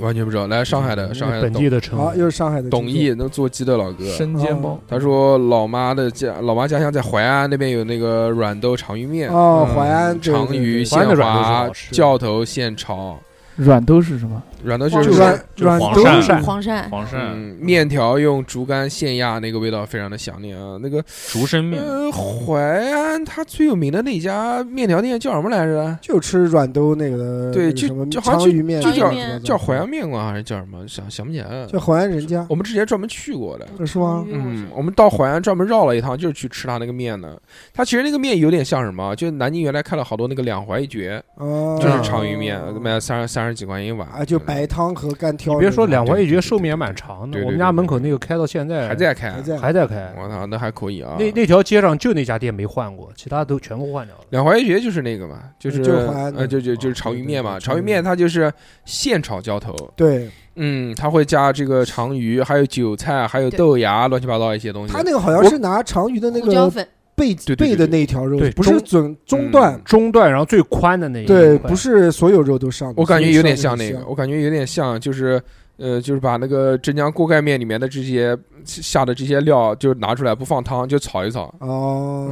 S2: 完全不知道。来上海的上海的
S7: 本
S2: 董
S7: 地的称
S6: 好，又是上海的哦
S2: 董
S6: 听
S2: 毅能做鸡的老哥，
S3: 生煎包，
S2: 他说老妈的家，老妈家乡在淮安那边有那个软豆长鱼面
S6: 众。，哦，
S3: 嗯
S6: 淮安对
S2: 长
S6: 对
S2: 鱼、
S6: 对
S7: 淮安
S2: 现
S7: 的软豆是
S2: 滑
S7: 好、吃的
S2: 教头、现炒，
S3: 软豆是什么？
S2: 软豆
S6: 就
S2: 就是
S6: 软
S5: 就是
S6: 软
S5: 黄
S6: 豆
S5: 鳝
S6: 是
S8: 黄鳝，
S5: 黄鳝、
S2: 嗯，面条用竹竿现压，那个味道非常的想念啊。那个
S5: 竹升面，
S2: 呃，淮安它最有名的那家面条店叫什么来着？
S6: 就吃软兜那个的，
S2: 对
S6: 呃那个
S2: 就
S6: 什么
S2: 就好像
S6: 长鱼面，
S2: 就
S8: 叫
S2: 叫淮安，面馆还是叫什么？想想不起来了
S6: 叫。淮安人家
S2: 我们之前专门去过的。
S6: 是吗？
S2: 嗯，我们到淮安专门绕了一趟，就是去吃他那个面的。他其实那个面有点像什么？就南京原来开了好多那个两淮一绝，
S6: 哦，
S7: 嗯
S2: 就是长鱼面，卖三十三十几块钱一碗
S6: 啊，就白汤和干挑
S7: 你
S6: 那个。
S7: 别说两淮一绝寿命也蛮长
S2: 对对
S7: 的，
S2: 对
S7: 我们家门口那个开到现在
S2: 还在开啊
S6: 还。在
S7: 还在开。
S2: 我操，那还可以啊。
S7: 那那条街上就那家店没换过，其他都全部换掉了。
S2: 两淮一绝就是那个嘛，就是
S6: 就是淮安的哦
S2: 呃，就就就是长鱼面嘛。长鱼面它就是现炒浇头，
S6: 对
S2: 嗯，它会加这个长鱼，还有韭菜，还有豆芽，乱七八糟一些东西。
S6: 他那个好像是拿长鱼的那
S8: 胡椒
S6: 个
S8: 粉，
S6: 背
S2: 对对对
S6: 背的那一条肉
S7: 对，
S6: 不是
S7: 中
S6: 准中段
S2: 嗯，
S7: 中段然后最宽的那一
S6: 对，
S7: 块
S6: 不是所有肉都上的。
S2: 我感觉有点像
S6: 所以
S2: 那
S6: 上
S2: 个，
S6: 的
S2: 我感觉有点像，就是呃，就是把那个镇江锅盖面里面的这些下的这些料，就拿出来不放汤，就炒一炒，
S6: 香哦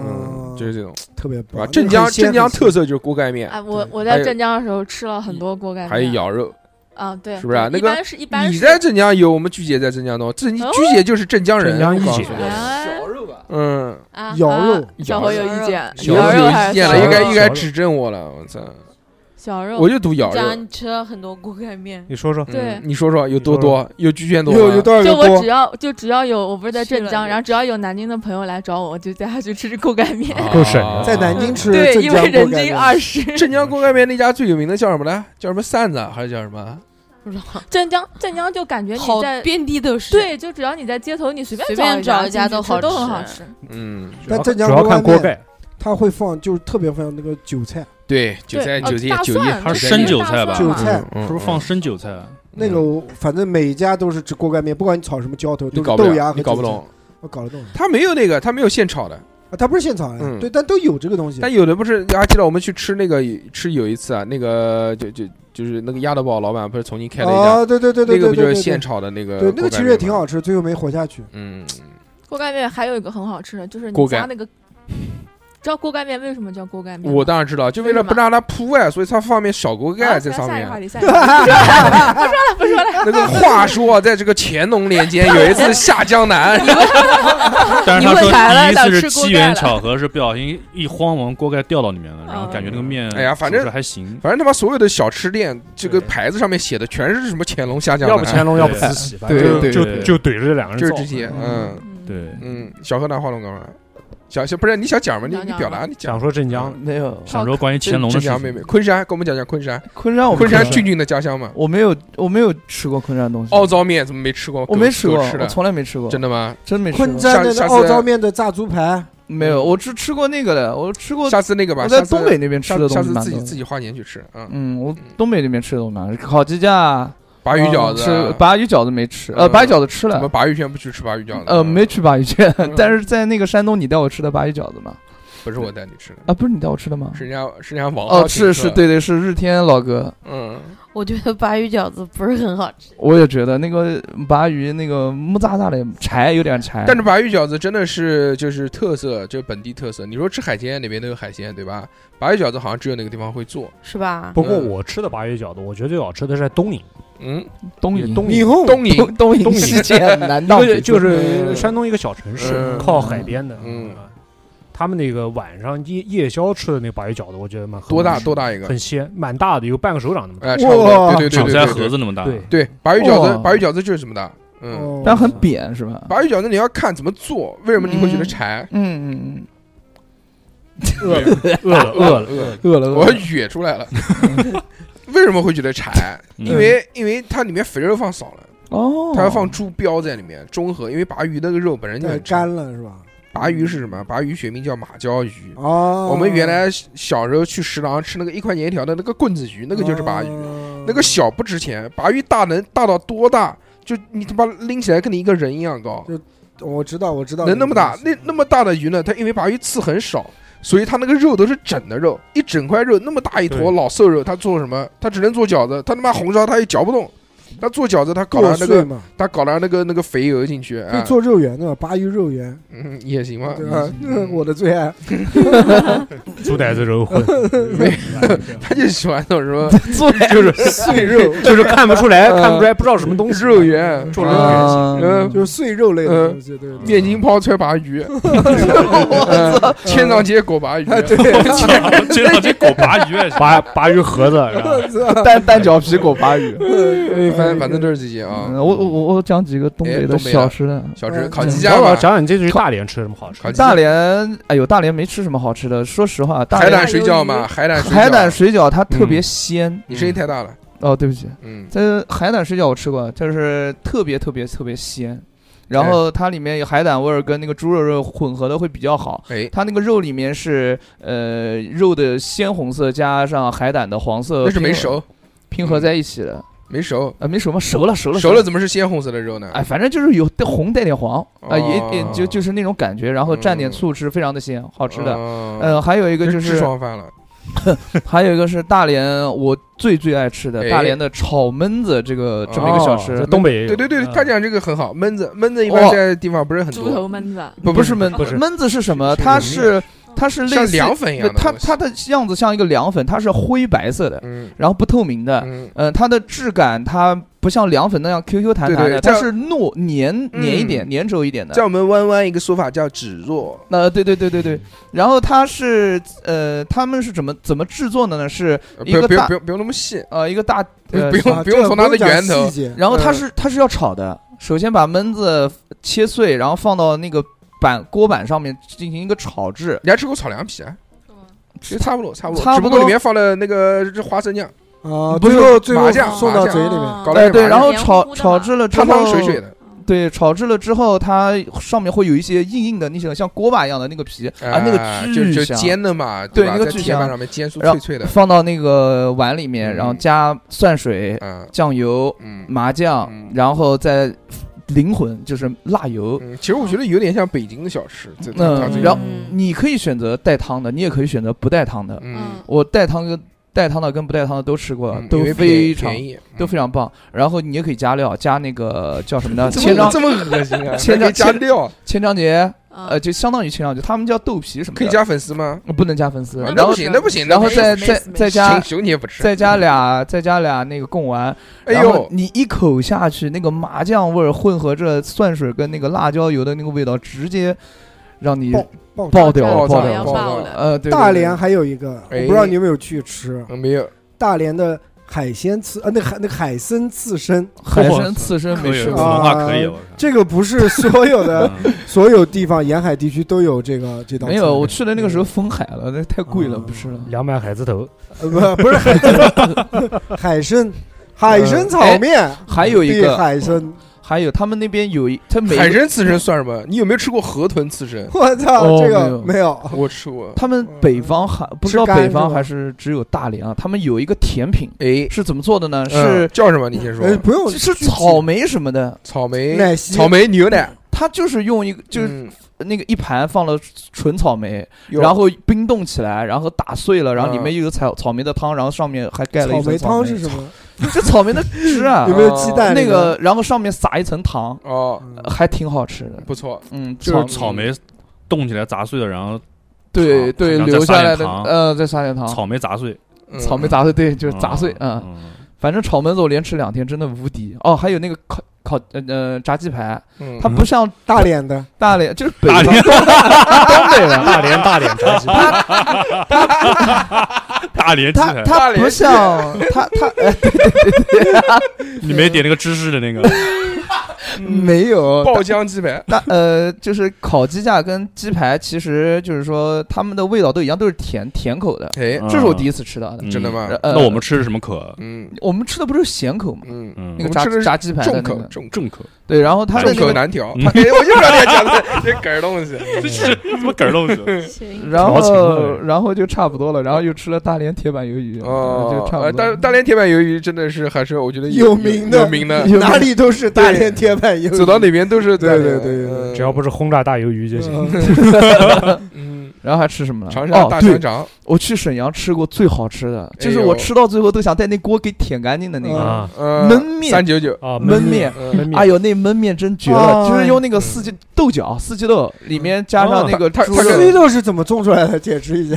S2: 嗯，，就是这种，
S6: 特别
S2: 是吧？
S6: 棒。
S2: 镇江镇江特色就是锅盖面，
S4: 哎，我
S6: 对
S4: 我
S2: 还
S4: 在
S2: 有
S4: 镇江的时候吃了很多锅盖面，
S2: 还有羊肉。
S4: 啊，对，
S2: 是不是啊
S4: 一
S2: 那个
S4: 般是一般
S2: 你
S4: 是
S2: 在镇江有，我们鞠姐在镇江东，镇
S4: 哦
S2: 鞠姐就是镇江人，
S7: 镇江一
S2: 我告诉
S7: 姐
S2: 你
S4: 哎
S3: 肉吧，
S2: 嗯，
S4: 啊
S6: 羊
S4: 啊
S6: 肉
S4: 小侯有
S8: 羊
S4: 意
S8: 肉
S4: 见，
S2: 小
S4: 羊
S2: 时候
S4: 肉
S2: 有
S4: 还
S2: 意
S4: 是
S2: 见
S4: 小
S2: 了，应该
S4: 肉
S2: 应该指正我了，我操，
S8: 小肉，
S2: 我就读咬
S8: 家
S2: 肉。
S8: 你吃了很多锅盖面，
S7: 你说说，
S2: 嗯
S4: 对
S2: 你说说有多多，有鞠卷多吗，
S6: 有有多少
S4: 就
S6: 个
S4: 我
S6: 锅
S4: 只？要就只要有我不是在
S8: 吃
S4: 镇
S8: 了
S4: 江，
S8: 就
S4: 然后只要有南京的朋友来找我，我就带他去吃锅盖面。
S2: 啊
S7: 够省的
S6: 在南京吃
S4: 对，
S6: 镇
S4: 因
S6: 江
S4: 为
S6: 锅
S4: 人
S6: 盖
S4: 均
S6: 面
S4: 二十。
S2: 镇江锅盖面那家最有名的叫什么来？叫什么扇子啊还是叫什么？
S8: 不知道，
S4: 镇江镇江就感觉
S8: 好
S4: 你在
S8: 遍地都是。，
S4: 对，就只要你在街头，你随
S8: 随
S4: 便
S8: 便找
S4: 一
S8: 一家
S4: 进去
S8: 都
S4: 吃
S8: 好
S4: 都很
S8: 吃
S4: 好吃。
S2: 嗯，
S7: 主要
S6: 在镇江
S7: 主要
S6: 锅
S7: 看
S6: 盖面
S7: 锅盖，
S6: 他会放，就是特别放那个韭菜，
S2: 对，韭
S4: 对
S2: 菜韭
S4: 哦
S2: 菜
S4: 大
S2: 韭叶
S4: 蒜，
S5: 它
S4: 这
S5: 是
S4: 是
S5: 生
S4: 因为
S5: 韭
S4: 大
S5: 菜吧
S4: 蒜
S6: 韭
S4: 嘛
S6: 菜
S2: 嗯
S5: 是不是放生韭菜啊？
S6: 那个我反正每一家都是吃锅盖面，不管你炒什么浇头，
S2: 你
S6: 都
S2: 搞
S6: 是
S2: 不
S6: 豆芽
S2: 了，
S6: 和
S2: 你搞不
S6: 韭菜
S2: 懂。
S6: 我搞得懂的。
S2: 他没有那个，他没有现炒的，
S6: 啊，它不是现炒
S2: 嗯
S6: 的，对，但都有这个东西。
S2: 但有的不是，还记得我们去吃那个吃有一次啊，那个就就就是那个鸭德堡老板不是重新开了一家，
S6: 哦，对对对对
S2: 那个
S6: 对
S2: 不就是
S6: 对
S2: 现
S6: 对，
S2: 炒的那个？
S6: 对那个其实也挺。好吃，最后没活下去。
S2: 嗯，
S4: 锅盖面还有一个很好吃的，就是
S2: 锅
S4: 你
S2: 盖
S4: 加那个，知道锅盖面为什么叫锅盖面吗？
S2: 我当然知道，就为了不让它铺哎，所以它放面小锅盖
S4: 啊
S2: 在
S4: 行
S2: 上
S4: 下一个
S2: 面
S4: 话。题，下一个话题不说了，不说了。
S2: 那个话说啊，在这个乾隆年间，有一次下 江南，
S5: 但是他
S4: 你问啥了
S5: 说第一次
S4: 老吃
S5: 是
S4: 锅
S5: 机
S4: 盖
S5: 缘
S4: 了
S5: 巧合，是不小心一慌往锅盖掉到里面了，
S3: 哦
S5: 然后
S4: 嗯
S5: 感觉那个面，
S2: 哎呀反正
S5: 还行，
S2: 反正他妈所有的小吃店，这个
S7: 对
S2: 牌子上面写的全是什么乾隆下江南，
S7: 要不乾隆，要不
S5: 对
S7: 慈禧，反
S2: 对
S7: 正
S2: 对
S7: 就
S5: 对
S7: 就就怼着这两个人
S2: 就是
S7: 造
S2: 这些，嗯
S4: 嗯，
S5: 对，
S2: 嗯，小何拿话筒干嘛？想想不是你想讲吗？你
S4: 想
S2: 你
S4: 讲
S2: 表
S4: 吗
S2: 达你
S7: 想
S2: 讲。
S7: 说镇江，
S3: 没有
S5: 想说关于乾隆的
S2: 镇
S5: 事
S2: 江
S5: 情
S2: 妹妹，昆山，给我们讲讲昆山，
S3: 昆山，我们
S2: 昆山
S3: 吃
S2: 俊俊的家乡嘛。
S3: 我没有我没有吃过昆山的东西，
S2: 奥糟面怎么没吃过？
S3: 我没吃过
S2: 狗，吃
S3: 我
S2: 的，
S3: 从来没吃过，
S2: 真的吗？
S3: 真没吃
S6: 昆
S3: 过，
S6: 山的
S2: 下
S6: 那
S2: 下次
S6: 奥糟面的炸猪排，
S3: 没有，我只吃过那个的，我吃过
S2: 下次那个吧，
S3: 我在
S2: 下次
S3: 东北那边吃
S2: 下
S3: 的
S2: 下
S3: 东西
S2: 次
S3: 蛮
S2: 自己
S3: 多
S2: 自
S3: 的。
S2: 己花钱去吃，嗯，
S3: 嗯，我东北那边吃的东西蛮多烤鸡架、
S2: 鲅鱼饺子
S3: 嗯
S2: 啊，
S3: 吃鲅鱼饺子没吃，呃，
S2: 嗯
S3: 鲅鱼饺子吃
S2: 怎么
S3: 了，
S2: 鲅鱼圈不去吃鲅鱼饺子？
S3: 呃，没，去鲅鱼圈
S2: 嗯，
S3: 但是在那个山东，你带我吃的鲅鱼饺子嘛，
S2: 不是我带你吃的，
S3: 啊，不是你带我吃的吗？
S2: 是人家是人家王浩
S3: 哦，
S2: 请
S3: 是
S2: 客
S3: 是，，对哎对是日天老哥，
S2: 嗯，
S8: 我觉得鲅鱼饺子不是很好吃，
S3: 我也觉得那个鲅鱼那个木扎扎的柴有点柴，
S2: 但是鲅鱼饺子真的是就是特色，就是本地特色。你说吃海鲜哪边都有海鲜，对吧？鲅鱼饺子好像只有那个地方会做，
S8: 是
S2: 啊
S8: 吧？
S7: 不过我吃的鲅鱼饺子，我觉得最好吃的是在东营，
S2: 嗯，
S3: 东营
S7: 东
S6: 霓
S7: 营
S6: 虹
S2: 东营
S3: 东东营
S7: 东营
S3: 西街南
S7: 一
S3: 道
S7: 个就是
S6: 嗯
S7: 山东一个小城市
S2: 嗯，
S7: 靠海边的，
S2: 嗯，
S7: 他们那个晚上夜夜宵吃的那个鲅鱼饺子，我觉得蛮合
S2: 多大
S7: 适
S2: 多大一个？
S7: 很鲜，蛮大的，有半个手掌那么大。
S2: 哎，差不多，
S6: 哇
S2: 对对对
S5: 像
S2: 对
S5: 塞
S2: 对
S5: 盒子那么大，
S7: 对，
S2: 对，鲅鱼饺子
S3: 哇，
S2: 鲅鱼饺子就是这么大，嗯，
S6: 哦
S3: 但很扁是吧？
S2: 鲅鱼饺子你要看怎么做，为什么你会觉得柴？
S3: 嗯嗯
S7: 饿了饿了，
S2: 饿了，
S3: 嗯，饿了饿
S2: 我
S3: 了。
S2: 哕出来 了。为什么会觉得柴？
S5: 嗯
S2: 因为因为它里面肥肉放少了，
S3: 哦，
S2: 它要放猪膘在里面中和，因为鲅鱼那个肉本身就
S6: 对
S2: 很柴
S6: 干。了是吧？
S2: 鲅鱼是什么？鲅鱼学名叫马鲛鱼。
S6: 哦，
S2: 我们原来小时候去食堂吃那个一块钱一条的那个棍子鱼，那个就是鲅鱼。
S6: 鱼
S2: 那个小不值钱，鲅鱼大能大到多大？就你他妈拎起来跟你一个人一样高，
S6: 我知道我知道
S2: 能那啊么大？那那
S6: 么
S2: 么大的鱼呢？它因为鲅鱼刺很少，所以它那个肉都是整的肉，一整块肉那么大一坨
S7: 对
S2: 老瘦肉，它做什么？它只能做饺子，它他妈红烧它也嚼不动。它做饺子，它搞
S6: 剁
S2: 了那
S6: 碎
S2: 个，
S6: 嘛，
S2: 它搞了那个那个肥油进去，
S6: 可
S2: 啊
S6: 以，做肉圆对吧？鲅鱼肉圆
S2: 嗯，也行吧。
S6: 对吧？
S2: 嗯
S6: 我的最爱，
S7: 猪呆子肉混，
S2: 他就喜欢那种什么
S7: 就是碎肉，就是看不出
S3: 嗯
S7: 来，看不出来，不知道什么东西。
S2: 肉圆，
S7: 做
S3: 呃啊
S2: 嗯
S6: 就是碎肉类的
S2: 嗯
S6: 东西，对 对
S2: 面筋泡菜鲅鱼，嗯千张街果鲅鱼，
S5: 这两这狗拔鱼啊，
S7: 拔拔鱼盒子，然后
S2: 啊
S3: 单单脚皮狗鲅鱼。
S2: 对，哎反正反正都是这些啊
S3: 嗯，。我我我我讲几个东北
S2: 哎
S3: 的
S2: 东北啊
S3: 小吃的。
S2: 小吃烤
S3: 嗯
S2: 鸡架
S7: 讲
S2: 吧，
S7: 讲讲你这次去大连吃的什么好吃
S2: 烤？鸡架
S3: 大连，哎呦，大连没吃什么好吃的。说实话，大
S2: 海
S3: 连
S2: 胆水饺嘛，海胆水饺
S3: 海胆，水饺它特别鲜。
S2: 你声音太大了，
S3: 哦，对不起，
S2: 嗯，
S3: 这海胆水饺我吃过，就是特别特别特别鲜。然
S2: 哎
S3: 后它里面有海胆味儿跟那个猪肉肉混合的会比较好，
S2: 哎，
S3: 它那个肉里面是呃肉的鲜红色加上海胆的黄呃色拼合，
S2: 那是没熟，嗯
S3: 拼合在一起的。
S2: 没熟，
S3: 啊，没熟吗？熟了，熟了，
S2: 熟了
S3: 么？
S2: 怎么是鲜红色的肉呢？
S3: 哎，反正就是有带红带点黄啊，
S2: 哦
S3: 也也就就是那种感觉，然后蘸点
S2: 嗯
S3: 醋吃，非常的鲜，好吃的。
S2: 的，
S3: 呃，还有一个就
S2: 这吃
S3: 是，
S2: 爽饭了，
S3: 还有一个是大连我最最爱吃的
S2: 哎哦
S3: 大连的炒焖子这个这么一个小吃
S7: 在，东北也有。
S2: 对对对，
S7: 嗯
S2: 他讲这个很好，焖子，焖子一般
S3: 哦
S2: 在地方不是很
S4: 猪
S2: 多，
S4: 头焖子，
S2: 不
S3: 不
S2: 是
S3: 是焖
S7: 不是
S3: 焖子是什么？
S2: 是
S3: 它
S2: 是
S3: 是它是类
S2: 像
S3: 似
S2: 凉粉一样的
S3: 它
S2: 东西
S3: 它的样子像一个凉粉，它是灰白色的，
S2: 嗯
S3: 然后不透明的，
S2: 嗯，
S3: 呃，它的质感它不像凉粉那样 Q Q 弹弹
S2: 对对
S3: 的，它
S2: 这嗯
S3: 是糯黏黏一点、粘稠一点的。
S2: 在我们弯弯一个说法叫指弱，
S3: 那、对对对对对，然后它是呃，他们是怎么怎么制作的呢？是
S2: 呃不
S3: 一
S2: 用
S3: 个
S2: 不用
S3: 大
S2: 不用不用那么细，
S3: 呃一个大
S2: 不
S3: 呃
S2: 不，用
S6: 啊
S2: 不用
S6: 这
S2: 从它的
S6: 讲
S2: 源头
S6: 细节
S3: 然后它
S2: 呃
S3: 是它是要炒的，首先把焖子切碎，然后放到那个板锅板上面进行一个炒制，
S2: 你还吃过炒凉皮啊？其实差不多，差不多，
S3: 差
S2: 只
S3: 不
S2: 不过里
S3: 多
S2: 面放了那个这花生酱，
S6: 啊，
S3: 不是
S6: 最后最
S2: 麻
S6: 后
S2: 酱
S6: 送到
S2: 麻酱
S6: 嘴里面，
S2: 搞了
S3: 哎
S2: 点
S3: 对，
S2: 麻
S3: 然后
S4: 酱
S3: 炒炒制了之
S2: 汤汤
S3: 后，
S2: 水水的，
S3: 对，炒制了之后，它上面会有一些硬硬的，那些像锅巴一样的那个皮啊，那
S2: 啊
S3: 个
S2: 就
S3: 巨
S2: 就
S3: 香。
S2: 煎的嘛，
S3: 对
S2: 吧？
S3: 那个
S2: 在
S3: 巨
S2: 铁板
S3: 香
S2: 上面煎酥脆
S3: 然后
S2: 脆的，
S3: 放到那个碗里面，然后
S2: 嗯
S3: 加蒜水、
S2: 嗯
S3: 酱油、
S2: 嗯
S3: 麻酱
S2: 嗯，
S3: 然后再灵魂就是辣油。
S2: 嗯，其实我觉得有点像北京的小吃，这这
S3: 嗯
S2: 它这
S3: 然
S2: 个
S3: 后你可以选择带汤的，你也可以选择不带汤的。
S2: 嗯，
S3: 我带汤跟带汤的跟不带汤的都吃过
S2: 嗯，
S3: 都
S2: 因为便
S3: 非常
S2: 便宜，嗯
S3: 都非常棒。然后你也可以加料，加那个叫什么呢？
S2: 这
S3: 千
S2: 么
S3: 张
S2: 这么恶心啊！
S3: 千
S2: 还可以
S3: 张
S2: 加
S3: 千
S2: 料，
S3: 千张节，呃，
S2: 嗯
S4: 呃，
S3: 就相当于千张节，他们叫豆皮什么的，
S2: 可以加粉丝吗？
S3: 不能加粉丝，
S2: 那
S3: 然
S2: 不
S3: 后
S2: 行，那不行，
S3: 然后
S2: 那不行
S3: 再
S4: 没
S3: 再
S4: 没
S3: 再加
S2: 熊熊你也不吃，
S3: 再加俩再加俩那个贡丸，
S2: 哎
S3: 然后
S2: 呦，
S3: 你一口下去，那个麻酱味儿混合着蒜水跟那个辣椒油的那个味道，直接让你
S6: 爆爆
S3: 爆
S2: 爆
S3: 掉了
S2: 炸
S3: 爆
S4: 我
S3: 掉
S4: 要
S2: 爆炸
S3: 了。
S4: 爆
S2: 了
S4: 了，
S3: 呃，对，对
S6: 大
S3: 对
S6: 连还有一个，我
S2: 哎
S6: 不知道你有没有去吃
S2: 嗯没有，
S6: 大连的海鲜刺啊，那海那个海参刺身，
S3: 海参刺身没
S5: 可以，
S3: 吃
S5: 普
S3: 过，
S5: 通话可以，
S6: 啊
S5: 我靠
S6: 这个不是所有的
S5: 嗯
S6: 所有地方沿海地区都有这个这道菜。
S3: 没有，我去的那个时候封海了，那太贵
S2: 哦
S3: 了，
S6: 啊
S3: 不吃了。
S7: 两百海字头，
S6: 呃不不是海参， 海参，海参炒面，
S3: 呃哎还有一
S6: 对
S3: 个，
S6: 海参，
S3: 还有他们那边有一，他每
S2: 海参刺身算什么？你有没有吃过河豚刺 身？
S6: 我操，
S3: 哦
S6: 这个
S3: 没
S6: 没有
S2: 我吃过，
S3: 他们北方还不知
S6: 吃
S3: 道
S6: 干
S3: 北
S6: 是
S3: 方
S6: 吧
S3: 还是只有大连啊，他们有一个甜品
S2: 哎，
S3: 是怎么做的呢？
S2: 嗯
S3: 是哎
S2: 叫什么？你先说，
S6: 呃，不用
S3: 是草莓什么的，
S2: 草莓
S6: 奶昔
S2: 草莓牛奶，
S3: 它就是用一个就是
S2: 嗯
S3: 那个一盘放了纯草莓，
S2: 有
S3: 然后冰冻起来，然后打碎了，然后里面
S2: 嗯
S3: 又有草草莓的汤，然后上面还盖了
S6: 草
S3: 一层
S6: 莓
S3: 草
S6: 汤
S3: 莓
S6: 是什么？
S3: 这草莓的汁 啊
S6: 有，没有鸡蛋？
S3: 那个然后上面撒一层糖，
S2: 哦，
S6: 嗯
S3: 还挺好吃的。
S2: 不错，
S3: 嗯，
S5: 就是
S3: 草
S5: 草莓冻起来砸碎了，然后
S3: 对
S5: 糖
S3: 对
S5: 啊然后再
S3: 留
S5: 撒
S3: 下
S5: 点
S3: 来的
S5: 糖
S3: 呃再撒点糖，
S5: 草莓砸碎，
S2: 嗯
S3: 草莓砸碎对就是砸碎啊，
S5: 嗯，
S3: 反正炒焖子我连吃两天真的无敌哦，还有那个烤烤呃呃炸鸡排，
S2: 嗯
S3: 它不像
S6: 大脸的，
S3: 大连，就是北
S5: 大
S3: 方
S5: 连
S3: 东东北 人，
S7: 大连大连炸鸡排，
S5: 大连鸡
S3: 它
S5: 排，
S3: 它不像它它哎
S5: 你没点那个芝士的那个，
S3: 没有
S2: 嗯爆浆鸡排，
S3: 那呃，就是烤鸡架跟鸡排，其实就是说它们的味道都一样，都是甜甜口的。
S2: 哎，
S5: 嗯
S3: 这是我第一次吃到的。
S5: 嗯
S2: 真的吗？
S3: 呃
S5: 那我们吃的什么可？
S2: 嗯
S3: 我们吃的不是咸口吗？
S2: 嗯，
S5: 嗯
S2: 我
S3: 那，个
S2: 们
S3: 炸
S2: 吃的是
S3: 炸鸡排的
S2: 众
S3: 那
S2: 口
S3: 个，
S2: 众
S5: 正可，
S3: 对，然后它的
S2: 众口
S3: 那个，嗯
S2: 难调， 哎，我就让你讲的这梗儿东西，
S5: 这是什么梗儿东西？
S9: 行，
S3: 然
S5: 调情
S3: 后
S5: 的
S3: 然后就差不多了，然后又吃了大连铁板鱿鱼，呃
S2: 哦
S3: 就，差不
S2: 呃
S3: 多
S2: 大
S3: 了。
S2: 大连铁板鱿鱼真的是还是我觉得
S6: 有名的
S2: 有名的，
S3: 有
S6: 哪里都是大连铁板鱿鱼，
S2: 走到哪边都是
S6: 对
S2: 大连
S6: 对对对对
S2: 嗯
S7: 只要不是轰炸大鱿鱼就行。
S6: 嗯
S2: 嗯
S3: 然后还吃什么了？
S2: 长沙
S3: 哦
S2: 大，
S3: 对
S2: 船，长，
S3: 我去沈阳吃过最好吃的，就是
S2: 哎呦
S3: 我吃到最后都想带那锅给舔干净的那个
S7: 啊
S2: 嗯，
S3: 焖面
S2: 三九嗯啊九，
S7: 啊，
S3: 焖面。
S5: 嗯
S7: 焖
S3: 哎
S7: 面，
S3: 呦，那焖面真绝
S6: 啊
S3: 了，就是用那个四季豆角、四季豆里面加上
S5: 哦
S3: 那个
S2: 它它
S3: 猪
S2: 它
S3: 肉
S2: 是，
S6: 水豆是怎么种出来的？解释 一下，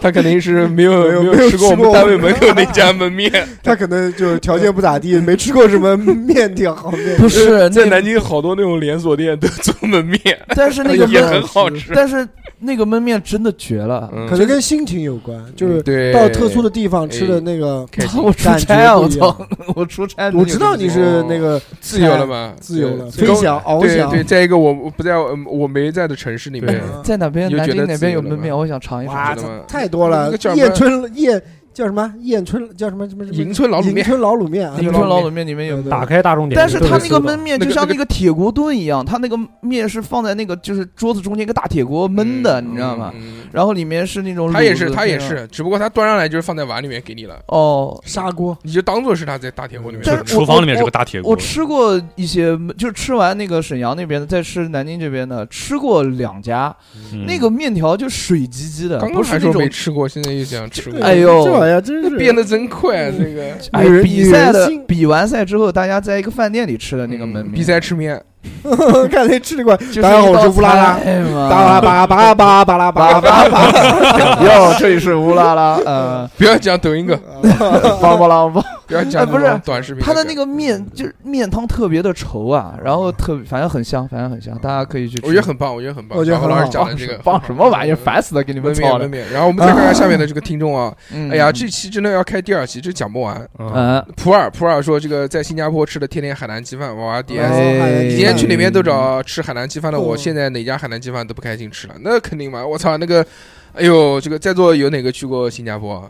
S2: 他肯定是没有
S6: 没有
S2: 有吃过我
S6: 没有吃过
S2: 们单位门口那家焖面，
S6: 他可能就是条件不咋地，没吃过什么面条好面。
S3: 不是
S2: 在
S3: 那
S2: 南京好多那种连锁店都做焖面，
S3: 但是那个
S2: 也
S3: 焖，
S2: 很好吃，
S3: 但是那个焖面真的绝了。
S2: 嗯
S6: 可能跟心情有关，就是
S2: 对哎
S6: 到特殊的地方吃的那个
S2: 开心
S3: 我出
S6: 感
S3: 差啊！
S6: 觉不
S3: 我
S6: 一
S3: 操
S6: 样。，
S3: 我出差。
S6: 我知道你是那个
S2: 自由了吗？
S6: 自由了，
S2: 对
S6: 飞翔翱
S2: 对
S6: 翔，
S2: 对，在一个我我不在我我没在的城市里面
S7: 对，
S3: 在哪边？
S2: 你就
S3: 南
S2: 觉
S3: 京
S2: 得
S3: 哪
S2: 自
S3: 边
S2: 由
S3: 有
S2: 了
S3: 焖
S2: 吗
S3: 面？我想尝一
S6: 哇，
S3: 尝。
S2: 知道吗
S6: 这太多了
S2: 那个叫，什么
S6: 燕春燕叫什么？燕春叫什么什么什么？
S2: 迎春老卤
S6: 迎
S2: 面，
S6: 春老卤面啊，
S3: 你
S2: 迎
S3: 说
S2: 春
S3: 老
S2: 老卤
S3: 卤面里面有
S6: 对
S3: 没有？
S7: 打开大众点，
S3: 但是
S7: 都
S3: 它
S7: 能
S3: 那
S7: 搜
S3: 个
S7: 到
S3: 焖面
S2: 那
S3: 就
S2: 个
S3: 像
S2: 那
S3: 那个铁锅炖一样，它那个面是放在那个就是桌子中间一个大铁锅焖的，你知道吗？
S2: 嗯？
S3: 然后里面是那种
S2: 他也
S3: 卤
S2: 是，
S3: 子
S2: 他也
S6: 啊
S3: 那样。
S2: 是，只不过他端上来就是放在碗里面给你了，
S3: 哦，
S6: 砂锅。
S2: 你就当做是他在大铁锅里面
S3: 但
S2: 做
S3: 是
S2: 的。
S5: 厨房里面是个大铁锅
S3: 我，吃过一些，就是吃完那个沈阳那边的，再吃南京这边的，吃过两家，
S5: 嗯
S3: 那个面条就水唧唧的，
S2: 刚
S3: 不
S2: 刚
S3: 是
S2: 还
S3: 那
S2: 说
S3: 种
S2: 没吃过，现在又想吃过，
S3: 哎呦
S6: 这玩意儿真是
S2: 变得真快，啊
S6: 嗯
S2: 这个
S3: 哎
S6: 女人，
S3: 比
S6: 女
S3: 赛
S6: 人
S3: 的
S6: 心
S3: 比完赛之后，大家在一个饭店里吃的那个焖面，
S2: 比赛吃面，
S6: 看谁吃的快。
S3: 就是
S6: 大家好，我是乌拉拉，
S3: 拉
S6: 巴拉巴拉巴拉巴拉巴拉
S3: 巴
S6: 巴
S3: 巴巴，哟，这里是乌拉拉，呃，
S2: 不要讲抖音 梗，
S6: 拉。
S3: 巴巴拉巴。
S2: 不要讲
S3: 哎不是
S2: 那种短视频。嗯
S3: 它的那，个面就是面汤特别的稠啊，然后特反正很香，反正很香，大家可以去吃。
S2: 我觉得很棒，我觉得很棒。
S6: 我觉得
S2: 然后
S6: 很
S2: 老
S6: 好
S2: 师讲的这个嗯
S3: 棒什么玩意儿，
S2: 烦。
S3: 烦死了，给你们
S2: 焖面焖
S3: 操了。
S2: 面，然后我们再看看下面的这个听众啊，
S3: 嗯
S2: 哎呀，这期真的要开第二期，这讲不完。
S3: 嗯，
S2: 普洱普洱说这个在新加坡吃的天天海南鸡饭，哇
S6: 哎
S2: 点。以前去哪边都找吃海南鸡饭的，我现在哪家海南鸡饭都不开心吃了，那肯定嘛！我操，那个，哎呦，这个在座有哪个去过新加坡啊？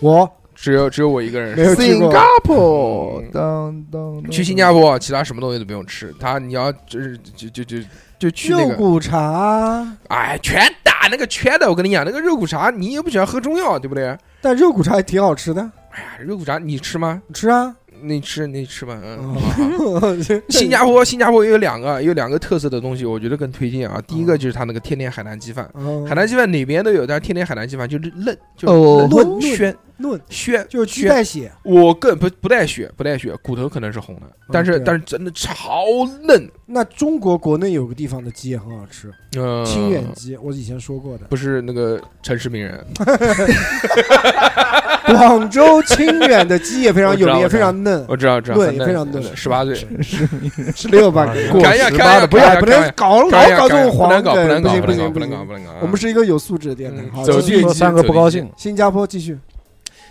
S6: 我
S2: 只有只有我一个人
S6: 没。有去
S3: 新
S6: 过，嗯
S3: 加坡，当当当
S2: 去新加坡，其他什么东西都不用吃，他你要就是就就就就去那
S6: 肉
S2: 个，
S6: 骨茶，
S2: 哎，全打那个圈的。我跟你讲，那个肉骨茶，你又不喜欢喝中药，对不对？
S6: 但肉骨茶也挺好吃的，
S2: 哎呀，肉骨茶你吃吗？
S6: 吃啊。
S2: 你吃你吃吧，嗯。
S6: 哦
S2: 好好 新加坡，新加坡有两个有两个特色的东西，我觉得更推荐啊。第一
S6: 哦
S2: 个就是它那个天天海南鸡饭，
S6: 嗯
S2: 海南鸡饭哪边都有，但是天天海南鸡饭就是嫩，就是
S3: 哦
S2: 嫩
S6: 嫩
S2: 鲜
S6: 论
S2: 鲜，
S6: 就是鸡
S2: 鲜。
S6: 带血，嗯
S2: 我更不不带血，不带血，骨头可能是红的，但是
S6: 对
S2: 但是真的超嫩。
S6: 那中国国内有个地方的鸡也很好吃，
S2: 嗯，。
S6: 清远鸡，我以前说过的
S2: 不是那个城市 名人，
S6: 广州清远的鸡也非常有名，也
S2: 我知
S6: 非
S2: 道
S6: 常嫩，
S2: 我知道知道，
S6: 对
S2: 很嫩
S6: 非常嫩
S2: 十八岁，
S6: 十六吧，
S7: 啊
S6: 过
S2: 看一下
S6: 十八
S2: 看一下
S6: 的，不要
S2: 看一下
S6: 不能搞老
S2: 搞
S6: 搞这种
S2: 不
S6: 黄
S2: 能搞，不
S6: 梗
S2: 能搞，
S6: 不
S2: 不能
S6: 行
S2: 搞，
S6: 不
S2: 不
S6: 行不
S2: 能搞，
S6: 行，
S2: 不能搞啊。
S6: 我们是一个有素质的电台。
S2: 嗯
S6: 好，
S2: 走
S6: 继续
S2: 进
S7: 说三个不高兴，
S6: 新加坡继续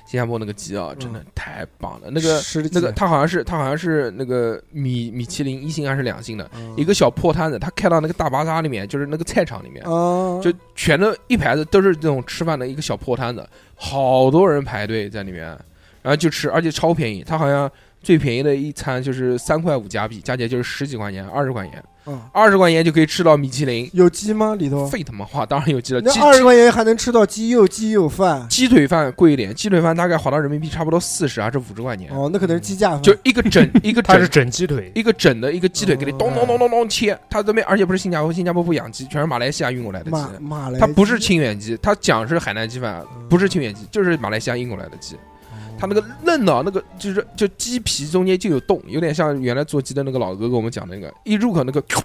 S2: 新加坡那个鸡啊，真的太棒了，那个
S6: 吃的鸡
S2: 那个他好像是他好像是那个米米其林一星还是两星的
S6: 嗯
S2: 一个小破摊子，他开到那个大巴扎里面，就是那个菜场里面，
S6: 啊，
S2: 就全都一排子都是那种吃饭的一个小破摊子，好多人排队在里面，然后就吃，而且超便宜，他好像最便宜的一餐就是三块五加币，加起来就是十几块钱，二十块钱，
S6: 嗯
S2: 二十块钱就可以吃到米其林，
S6: 有鸡吗？里头
S2: 废他妈话，当然有鸡了，
S6: 那
S2: 鸡
S6: 二十块钱还能吃到鸡又鸡又饭
S2: 鸡腿饭贵一点，鸡腿饭大概划到人民币差不多四十还是五十块钱，嗯
S6: 哦，那可能是鸡架饭
S2: 就一个整一 个
S7: 它是
S2: 整
S7: 整鸡腿，
S2: 一个整的一个鸡腿给你
S6: 哦
S2: 咚咚咚咚咚切，它这边而且不是新加坡，新加坡不养鸡，全是马来西亚运过来的
S6: 马
S2: 鸡，
S6: 马来，
S2: 它不是清远鸡，它讲是海南鸡饭
S6: 嗯，哦
S2: 不是清远鸡，就是马来西亚运过来的鸡。它那个嫩啊，那个就是就鸡皮中间就有洞，有点像原来做鸡的那个老哥给我们讲那个，一入口那个
S6: 嘬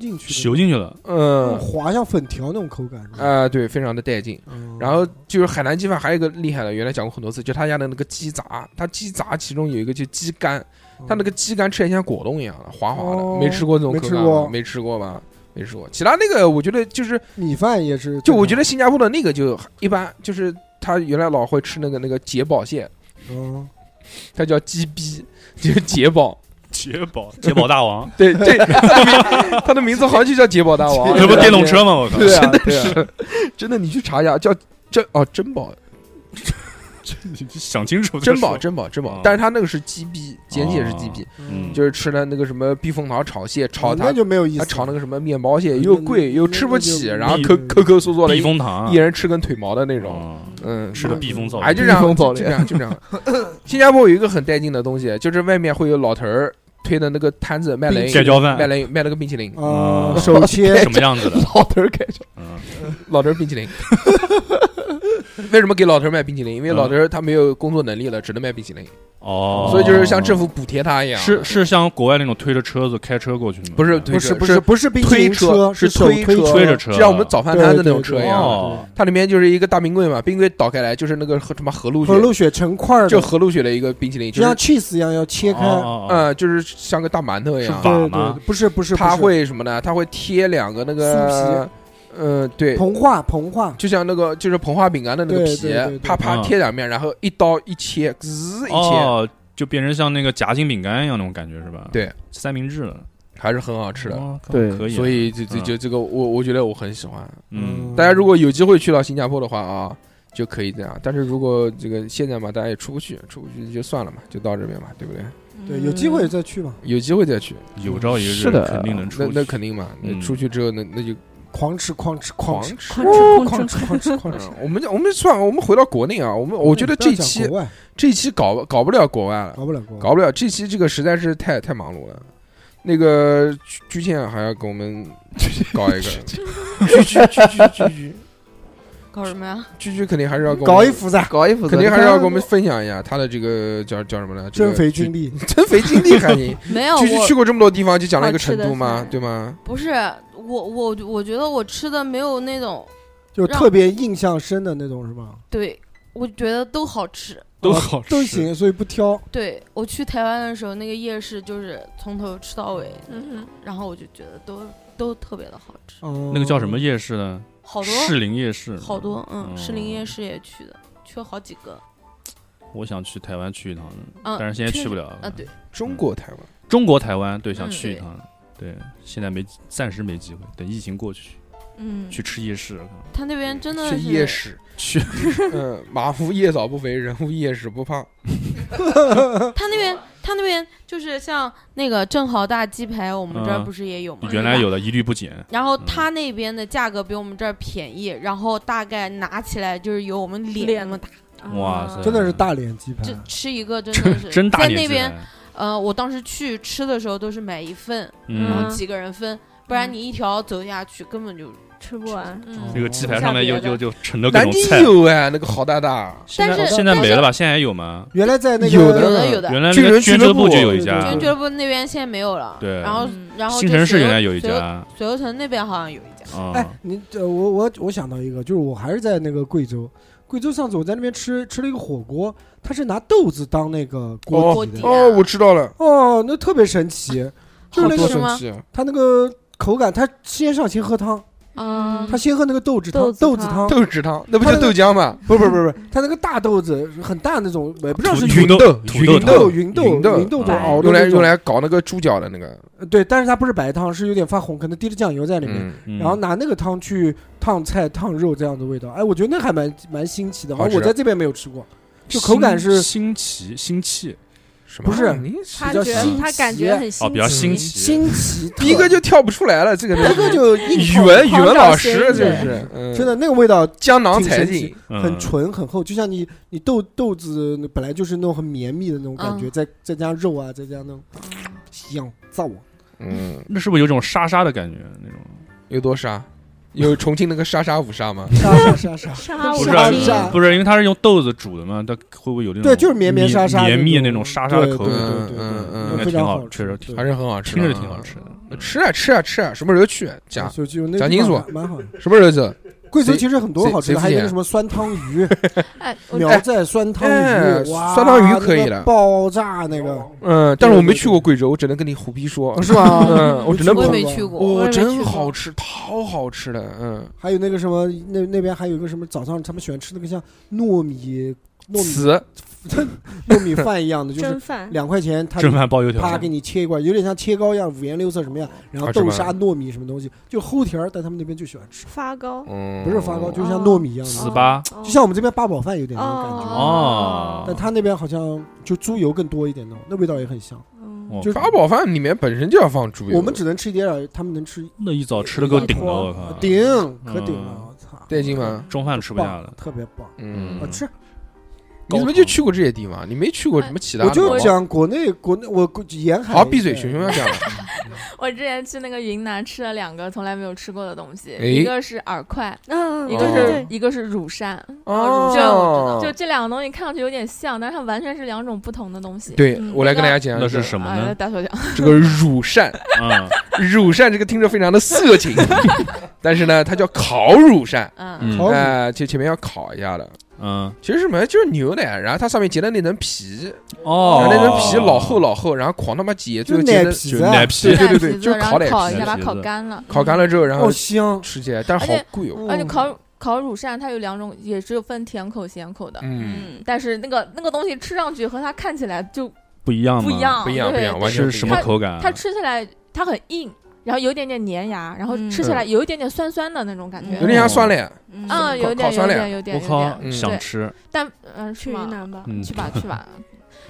S6: 进去的哦
S5: 修进去了，
S6: 那种
S2: 嗯
S6: 滑像粉条那种口感。是吧
S2: 啊，对，非常的带劲。
S6: 嗯
S2: 然后就是海南鸡饭还有一个厉害的，原来讲过很多次，就他家的那个鸡杂，他鸡杂其中有一个就鸡肝，他那个鸡肝吃起来像果冻一样的，滑滑的，
S6: 哦
S2: 没吃过这种
S6: 没
S2: 口
S6: 吃
S2: 感
S6: 过
S2: 吗没吃过吧？没吃过。其他那个我觉得就是，
S6: 米饭也是，
S2: 就我觉得新加坡的那个就一般，就是他原来老会吃那个那个捷宝蟹，
S6: 得，嗯，
S2: 它叫鸡逼，就是捷宝。
S5: 捷宝捷宝大王，
S2: 对，这他的名他的名字好像就叫捷宝大王，
S5: 这不电动车吗？我靠！
S2: 对啊，对啊，真的，你去查一下，叫珍哦，珍 宝，
S5: 你 想清楚，
S2: 珍宝，，珍宝，珍宝
S5: 哦。
S2: 但是他那个是鸡逼，简写是鸡逼，
S5: 嗯，
S2: 就是吃的那个什么避风塘炒蟹，炒
S6: 哦那
S2: 它
S6: 就没有意思
S2: 还
S6: 了，
S2: 炒那个什么面包蟹，又贵又吃不起，然后抠抠抠缩缩的，
S5: 避
S2: 一
S5: 风塘啊
S2: 人吃根腿毛的那种，
S5: 嗯
S2: 嗯，
S5: 吃的避风草，
S2: 哎，就这
S3: 避
S2: 样，
S3: 风
S2: 就
S3: 草
S2: 这样，就这样。 新加坡有一个很带劲的东西，就是外面会有老头儿推的那个摊子卖冷饮
S5: 盖，浇饭
S2: 卖冷饮卖那个冰淇淋，
S6: 啊
S5: 嗯，
S6: 手切
S5: 什么样子的？
S2: 老头儿开
S5: 嗯，
S2: 老头儿冰淇淋。 为什么给老头儿卖冰淇淋？因为老头儿他没有工作能力了，只能卖冰淇淋，
S5: 嗯哦，
S2: 所以就是像政府补贴他一样。
S5: 是是像国外那种推着车子开车过去的吗？
S2: 不是
S6: 不
S2: 推
S6: 是
S2: 车
S6: 不是不是冰淇
S2: 推
S6: 淋车，
S2: 是
S6: 手推
S2: 车，
S5: 推着车啊
S2: 就像我们早饭摊的那种车一样。
S5: 哦，
S2: 它里面就是一个大冰柜嘛，冰柜倒开来就是那个和什么和路雪
S6: 和，露雪成块儿的，
S2: 就和路雪的一个冰淇淋，
S6: 就
S2: 就
S6: 像
S2: 是
S6: cheese 一样要切开。
S5: 哦，哦
S2: 嗯，就是像个大馒头一样。
S5: 瓦
S6: 对
S5: 吗
S6: 对，不是不是，不
S2: 它
S6: 是
S2: 会什么呢？它会贴两个那个，嗯，对，
S6: 膨化膨化，
S2: 就像那个就是膨化饼干的那个
S6: 对
S2: 皮
S6: 对对对，
S2: 啪啪
S5: 嗯
S2: 贴两面，然后一刀一切，滋一切，
S5: 哦，就变成像那个夹心饼干一样那种感觉是吧？
S2: 对，
S5: 三明治了，
S2: 还是很好吃的。
S5: 哇靠
S3: 对
S5: 可以啊，
S2: 所以这这
S5: 嗯
S2: 就这个，我我觉得我很喜欢。
S5: 嗯，
S2: 大家如果有机会去到新加坡的话啊，就可以这样。但是如果这个现在嘛，大家也出不去，出不去就算了嘛，就到这边嘛，对不对？
S6: 对有机会再去嘛，
S2: 有机会再去，
S5: 有朝一日
S3: 是的
S5: 肯定能出
S2: 那
S5: 去，
S2: 那肯定嘛。那
S5: 嗯
S2: 出去之后，那那就
S6: 狂吃狂吃狂
S2: 狂
S6: 吃
S2: 吃。
S9: 狂吃
S6: 狂
S9: 狂
S6: 吃
S9: 吃
S6: 狂吃狂吃
S2: 嗯。 我们我们算我们回到国内啊，我们我觉得
S6: 不要
S2: 这
S6: 讲
S2: 期
S6: 国外
S2: 这期搞搞不了国外了，
S6: 搞不了国外，
S2: 搞不了。这期这个实在是太太忙碌了。那个鞠鞠倩还要给我们 搞一个， 鞠鞠鞠鞠鞠鞠
S8: 搞什么呀？
S2: 鞠鞠肯定还是要给我们
S6: 搞一复杂
S3: 搞衣服
S2: 肯定还是要给我 们分享一下他的这个叫叫什么呢？这个
S6: 增肥经历，
S2: 增肥经历还行。
S8: 没有，
S2: 去去
S8: 我
S2: 去过这么多地方，就讲了一个
S9: 好吃
S2: 成
S9: 的
S2: 都嘛
S9: 菜，
S2: 对吗？
S8: 不是我我我觉得我吃的没有那种，
S6: 就特别印象深的那种是吗？
S8: 对我觉得都好吃。
S5: 都好吃，
S6: 哦都行，所以不挑。
S8: 对我去台湾的时候，那个夜市就是从头吃到尾，
S4: 嗯
S8: 然后我就觉得都都特别的好吃，
S6: 嗯
S5: 那个叫什么？夜市呢？
S8: 好
S5: 士
S8: 多
S5: 林夜市，
S8: 好多，嗯，士林
S5: 哦
S8: 夜市也去的，去了好几个，
S5: 我想去台湾去一趟，
S8: 嗯，
S5: 但是现在
S8: 确
S5: 去
S8: 实
S5: 不了
S8: 啊，对，
S2: 中国台湾，
S5: 中国台湾，对，想
S8: 嗯
S5: 去一
S8: 对
S5: 趟，对，现在没暂时没机会，等疫情过去
S8: 嗯，
S5: 去吃夜市，
S8: 他那边真的
S2: 去
S8: 是
S2: 夜市，
S5: 去
S2: 嗯，马无夜草不肥，人无夜市不胖。
S8: 他那边，他那边就是像那个正好大鸡排，我们这儿
S5: 嗯
S8: 不是也有吗？
S5: 原来
S8: 对吧。
S5: 有的一律不减，
S8: 然后他那边的价格比我们这儿便宜，然后大概拿起来就是有我们脸
S9: 脸
S8: 那么大，
S9: 啊
S5: 哇塞，
S6: 真的是大脸鸡排，
S8: 这吃一个真的是
S5: 真大
S8: 在
S5: 年
S8: 那
S5: 纪
S8: 边，
S5: 了，
S8: 呃，我当时去吃的时候都是买一份，然
S5: 嗯
S8: 后，几个人分，不然你一条走下去根本就
S9: 嗯吃不完。
S8: 嗯
S5: 这个鸡排上面又
S8: 下别
S5: 又
S8: 的
S5: 就盛着各
S2: 南
S5: 种
S2: 京
S5: 菜，
S2: 有哎，那个好大大，
S5: 现在
S8: 但是
S5: 现在
S8: 但
S5: 没
S8: 是
S5: 了吧？现在还有吗？呃
S6: 原来在那个
S2: 有
S8: 有的
S2: 嗯
S8: 有的。
S5: 原来
S2: 巨
S5: 那个
S2: 人
S5: 捐
S2: 俱乐
S5: 折部
S2: 部
S5: 就有一
S6: 对
S5: 家
S8: 军，俱乐部那边现在没有了，
S5: 啊对
S8: 然后
S9: 嗯
S8: 然后
S5: 新
S8: 就
S5: 城
S8: 水
S5: 市原
S8: 游
S5: 来有一
S8: 水游
S5: 家，
S8: 水游城那边好像有一家，
S6: 哎
S5: 啊，，
S6: 你呃，我我我想到一个，就是我还是在那个贵州，贵州上次我在那边吃吃了一个火锅，它是拿豆子当那个锅底
S8: 锅底
S6: 的，
S2: 哦，我知道了，
S6: 哦，那特别神奇，就是那
S2: 多
S6: 个
S8: 是
S2: 神
S8: 吗
S2: 奇啊！
S6: 它那个口感，它先上先喝汤，
S8: 嗯
S6: 它先喝那个豆汁汤，
S9: 豆子汤
S6: 豆子汤，
S2: 豆汁汤，那不叫豆浆吗？
S6: 不是不是不是，它那个大豆子很大那种，我也不知道是
S5: 土
S2: 芸豆，
S5: 土
S2: 芸
S5: 豆汤
S2: 豆，
S6: 芸豆
S2: 芸豆，
S6: 芸豆
S5: 嗯
S2: 啊
S6: 熬的
S2: 用来
S6: 那种
S2: 用来搞那个猪脚的那个，
S6: 对，但是它不是白汤，是有点发红，可能滴了酱油在里面。
S2: 嗯，
S5: 嗯
S6: 然后拿那个汤去烫菜、烫肉这样的味道，哎，我觉得那还蛮蛮新奇的，
S2: 好
S6: 而
S2: 吃
S6: 我在这边没有吃过，就口感
S5: 新
S6: 是
S5: 新奇新气
S2: 什
S6: 不
S5: 啊
S6: 是
S2: 你
S9: 他
S6: 比较
S9: 觉
S6: 新
S9: 得他感觉
S6: 奇
S9: 很
S5: 哦，
S9: 新
S5: 比较新
S9: 奇，
S5: 奇，
S6: 新奇特。
S2: 逼哥就跳不出来了，这个
S6: 逼
S2: 人
S6: 哥就硬
S2: 语
S6: 泡
S2: 文语
S9: 狂
S2: 文
S9: 找
S2: 老
S9: 谐
S2: 师
S9: 音
S2: 这
S6: 梗
S2: 是，嗯
S6: 真的那个味道
S2: 江郎
S6: 挺
S2: 才
S6: 神
S2: 尽
S6: 奇。
S5: 嗯
S6: 很纯很厚，就像你你豆豆子本来就是那种很绵密的那种感觉，
S8: 嗯
S6: 再再加上肉啊，再加上那种
S9: 嗯
S6: 香燥啊，
S2: 嗯，
S5: 那是不是有种沙沙的感觉那种？
S2: 有多沙？有重庆那个沙沙五沙吗？
S6: 沙沙沙沙，
S9: 沙
S5: 不
S9: 五
S5: 是
S6: 沙
S5: 啊
S6: 沙
S9: 七
S5: 不是，因为它是用豆子煮的嘛，它会不会有那种
S6: 对，就是绵绵沙沙
S5: 绵
S6: 那
S5: 密
S6: 种
S5: 那种沙沙的口
S6: 对
S5: 感？
S6: 对对对对
S2: 嗯嗯嗯
S6: 对
S5: 应该
S6: 非
S5: 挺
S6: 常
S5: 好
S6: 好
S5: 确实
S6: 对
S2: 还是很好吃
S5: 听
S2: 的啊，
S5: 着挺好吃的。
S2: 吃啊吃啊吃啊，什么时候去？讲
S6: 就就那
S2: 讲
S6: 地
S2: 清
S6: 方
S2: 楚
S6: 还蛮好的。
S2: 什么时候走？
S6: 贵州
S2: 谁
S6: 其实很多
S2: 谁
S6: 好吃
S2: 谁啊
S6: 的，
S2: 付
S6: 还有那
S2: 钱
S6: 个什么酸汤 鱼、
S4: 哎，我
S6: 苗寨酸汤
S2: 哎
S6: 鱼，哇，
S2: 酸汤鱼可以
S6: 那个
S2: 了
S6: 爆炸那个
S2: 嗯，但是我没去过贵州，我只能跟你胡逼说，
S6: 哦是吧？
S2: 嗯我只能
S8: 我也没
S6: 过
S8: 去过，
S2: 哦
S9: 也没，去
S2: 真
S9: 过
S2: 好吃，好好吃的，嗯，
S6: 还有那个什么，那那边还有一个什么，早上他们喜欢吃那个像糯米糯米
S2: 糍
S6: 糯米饭一样的，就是
S9: 蒸饭，
S6: 两块钱，他
S5: 正饭包油条，
S6: 啪给你切一块，有点像切糕一样，五颜六色什么样，然后
S2: 啊是
S6: 豆
S2: 吧
S6: 沙、糯米什么东西，就齁甜儿，但他们那边就喜欢吃，
S9: 发
S5: 哦
S9: 糕，
S2: 嗯，
S6: 不是发糕，
S2: 就
S6: 就是像糯米一样
S5: 糍
S6: 的，
S5: 粑，
S9: 哦
S6: 就像我们这边八宝饭有点那种感觉，
S2: 啊
S5: 哦
S6: 但他那边好像就猪油更多一点那种，那味道也很香。
S9: 嗯
S5: 我
S6: 就是
S2: 八宝哦饭里面本身就要放猪油，
S6: 我们只能吃一点点，他们能吃
S5: 那一早吃的够顶的，我靠，
S6: 顶，可顶了，
S5: 嗯
S6: 我操，
S2: 带劲吗？
S5: 中饭吃不下
S6: 棒
S5: 了。
S6: 特别棒。
S2: 嗯
S6: 啊，，吃，
S2: 你怎么就去过这些地方？你没去过什么其他
S6: 我
S2: 的吗？
S6: 就讲国内国内，我国沿海。
S2: 好，闭嘴，熊熊要 讲了。
S4: 我之前去那个云南吃了两个从来没有吃过的东西，
S2: 哎
S4: 一个是饵块，
S9: 嗯，
S4: 一个
S9: 对
S4: 是
S9: 对
S4: 一个是乳扇。
S2: 哦，
S4: 就这两个东西看上去有点像，但是它完全是两种不同的东西。
S2: 对
S9: 嗯
S2: 我来跟大家讲
S5: 那
S2: 一
S5: 是
S2: 下
S5: 什么
S4: 啊，
S5: 呢？
S4: 大手讲，
S2: 这个乳扇，
S5: 啊，
S2: 乳扇这个听着非常的色 情，但是呢，它叫烤乳扇，
S4: 嗯，
S5: 嗯
S6: 烤乳
S2: 哎，就前面要烤一下的。
S5: 嗯，
S2: 其实什么就是牛奶，然后它上面结的那层皮，然
S5: 哦
S2: 后，那层皮老厚，老厚，然后狂他妈结，
S6: 就
S2: 最后结
S6: 奶
S2: 的
S6: 皮
S5: 就
S6: 子啊，
S5: 奶皮
S2: 对，对对
S4: 皮子，
S2: 就是
S4: 然
S2: 烤
S4: 后
S2: 奶
S4: 烤一
S5: 皮
S4: 下，把它
S5: 皮
S4: 烤
S5: 子
S4: 干了，哦
S2: 烤干了之后，然
S6: 好
S2: 后
S6: 香。
S2: 吃起来，但
S4: 而
S2: 是好
S4: 且
S2: 贵哦。
S4: 而且烤烤乳扇它有两种，也是有分甜口咸口的。
S2: 嗯，
S9: 嗯，
S4: 但是那个那个东西吃上去和它看起来就
S5: 不一样吗？
S4: 不一，样，
S2: 不一样，不一
S4: 对
S2: 样，完全不
S5: 是
S2: 一
S5: 什
S2: 样
S5: 么口感？啊
S4: 它吃起来它很硬，然后有一点点粘牙，然后
S9: 嗯
S4: 吃起来有一点点酸酸的那种感觉。
S2: 有点像酸奶，
S9: 嗯
S4: 嗯，有
S2: 烤
S4: 点
S2: 烤酸
S4: 有
S2: 了
S4: 点有点
S5: 我
S4: 有
S5: 靠
S4: 点，，
S2: 嗯
S5: 想
S4: 对
S5: 吃，
S4: 但嗯，是
S9: 去云
S4: 吗？
S9: 南吧，
S5: 嗯，
S4: 去吧去吧。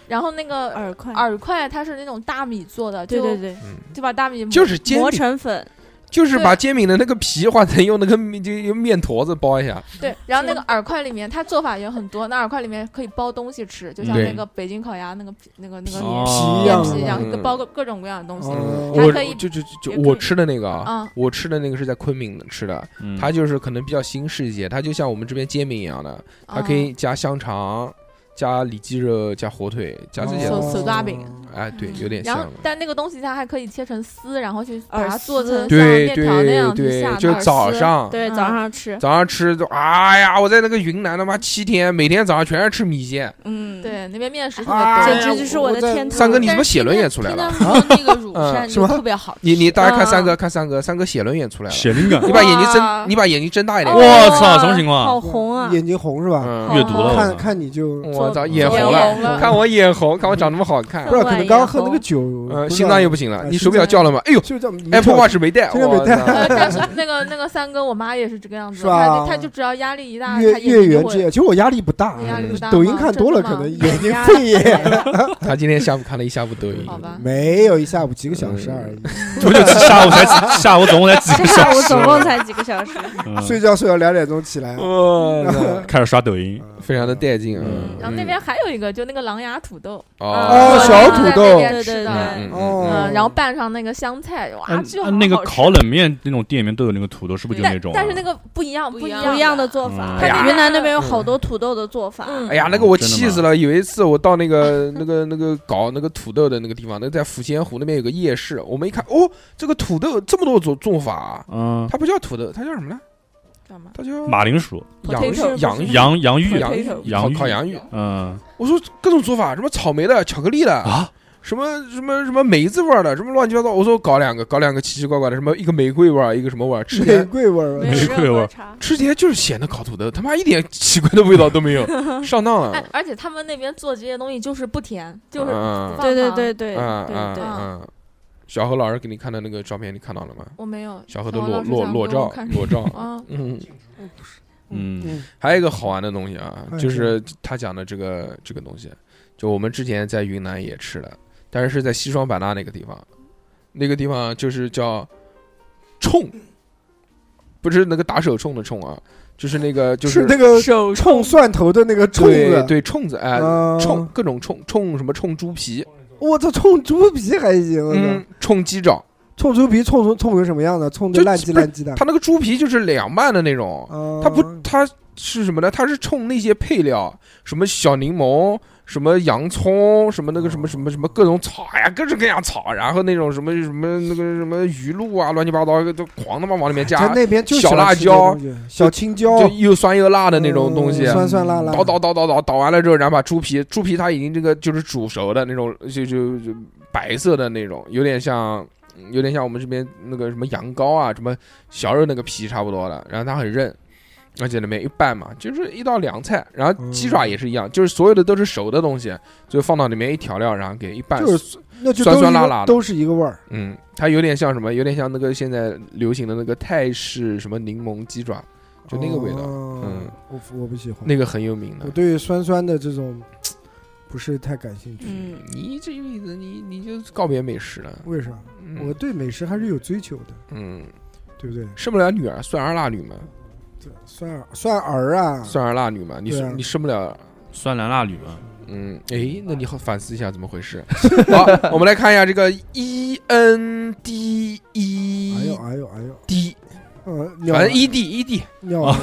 S4: 然后那个
S9: 饵块，
S4: 饵块它是那种大米做的，
S9: 对
S4: 就
S9: 对对，
S4: 就把大米磨
S2: 嗯就是煎
S9: 磨
S2: 饼，
S9: 成粉，
S2: 就是
S4: 对
S2: 把煎饼的那个皮换成用那个面就用面坨子包一下。
S4: 对，然后那个饵块里面它做法也很多，那饵块里面可以包东西吃，就像
S2: 对
S4: 那个北京烤鸭那个那个那个面
S6: 皮
S5: 哦
S6: 一
S4: 面
S6: 样
S4: 皮一
S6: 的
S4: 样，
S2: 嗯
S4: 就包个各种各样的东西。
S5: 嗯
S6: 哦
S4: 还
S2: 我
S4: 可以
S2: 就就就
S4: 也可以
S2: 我吃的那个啊
S4: 嗯，
S2: 我吃的那个是在昆明吃的，
S5: 嗯
S2: 它就是可能比较新式一些，它就像我们这边煎饼一样的，它可以加香肠、加里脊肉、加火腿、加这些
S4: 手
S2: 东西。
S4: 手抓饼
S2: 哎，对，有点
S4: 然
S2: 像
S4: 后，
S2: 了。
S4: 但那个东西它还可以切成丝，然后去把
S9: 饵
S4: 它做
S9: 丝
S4: 成像
S2: 对
S4: 面条那
S2: 对
S4: 样去下的
S2: 对，就
S4: 饵
S2: 早
S4: 丝
S2: 上
S9: 对，
S4: 嗯
S9: 早上吃，
S2: 早上吃就哎呀，我在那个云南他妈七天，每天早上全是吃米线。
S9: 嗯，，
S4: 对那边面食特别
S6: 啊
S4: 多，
S9: 简直就是我的天堂。
S2: 三哥，你
S8: 但
S2: 怎么写轮眼出来了？
S8: 听他们说那 个乳
S2: 嗯
S8: 扇
S6: 是
S8: 就
S6: 吗
S8: 特别好吃，
S2: 你你大家看三
S9: 啊
S2: 哥，看三哥，三哥写轮眼出来了。
S5: 血灵感，
S2: 你把眼睛
S4: 哇
S2: 睁，你把眼睛睁大一点。
S5: 我啊操，什么情
S9: 好
S5: 况？
S9: 红啊！
S6: 眼睛红是吧？
S2: 嗯
S5: 阅读了，我
S6: 看
S5: 靠
S6: 看你就
S2: 我操，
S9: 做
S2: 嗯眼
S4: 眼
S2: 红
S4: 红了
S2: 了，看我眼红，看我长那么好看
S6: 不知，道，可能刚刚喝那个
S9: 眼
S6: 酒，
S2: 嗯，
S6: 不知
S2: 心
S6: 道
S2: 脏又不行了
S6: 哎。
S2: 你手表叫了吗？哎呦
S6: 就叫迷
S2: ，Apple
S6: 跳
S2: Watch 没带，
S6: 真的
S2: 我
S6: 没带
S2: 操
S4: 呃，但是那个那个三哥，我妈也是这个样子，
S6: 是吧
S4: 她就她就只要压力一呃大，她
S6: 月月
S4: 眼睛
S6: 圆
S4: 就
S6: 之
S4: 会
S6: 夜，其实我压力不大，
S4: 压力不大吗。
S6: 抖音看多了可能眼睛费眼。
S2: 他今天下午看了一下午抖音，嗯
S4: 好吧。
S6: 没有一下午几个小时而已，
S5: 多久？下 午才几下午总共才
S9: 这
S5: 几个
S9: 下
S5: 小
S9: 午
S5: 时？
S9: 总共才几个小时，
S5: 嗯
S6: 睡觉睡到两点钟起来，
S2: 哦，
S5: 开始刷抖音，
S2: 非常的带劲，嗯
S5: 嗯，
S4: 然后那边还有一个，就那个狼牙土豆，嗯
S2: 哦
S6: 哦小土豆
S4: 在那边
S9: 对
S4: 吃
S9: 对
S4: 的，
S9: 对
S2: 嗯
S6: 哦
S4: 嗯，然后拌上那个香菜，哇，
S5: 按
S4: 就
S5: 按那个烤
S4: 冷，
S5: 冷面那种店里面都有那个土豆，是不是就
S4: 但
S5: 那种啊？
S4: 但是那个不一样，一
S8: 不
S9: 不一样
S4: 样
S9: 的，做法。
S5: 哎
S2: 呀
S9: 云南那边有好多土豆的做法，
S4: 嗯
S2: 哎呀，那个我
S5: 真的吗
S2: 气死了！有一次我到那个那个那个搞那个土豆的那个地方，那在抚仙湖那边有个夜市，我们一看，哦，这个土豆这么多种种法啊，
S5: 嗯，
S2: 它不叫土豆，它叫什么呢？
S4: 干嘛？
S2: 它叫
S5: 马铃薯、
S2: 洋芋
S4: Potato，
S2: 洋芋
S5: 洋洋芋，
S2: 洋芋
S5: 洋芋
S2: 烤烤洋芋。
S5: 嗯
S2: 我说各种做法，什么草莓的、巧克力的，
S5: 啊，
S2: 什么什么什么梅子味儿的，什么乱七八糟。我说搞两个，搞两个奇奇怪怪的，什么一个玫瑰味儿，一个什么味儿，吃起
S6: 玫
S2: 来
S6: 瑰味儿吧
S5: 没有任何
S9: 差。
S2: 吃起来就是咸的烤土豆，他妈一点奇怪的 味道都没有， 上当了
S4: 哎。，而且他们那边做这些东西就是不甜，就是
S2: 嗯
S4: 不放
S9: 对对
S4: 糖
S9: 对对
S2: 嗯
S9: 对
S2: 嗯
S9: 对，
S2: 嗯，小何老师给你看的那个照片，你看到了吗？
S4: 我没有
S2: 小何的
S4: 小何
S2: 裸
S4: 老师
S2: 裸
S4: 想
S2: 裸
S4: 给我
S2: 照
S4: 看，
S2: 裸照。
S4: 啊，
S2: 嗯，
S5: 嗯，
S2: 还有一个好玩的东西啊
S6: 哎，
S2: 就是他讲的这个这个东西，就我们之前在云南也吃了，但是是在西双版纳那个地方，那个地方就是叫冲，不是那个打手冲的冲啊，就是那个就是是
S6: 那个
S4: 手
S6: 冲蒜头的那个冲
S2: 对
S6: 子，
S2: 对冲子哎，
S6: 嗯
S2: 冲，各种冲冲什么冲猪皮，
S6: 我操，冲猪皮还行，我操
S2: 嗯，冲鸡爪，
S6: 冲猪皮冲成冲成什么样的？冲的
S2: 就
S6: 烂鸡
S2: 不是
S6: 烂鸡的，哦
S2: 它那个猪皮就是两瓣的那种，
S6: 它
S2: 它不，它是什么呢？它是冲那些配料，什么小柠檬，什么洋葱，什么那个什么什么什么各种草哎呀，各种各样草，然后那种什么什么那个什么鱼露啊，乱七八糟都狂他妈往里面
S6: 在
S2: 加，
S6: 那边就
S2: 小
S6: 喜欢
S2: 辣
S6: 吃这些
S2: 椒
S6: 东西、小青椒
S2: 就又酸又辣的那种东西，啊
S6: 嗯酸酸辣辣。
S2: 倒倒倒倒倒倒完了之后，然后把猪皮，猪皮它已经这个就是煮熟的那种，就就就白色的那种，有点像有点像我们这边那个什么羊羔啊，什么小肉那个皮差不多了。然后它很韧，而且里面一拌嘛，就是一道凉菜。然后鸡爪也是一样，就是所有的都是熟的东西，就放到里面一调料，然后给一拌。
S6: 就是那就都
S2: 酸
S6: 是
S2: 酸
S6: 一
S2: 辣
S6: 个
S2: 辣的
S6: 都是一个味儿。
S2: 嗯，它有点像什么？有点像那个现在流行的那个泰式什么柠檬鸡爪，就那个味道，
S6: 哦
S2: 嗯，
S6: 我我不喜欢。
S2: 那个很有名的
S6: 我。对酸酸的这种不是太感兴趣。
S9: 嗯，
S2: 你这辈子你你就告别美食了。
S6: 为啥？
S2: 嗯
S6: 我对美食还是有追求的，
S2: 嗯，
S6: 对不对？
S2: 生不了女儿，算儿辣女嘛，
S6: 对，酸儿酸儿啊，
S2: 算儿辣女嘛，你
S6: 对
S2: 说
S6: 啊
S2: 你生不了，
S5: 酸男辣女嘛，
S2: 嗯，诶，那你好反思一下怎么回 事。好，我们来看一下这个 E N D
S6: 哎呦
S2: E
S6: 哎呦哎呦，
S2: D，
S6: 嗯，
S2: 反
S6: 鸟
S2: 正 E D E D
S6: 鸟
S5: 啊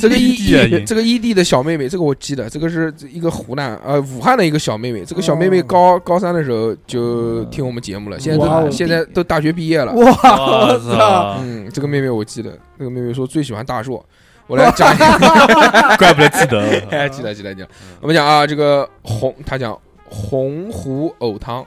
S2: 这个 E
S5: ED 啊你
S2: D 这个 E D 的小妹妹，这个我记得，这个是一个湖南呃武汉的一个小妹妹，这个小妹妹
S6: 哦
S2: 高高三的时候就听我们节目了，现在
S6: 哇
S2: 都
S6: 哦
S2: 现在都大学毕业了。
S6: 哇，哦
S5: 我操，
S2: 嗯，这个妹妹我记得，这个妹妹说最喜欢大硕。我来 讲一 个，
S5: 怪不得记得了嗯
S2: 哎，记得记得记得。我们讲啊，这个红，他讲洪湖藕汤，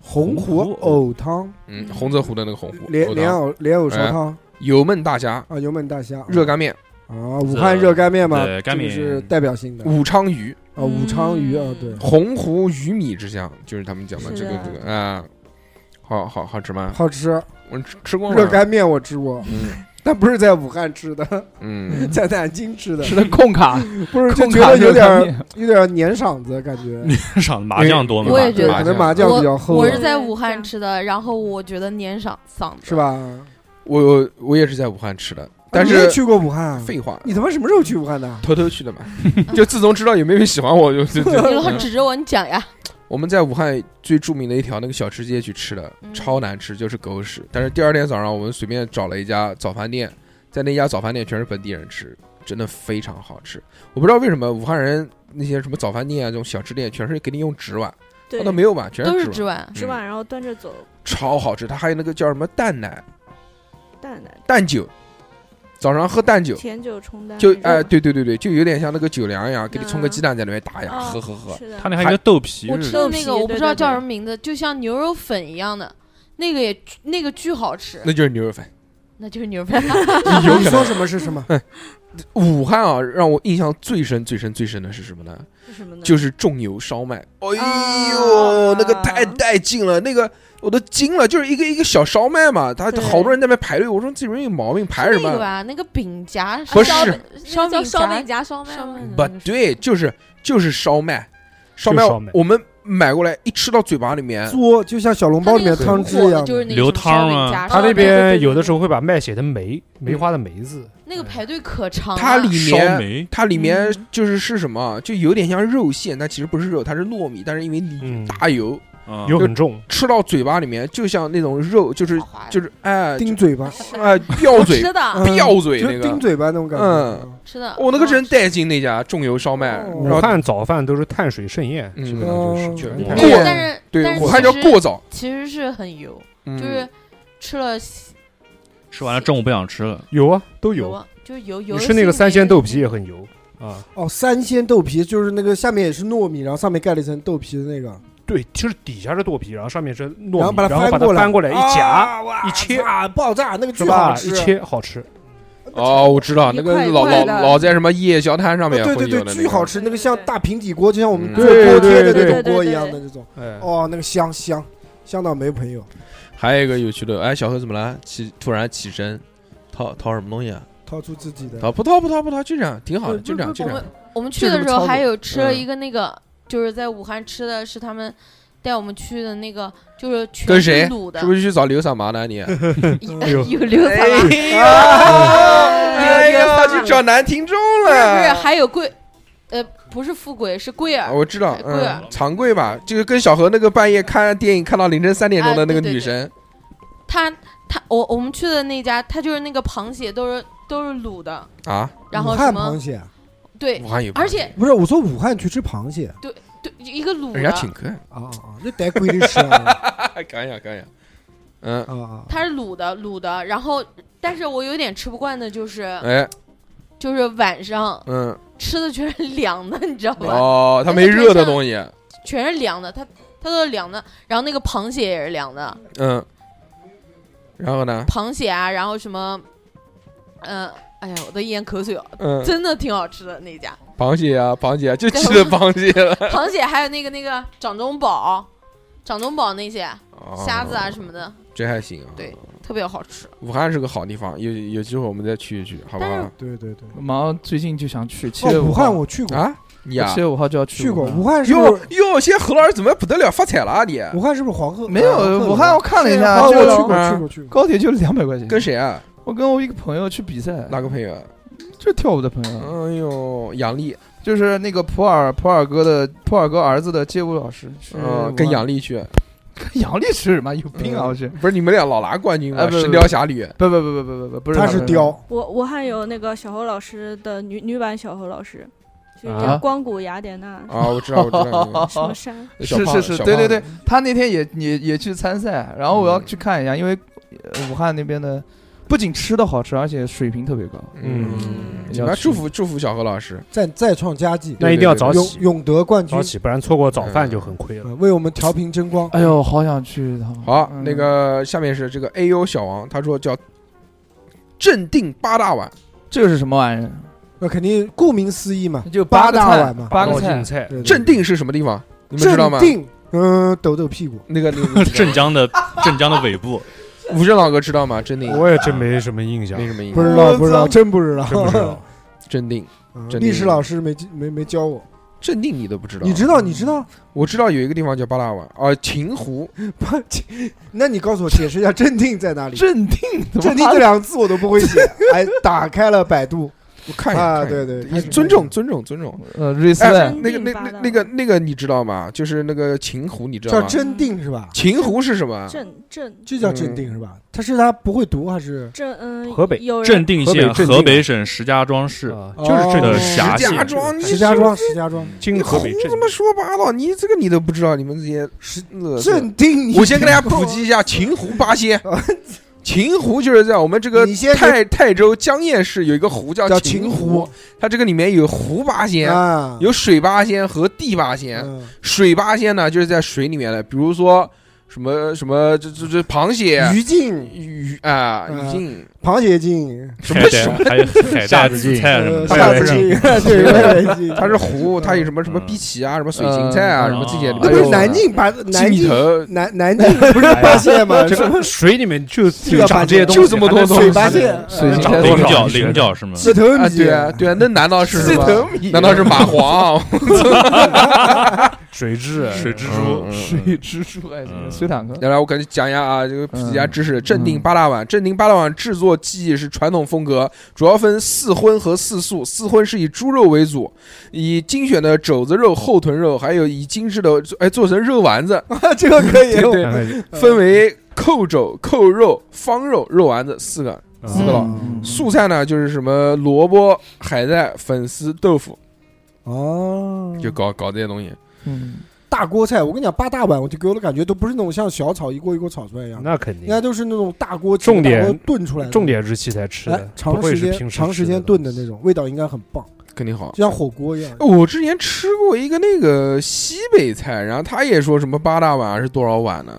S6: 红
S5: 红
S6: 湖
S5: 湖
S6: 藕汤，
S2: 嗯，洪泽湖的那个洪湖
S6: 莲
S2: 藕
S6: 莲
S2: 汤，
S6: 藕莲藕烧汤
S2: 哎油焖大虾、
S6: 啊，油焖大虾，
S2: 热干面、
S6: 啊，武汉热干面嘛，
S5: 对干面
S6: 这个是代表性的
S2: 武昌鱼、
S6: 啊，武昌鱼啊，对，
S2: 洪湖鱼米之乡，就是他们讲的
S9: 是
S2: 这个
S9: 的
S2: 这个啊，好好好吃吗？
S6: 好吃。
S2: 我吃吃光
S6: 热
S2: 了，
S6: 干面我吃过，
S2: 嗯
S6: 但不是在武汉吃的，
S2: 嗯，
S6: 在南京吃的，
S3: 吃的控卡，
S6: 不是就
S3: 控
S6: 觉
S3: 卡
S6: 得有
S3: 热
S6: 点
S3: 干
S6: 儿
S3: 面
S6: 有点儿粘嗓子感觉，
S5: 上麻酱多嘛，
S8: 我也觉
S6: 对，
S8: 得
S6: 可能麻
S2: 酱
S6: 酱比较厚
S8: 我
S6: 了，
S8: 是
S9: 了
S8: 在武汉吃的，然后我觉得粘嗓嗓 子
S6: 是？吧？
S2: 我我我也是在武汉吃的，但
S6: 你也
S2: 是
S6: 去过武汉啊，
S2: 废话，
S6: 你他妈什么时候去武汉的？
S2: 偷偷去的嘛， 就自从知道有妹妹喜欢我，就就 就
S8: 你老指着我，你讲呀。
S2: 我们在武汉最著名的一条那个小吃街去吃的，
S8: 嗯
S2: 超难吃，就是狗屎。但是第二天早上，我们随便找了一家早饭店，在那家早饭店全是本地人吃，真的非常好吃。我不知道为什么武汉人那些什么早饭店啊，这种小吃店，全是给你用纸碗，
S9: 对
S2: 他都，没有碗，全
S8: 都是
S2: 纸
S8: 纸
S2: 碗，嗯
S8: 碗，
S9: 吃完然后端着走，
S2: 超好吃。它还有那个叫什么淡奶、
S9: 淡淡
S2: 淡酒，早上喝淡酒，
S9: 甜酒冲淡
S2: 就
S9: 那种
S2: 哎，对对对对，就有点像那个酒凉一样，给你冲个
S9: 嗯
S2: 鸡蛋在里面打呀，
S9: 哦
S2: 喝喝喝。
S9: 是的，
S5: 他那还有一个豆皮
S8: 我
S5: 是
S8: 吃
S5: 吧，
S8: 的那个
S9: 豆皮
S8: 我不知道
S9: 对对对
S8: 叫什么名字，就像牛肉粉一样的，那个也巨那个巨好吃，
S2: 那就是牛肉粉，
S8: 那就是牛肉粉。
S2: 有
S6: 你说
S2: 可能。哎
S6: 什么是什么？
S2: 武汉啊，让我印象最深、最深、最深的是什么呢？
S9: 是什么呢？
S2: 就是重油烧麦，哎呦，
S9: 啊
S2: 那个太带劲了，那个我都惊了，就是一个一个小烧麦嘛，他
S9: 对
S2: 好多人在那边排队，我说这人有毛病，排什
S8: 那个
S2: 么？
S8: 吧，那个饼夹
S2: 不
S8: 烧
S2: 是
S4: 烧
S8: 那个叫
S4: 饼
S8: 烧饼
S4: 夹烧麦
S8: 烧
S4: 吗
S8: 麦的
S2: 不
S8: 那
S9: 嗯
S8: 个是
S2: 对，就是就是烧麦，烧
S7: 就烧麦
S2: 我们买过来一吃到嘴巴里面，
S6: 嘬就像小笼包里面汤汁一样，
S8: 就是那个
S5: 流
S8: 什么
S5: 汤
S8: 烧饼
S5: 啊
S8: 夹
S7: 他
S8: 烧
S7: 那
S8: 麦
S7: 边有的时候会把麦写成
S6: 嗯
S7: 梅梅花的梅字，
S8: 那个排队可长了，
S2: 它里
S5: 烧
S2: 面
S5: 梅，
S2: 它里面
S9: 嗯
S2: 就是是什么，啊就有点像肉馅，但其实不是肉，它是糯米，但是因为里
S7: 嗯，
S2: 大油，
S5: 啊
S7: 油很重，
S2: 吃到嘴巴里面就像那种肉，就是
S8: 滑滑的
S2: 就是哎
S6: 钉嘴巴，
S2: 就哎吊
S8: 我
S2: 嘴
S8: 吃的
S6: 嗯
S2: 吊嘴
S6: 就
S2: 那
S6: 是
S2: 个
S6: 钉嘴巴那种感觉。嗯
S2: 嗯
S8: 吃的，
S2: 我那个真
S8: 真
S2: 带劲，那家重油烧麦，
S6: 哦
S2: 然
S7: 武
S2: 后
S7: 汉早饭都是碳水盛宴，
S2: 嗯
S7: 基本上就是
S2: 就是
S7: 全
S2: 过
S7: 碳
S2: 过
S7: 水。
S8: 但是但
S2: 对
S8: 是
S2: 武
S8: 其
S2: 汉叫
S8: 实
S2: 过早，嗯
S8: 其实是很油，
S2: 就
S8: 就是吃了西
S5: 吃完了中午不想吃了，
S7: 有啊，都
S8: 油
S7: 有。
S8: 啊，就是油油
S7: 你
S8: 的
S7: 吃那
S8: 性
S7: 个
S8: 质
S7: 三鲜
S8: 也
S7: 豆
S8: 是
S7: 皮也很油啊，
S6: 哦，三鲜豆皮就是那个下面也是糯米，然后上面盖了一层豆皮的那个，
S7: 对，就是底下是豆皮，然后上面是
S6: 然
S7: 糯
S6: 后
S7: 米，
S6: 把
S7: 然后
S6: 它
S7: 把它
S6: 过来，
S7: 翻过来一夹，
S6: 啊，哇
S7: 一切
S6: 操爆炸，那个
S7: 是
S6: 巨好
S7: 吧？
S6: 吃
S7: 一，切好吃，
S2: 哦，我知道那
S4: 一
S2: 个
S4: 块一
S2: 老
S4: 块
S2: 老
S4: 的
S2: 老在什么夜夜宵摊上
S6: 啊
S2: 面
S6: 对
S2: 会
S6: 对对，
S2: 有的
S6: 巨好
S2: 那
S6: 吃，
S9: 对
S6: 那个
S9: 对
S6: 像
S9: 对
S6: 大平底锅，就像我们
S2: 嗯
S6: 做
S7: 对
S6: 锅贴的
S7: 对
S6: 那
S7: 对
S6: 种锅一样
S9: 对
S6: 的那种，
S7: 哎，
S6: 哦，那个香香香到没朋友，
S2: 个。还有一个有趣的，哎，小何怎么了？起突然起身，掏掏什么东西啊？
S6: 掏出自己的
S2: 掏不掏不掏不掏，就这样，挺好的，
S6: 不
S2: 就这样，就这
S8: 我
S2: 样
S8: 们。我们去
S2: 就是
S8: 的
S2: 这么
S8: 时候
S2: 操
S8: 还
S2: 作
S8: 有吃了
S2: 嗯
S8: 一个那个，就是在武汉吃的是他们带我们去的那个，就是全
S2: 跟
S8: 是
S2: 谁
S8: 卤的
S2: 是，不是去找刘三麻呢？你
S8: 有有刘三妈，不是
S2: 哎呀，去找男听众
S8: 不是，
S2: 了。
S8: 还有贵，呃，不是富贵，是贵
S2: 啊
S8: 儿，
S2: 我知道，
S8: 贵
S2: 嗯
S8: 啊，
S2: 常贵吧，就是跟小何那个半夜看电影看到凌晨三点钟的
S8: 啊
S2: 那个
S8: 对对
S2: 女
S8: 对
S2: 神，
S8: 他他我我们去的那家，他就是那个螃蟹都是都是卤的，
S2: 啊，
S8: 然
S6: 武
S8: 后什
S6: 汉螃
S8: 么
S6: 蟹啊，
S8: 对
S2: 武，汉有螃蟹，
S8: 而且
S6: 不是我说武汉去吃螃蟹，
S8: 对对一个卤
S2: 人家
S8: 的，
S2: 请客，
S6: 啊啊啊！那得规律吃啊
S2: 干呀干呀， 嗯，
S6: 啊啊！
S8: 它是卤的卤的，然后但是我有点吃不惯的就是
S2: 哎，
S8: 就是晚上
S2: 嗯，
S8: 吃的全是凉的，你知道吧？
S2: 哦，他没热的东西，
S8: 全是凉的，它它都是凉的，然后那个螃蟹也是凉的，
S2: 嗯，然后呢，
S8: 螃蟹啊，然后什么，嗯、哎呀，我都咽口水了，
S2: 嗯，
S8: 真的挺好吃的那家
S2: 螃蟹啊，螃蟹啊，就记得螃蟹了，
S8: 螃蟹，还有那个那个掌中宝，掌中宝那些虾子啊
S2: 哦，
S8: 什么的，
S2: 这还行啊。
S8: 对，特别好吃。
S2: 武汉是个好地方，有有机会我们再去一去，好不好？
S6: 对对对。
S3: 忙，最近就想去七月
S6: 哦，
S3: 五
S6: 武
S3: 号
S6: 汉，我去过，
S2: 啊，你啊
S3: 七，月五号就要去
S6: 去过。武
S3: 武汉。
S6: 汉是不
S2: 哟
S6: 是
S2: 哟，现在何老师怎么不得了，发财了啊你？
S6: 武汉是不是黄鹤？
S3: 没有武汉，我看了一下，
S6: 啊，我
S3: 就
S6: 去过，
S2: 嗯
S6: 去过，去过。
S3: 高铁就两百块钱。
S2: 跟？谁啊？
S3: 我跟我一个朋友去比赛，
S2: 哪个朋友啊？
S3: 就跳舞的朋友，
S2: 哎呦，杨丽，
S3: 就是那个普洱普洱哥的普洱哥儿子的街舞老师，是
S2: 嗯，跟
S3: 武汉
S2: 杨丽去，
S3: 跟杨丽吃什么？有病啊！
S2: 嗯
S3: 我去，
S2: 不是你们俩老拿冠军吗？
S3: 哎不不不
S2: 神雕侠侣》
S3: 不不不不不不不是
S6: 他
S3: 不
S6: 是
S3: 不
S6: 雕，
S9: 我我还有那个小侯老师的女女版小侯老师，就是
S5: 啊
S9: 叫光谷雅典娜，
S2: 啊，我 知道，我知道那个。
S9: 什么山，
S2: 小
S3: 是
S2: 胖
S3: 是
S2: 子
S3: 是，
S2: 小
S3: 对
S2: 胖
S3: 对
S2: 子
S3: 对，他那天也也也去参赛，然后我要
S2: 嗯
S3: 去看一下，因为呃武汉那边的不仅吃的好吃，而且水平特别高。
S2: 嗯，你
S3: 要
S2: 们
S3: 去
S2: 祝福祝福小何老师，
S6: 再再创佳绩，
S7: 那一定要早
S6: 永
S7: 起，
S6: 永得冠军
S7: 早，起，不然错过早饭就很亏了。
S6: 呃为我们调频争光。
S3: 哎呦，好想去一趟。
S2: 好，
S3: 嗯
S2: 那个下面是这个 A U 小王，他说叫镇定八大碗，
S3: 这个是什么玩意儿？
S6: 那肯定顾名思义嘛，
S3: 就
S6: 八
S3: 个
S6: 大
S3: 菜
S6: 碗嘛哦
S3: 八个
S7: 高
S3: 菜
S7: 兴。菜，
S6: 对对
S2: 镇定是什么地方？你们知道吗
S6: 镇？定，嗯，抖抖屁股。
S2: 那个那个
S5: 镇江的镇江的尾部，
S2: 武正老哥知道吗？镇定
S7: 我也真没什么印象
S2: 没，什么印
S6: 不
S2: 象，
S6: 知
S3: 我
S6: 道，
S3: 操
S6: 不知道，真不知道。
S7: 真不知道。
S2: 镇定
S6: 嗯
S2: 真的
S6: 历史老师没没没教我，
S2: 镇定你都不知道，
S6: 你知道你知道？
S2: 我知道有一个地方叫八大碗啊，秦湖
S6: 不， 那你告诉我解释一下镇定在哪里？
S3: 镇定，
S6: 镇定
S3: 他妈
S6: 这
S3: 的
S6: 两个字我都不会 写，还打开了百度
S2: 我看一眼
S6: 啊
S2: 看一眼
S6: 对对他
S2: 你
S6: 是
S2: 尊重尊重尊重。
S3: 呃，respect
S2: 哎，
S9: 镇
S2: 那个
S9: 定
S2: 那
S9: 八
S2: 那
S9: 大碗
S2: 那个那个你知道吗？就是那个秦湖，你知道
S6: 叫
S2: 吗？
S6: 镇定是吧？
S2: 秦湖是什么？嗯
S9: 镇镇
S6: 就叫镇定是吧？他是他不会读还是？
S9: 镇，嗯，
S7: 河北
S9: 有人
S5: 镇定
S7: 河北
S5: 县
S7: 镇定
S5: 河北省石家庄市
S7: 啊
S6: 哦
S7: 就是这
S5: 的
S7: 个
S5: 辖
S2: 石
S5: 县
S2: 家庄，你
S6: 石家庄，石家庄，
S7: 经河北
S2: 你胡
S7: 镇
S2: 他妈说八道，你这个你都不知道，你们这些是恶心
S6: 镇定你。
S2: 我先跟大家普及一下秦湖八 仙。秦湖就是在我们这个
S6: 哦你先给
S2: 泰泰州江堰市有一个湖叫
S6: 叫
S2: 秦
S6: 秦湖，
S2: 它这个里面有湖八仙，
S6: 啊，
S2: 有水八仙和地八仙。
S6: 嗯
S2: 水八仙呢，就是在水里面的，比如说什么什么这这这螃蟹、
S6: 鱼镜、
S2: 鱼啊、
S6: 嗯
S2: 鱼镜，
S6: 螃蟹镜、
S2: 什么
S5: 海
S2: 什
S5: 带
S2: 么，
S5: 还有海带紫菜什么
S6: 呃
S5: 的，
S6: 下次
S5: 对
S6: 镜
S5: 对，
S6: 对，外围镜。
S2: 它是湖，它有什么什么
S5: 嗯
S2: 碧琪啊、什么水芹菜啊、
S3: 嗯
S2: 什么这些。
S6: 那不
S2: 哎
S6: 是
S2: 呦
S6: 南京把
S2: 鸡
S6: 南
S2: 米
S6: 京
S2: 头，
S6: 南南京不是八仙 吗？
S7: 哎这个水里面就
S6: 这
S7: 就
S6: 个
S7: 长这些东西，
S2: 就这么多东西
S6: 水八仙，
S7: 哎
S3: 水晶
S5: 长
S3: 太多
S5: 菱
S3: 了
S5: 角菱角是吗？
S6: 鸡头
S2: 啊，
S6: 米，
S2: 对啊，对啊，那 难道是什么？
S6: 米
S2: 难道是蚂蟥？啊
S7: 水质
S5: 水蜘
S2: 嗯嗯
S5: 蛛，
S3: 水蜘蛛，哎，这个
S5: 嗯
S3: 水坦克，
S2: 来，我赶紧讲一下啊，这个普及一下知识。镇定
S3: 嗯
S2: 八大碗，镇定八大碗制作技艺是传统风格，主要分四荤和四素。四荤是以猪肉为主，以精选的肘子肉、后臀肉，还有以精致的哎做成肉丸 子，
S6: 这个可以，
S2: 对
S7: 哎
S2: 分为扣肘、扣肉、方肉、肉丸子四个。
S7: 嗯
S2: 个了
S3: 嗯
S2: 素菜呢就是什么萝卜、海带、粉丝、豆腐，
S6: 哦，
S2: 就搞搞这些东西。
S3: 嗯，
S6: 大锅菜。我跟你讲，八大碗，我就给我的感觉都不是那种像小炒一锅一锅炒出来一样的，
S7: 那肯
S6: 应
S7: 定
S6: 该。都是那种大锅鸡
S7: 重点
S6: 大锅炖出来的，
S7: 重点日期才吃的
S6: 哎，，
S7: 不
S6: 长
S7: 会
S6: 时
S7: 是平
S6: 间
S7: 时
S6: 长时间炖的那
S7: 种。
S6: 种，味道应该很棒，
S2: 肯定好
S6: 就。像火锅一样。
S2: 我之前吃过一个那个西北菜，然后他也说什么八大碗还是多少碗呢？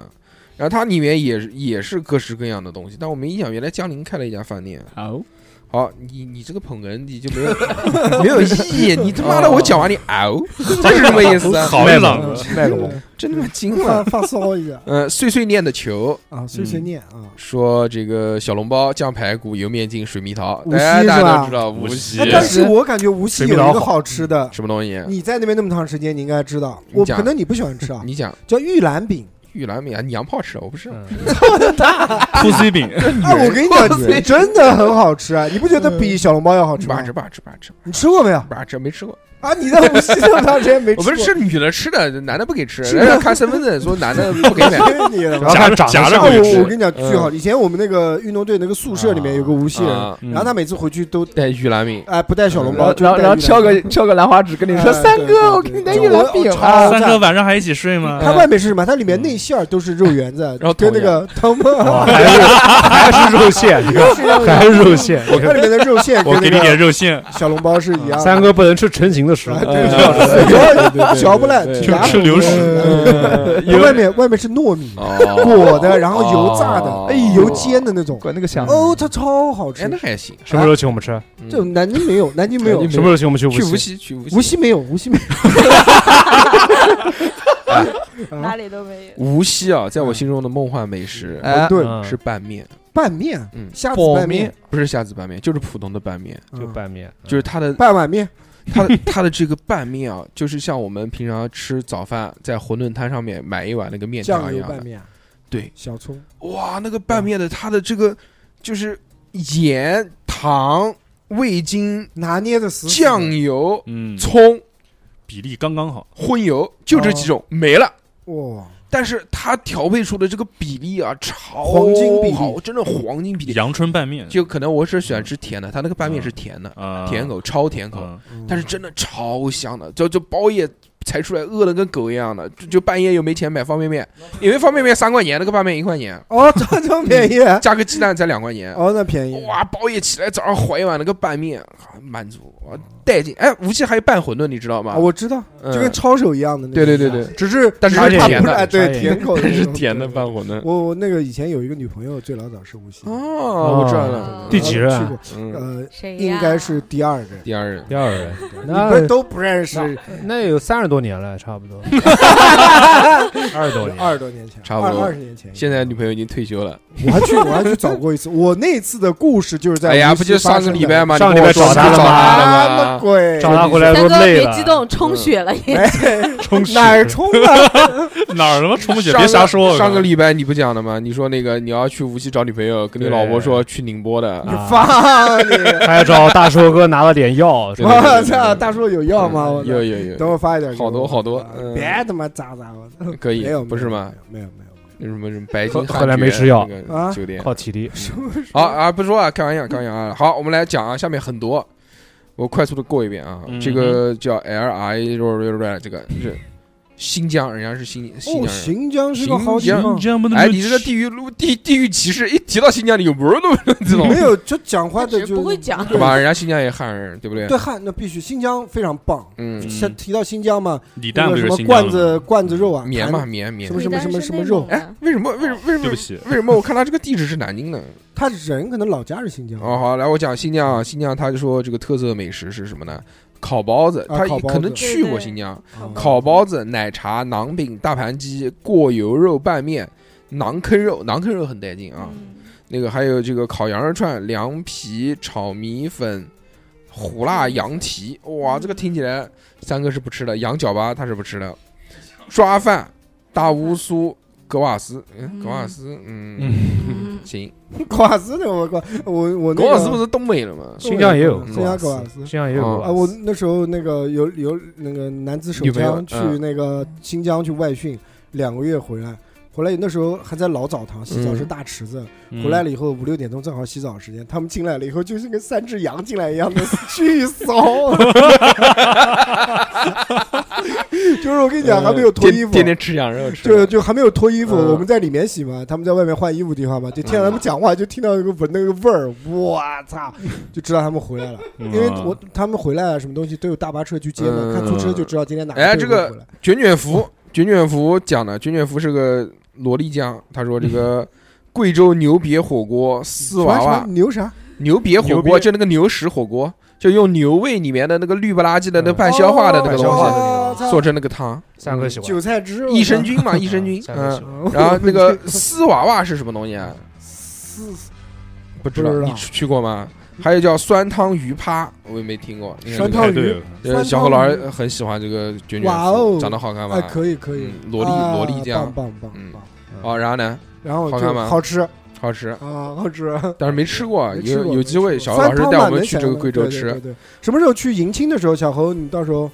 S2: 然后它里面也是也是各式各样的东西，但我没印象。原来江宁开了一家饭店。
S3: 哦，
S2: 好，你你这个捧哏你就 没有没有意义。你他妈的，我讲完你哦，这是什么意思啊？
S5: 好一朗
S6: 嗯
S5: 子，
S7: 卖个萌，
S2: 真他妈惊
S6: 发
S2: 了。
S6: 发骚一下
S2: 嗯，碎碎念的球嗯
S6: 啊，碎碎念啊，
S2: 说这个小笼包、酱排骨、油面筋、水蜜桃，
S6: 无
S2: 大
S6: 锡
S2: 家大
S6: 是
S2: 家
S6: 吧
S2: 都知道无
S5: 无
S2: 锡
S5: 锡
S6: 哎但是我感觉无锡有一
S7: 水蜜
S6: 个
S7: 桃好
S6: 好吃的，
S2: 什么东西？
S6: 你在那边那么长时间，你应该知道。
S2: 你
S6: 我
S2: 讲
S6: 可能你不喜欢吃啊，
S2: 你讲
S6: 叫玉兰饼。
S2: 玉兰饼啊，娘炮吃，我不是。
S5: ，pussy 饼，
S6: 哎，我跟你 讲，真的很好吃啊！你不觉得
S7: 嗯
S6: 比小笼包要好吃吗
S2: 吧？吃吧吃吧吃
S6: 你吃过没有？
S2: 吧吃，没吃过。
S6: 啊，你在无锡这么长时间没吃
S2: 我
S6: 过？
S2: 不是吃女的吃的，男的不给吃。
S6: 是
S2: 人家看身份证说男的 不给买。
S6: 骗你的吧
S7: 然后
S5: 夹
S7: 他长
S5: 夹
S7: 得
S5: 着
S7: 像嗯
S5: 回
S6: 我
S5: 去
S6: 我跟你讲，巨好！以前我们那个运动队那个宿舍里面有个无锡人，
S2: 啊，
S5: 嗯
S6: 然后他每次回去都
S2: 带玉兰饼，
S6: 哎不带小笼
S3: 然
S6: 包
S3: 后，
S6: 就是
S3: 然后
S6: 带
S3: 然后
S6: 玉兰
S3: 敲个
S6: 饼
S3: 敲个兰花指，跟你说
S6: 哎
S3: 三
S6: 对
S3: 哥，我
S6: 对
S3: 给你带
S6: 对
S3: 一篮饼
S6: 我我
S3: 吧
S6: 超。
S5: 三哥晚上还一起睡吗？
S6: 它外面是什么？它里面内馅儿都是肉圆子，
S2: 然后
S6: 跟
S2: 同
S6: 那个汤 包，
S7: 还是还是 肉馅，还是肉馅。
S6: 啊我看里面的肉馅
S5: 我
S6: 跟
S5: 给
S6: 那
S5: 你点
S6: 哎个
S5: 肉馅，
S6: 小笼包是一样的。
S7: 三哥不能吃成型的食物哎
S6: 啊，，
S2: 嗯
S6: 对，嚼嚼不烂，
S2: 对
S5: 就
S6: 牙
S5: 吃
S6: 不
S5: 流
S6: 烂
S5: 食
S6: 嗯
S7: 有
S6: 外面外面是糯米
S2: 哦，
S6: 裹的，然后油炸的
S2: 哦，
S6: 哎，油煎的那种。
S3: 管那个响，
S6: 哦，它超好吃
S2: 嗯哎，那。还行。
S7: 什么时候请我们吃？
S2: 嗯
S6: 这南京没有，南京没有
S2: 南，
S7: 什么时候请我们去无
S2: 去无
S7: 锡？
S2: 锡？去无锡？
S6: 无锡没有，无锡没 有。
S2: 哎
S6: 嗯
S9: 哪里都没有。
S2: 无锡啊，在我心中的梦幻美食
S3: 哎，
S6: 对，
S7: 嗯
S2: 是拌面，
S6: 拌面，
S2: 嗯
S6: 虾子
S3: 泡
S6: 拌
S3: 面
S6: 面，
S2: 不是虾子拌面，就是普通的拌面，
S7: 就
S6: 嗯
S7: 拌面，
S2: 就是它的
S6: 半碗面，
S2: 它的它的这个拌面啊，就是像我们平常吃早饭在馄饨摊上面买一碗那个面条
S6: 酱
S2: 一
S6: 油
S2: 样
S6: 拌
S2: 的。
S6: 面，
S2: 对，
S6: 小葱，
S2: 哇，那个拌面的它的这个就是盐、糖、味精、
S6: 拿捏的死死的
S2: 酱，油、
S5: 嗯，
S2: 葱、
S5: 比例刚刚好，
S2: 荤油，就这几种没了。
S6: 哦哇，
S2: 但是它调配出的这个比例啊，超
S6: 黄金比例
S2: 好，真的黄金比例。
S5: 阳春拌面
S2: 就可能我是喜欢吃甜的，它那个拌面是甜的，
S5: 啊，
S2: 甜口超甜口，
S7: 啊
S5: 嗯，
S2: 但是真的超香的，就就包夜才出来，饿的跟狗一样的，就就半夜又没钱买方便面，因为方便面三块钱，那个拌面一块钱，嗯
S6: 哦，这这么便宜，
S2: 加个鸡蛋才两块钱。
S6: 哦，那便宜，
S2: 哇！包夜起来，早上怀一碗那个拌面，啊满足，哇带劲。哎，无锡还有拌馄饨，你知道吗？
S6: 啊，我知道，
S2: 嗯
S6: 就跟抄手一样的那种，啊
S2: 对对对对
S6: 只是
S2: 但是
S6: 只
S2: 它
S6: 它
S2: 是甜
S6: 不
S2: 的
S6: 哎对，
S7: 它是
S6: 甜口的那
S2: 但
S6: 种，
S2: 是甜的
S6: 对
S2: 拌馄饨。
S6: 我我那个以前有一个女朋友，最老早是无锡的，
S2: 哦，我知道了。
S7: 第几任
S6: 去
S7: 啊
S6: 过？
S2: 嗯，
S6: 呃，
S8: 谁
S6: 应该是第二任，
S2: 第二任
S7: 第二人，
S6: 你们都不认识，
S7: 那有三十多年了，差 不多， 二十多年，
S6: 二十多年前，
S2: 差不多
S6: 二二十年前。
S2: 现在女朋友已经退休了。
S6: 我还去，我 还去找过一次。我那次的故事就是在
S2: 哎呀，
S6: 无锡
S2: 不就
S6: 发
S2: 上
S6: 生
S2: 个
S6: 的
S2: 礼拜吗？
S7: 上
S2: 你跟
S7: 礼拜
S2: 我说
S7: 找他
S2: 去
S7: 了
S2: 找
S7: 吗
S2: 他
S6: 啊
S2: 了
S6: 那
S2: 吗？
S6: 鬼，
S7: 找他回来
S8: 三
S7: 都
S8: 哥
S7: 累
S8: 别
S7: 了
S8: 激。动，充血
S2: 嗯
S8: 了也。
S5: 充血
S6: 哪儿充啊？
S5: 哪儿他妈充血？
S2: 上
S5: 别
S2: 个
S5: 瞎说，
S2: 上个礼拜你不讲的吗？你说那个你要去无锡找女朋友，跟你
S7: 对
S2: 老婆说去宁波的。
S7: 啊
S6: 放你！
S7: 还要找大寿哥拿了点
S2: 啊
S7: 药，是吧
S6: 我操，大叔有药吗？我操
S2: 嗯有有有，
S6: 等我发一点给我。
S2: 好多好多
S6: 啊
S2: 嗯
S6: 别他妈渣渣，我操！
S2: 可以
S6: 没有，
S2: 不是吗？？
S6: 没有没有没有
S2: 那什么什么白
S7: 后
S2: 金，
S7: 后来没吃药，
S6: 啊
S2: 酒店。
S7: 靠 体力。
S2: 好啊，不说啊，开玩笑，开玩笑啊。好，我们来讲啊，下面很多，我快速的过一遍啊。
S5: 嗯
S2: 这个叫 L I 这个是新疆，人家是新新
S6: 没有。哦，
S2: 疆人。
S6: 新疆是个好地
S2: 新
S6: 方。
S5: 这样不能
S2: 哎，你这个地域路地地域歧视，一提到新疆，你有门儿都不能知道，
S6: 没有，就讲话
S8: 只
S6: 的
S8: 是不
S6: 就
S8: 会讲，
S2: 对吧？人家新疆也汉人，对不对？
S6: 对汉，那必须。新疆非常棒。
S2: 嗯，
S6: 先提到新疆嘛，
S5: 李
S6: 那
S5: 诞
S6: 个
S5: 不
S6: 什
S5: 是
S6: 么
S5: 新疆
S6: 罐
S5: 的
S6: 子
S5: 吗？
S6: 罐子肉啊，
S2: 棉嗯嘛
S6: 嘛，
S2: 棉棉
S6: 什。么什么什么什么肉，
S2: 哎，为什么？为什么？为什
S5: 对
S2: 么
S5: 不？起，
S2: 为什么我看他这个地址是南京的？
S6: 他人可能老家是新疆。
S2: 哦，好，来我讲新
S6: 嗯
S2: 疆啊，新疆他就说这个特色美食是什么呢？烤包子，
S6: 啊
S2: 他
S6: 烤包子
S2: 可能
S4: 对
S2: 去过
S4: 对
S2: 新疆，
S6: 嗯
S2: 烤包子、奶茶、馕饼、大盘鸡、过油肉拌面、馕坑肉，馕坑肉很带劲啊。那个还有这个烤羊肉串、凉皮、炒米粉、胡辣羊蹄，哇，这个听起来三哥是不吃的，羊角巴他是不吃的，抓饭、大乌苏、格瓦斯，嗯，格瓦斯，嗯， 行，
S6: 格瓦斯的，我靠，我我
S2: 格瓦斯不是东北的吗？
S7: 新疆也有
S6: 新疆格瓦斯。
S7: 新疆也有
S2: 哦
S7: 过
S6: 啊，我那时候那个有有那个男子手
S2: 女朋友
S6: 枪去
S2: 嗯
S6: 那个新疆去外训，两个月回来，回来那时候还在老澡堂洗澡
S2: 嗯
S6: 是大池子，回来了以后五六点钟正好洗澡时间，他们进来了以后就是跟三只羊进来一样的巨 骚， 就是我跟你讲还没有脱衣服，
S2: 天天吃羊肉吃
S6: 就
S2: 的，
S6: 就还没有脱衣服，
S2: 嗯
S6: 我们在里面洗嘛，他们在外面换衣服地方嘛，就听到他们讲话，就听到一个闻那个味儿，我操，
S2: 嗯
S6: 就知道他们回来了。
S5: 嗯，
S6: 因为我他们回来啊，什么东西都有大巴车去接嘛，
S2: 嗯
S6: 看出租车就知道今天哪个
S2: 哎
S6: 队伍
S2: 这个
S6: 回来
S2: 卷卷福，卷卷福讲的，卷卷福是个萝莉酱，他说这 个贵州牛瘪火锅、丝娃
S6: 什么什
S2: 娃
S6: 么、牛啊啥
S2: 牛瘪火
S7: 牛
S2: 锅，
S7: 瘪
S2: 就那个牛屎火锅，就用牛胃里面的那个绿不拉几的那
S7: 嗯
S2: 半消化的那个
S7: 半消化
S2: 东
S7: 的
S6: 哦
S2: 西，
S6: 操
S2: 做成那个汤，
S7: 三哥喜欢
S6: 韭菜汁
S2: 益生嗯菌嘛，益
S6: 啊
S2: 生菌，
S7: 三哥喜
S2: 嗯。
S7: 欢。
S2: 然后那个丝娃娃是什么东西啊？
S6: 丝
S2: 不知
S6: 不知道
S2: 你去去过吗？还有叫酸汤鱼趴，我也没听过。应该
S6: 酸
S2: 没
S6: 汤
S5: 太
S6: 鱼
S5: 对了，
S2: 呃
S6: 酸
S2: 小何
S6: 汤
S2: 老
S6: 鱼
S2: 师很喜欢这个卷卷
S6: 哇哦
S2: 腹长得好看吧？
S6: 哎，可以可以，
S2: 嗯萝莉
S6: 啊
S2: 萝莉酱
S6: 棒棒棒
S2: 嗯
S6: 棒。啊
S2: 哦，然后呢，
S6: 然后就
S2: 好看吗
S6: 好吃啊，
S2: 好吃，
S6: 好吃。
S2: 但是没吃过，
S6: 没吃
S2: 有
S6: 过
S2: 有
S6: 没
S2: 机
S6: 吃
S2: 会
S6: 过
S2: 小何老师
S6: 酸汤
S2: 带
S6: 嘛
S2: 我们
S6: 能
S2: 去
S6: 想
S2: 这个
S6: 到
S2: 贵州
S6: 对对对
S2: 吃，
S6: 对什么时候去迎亲的时候，小侯你到时候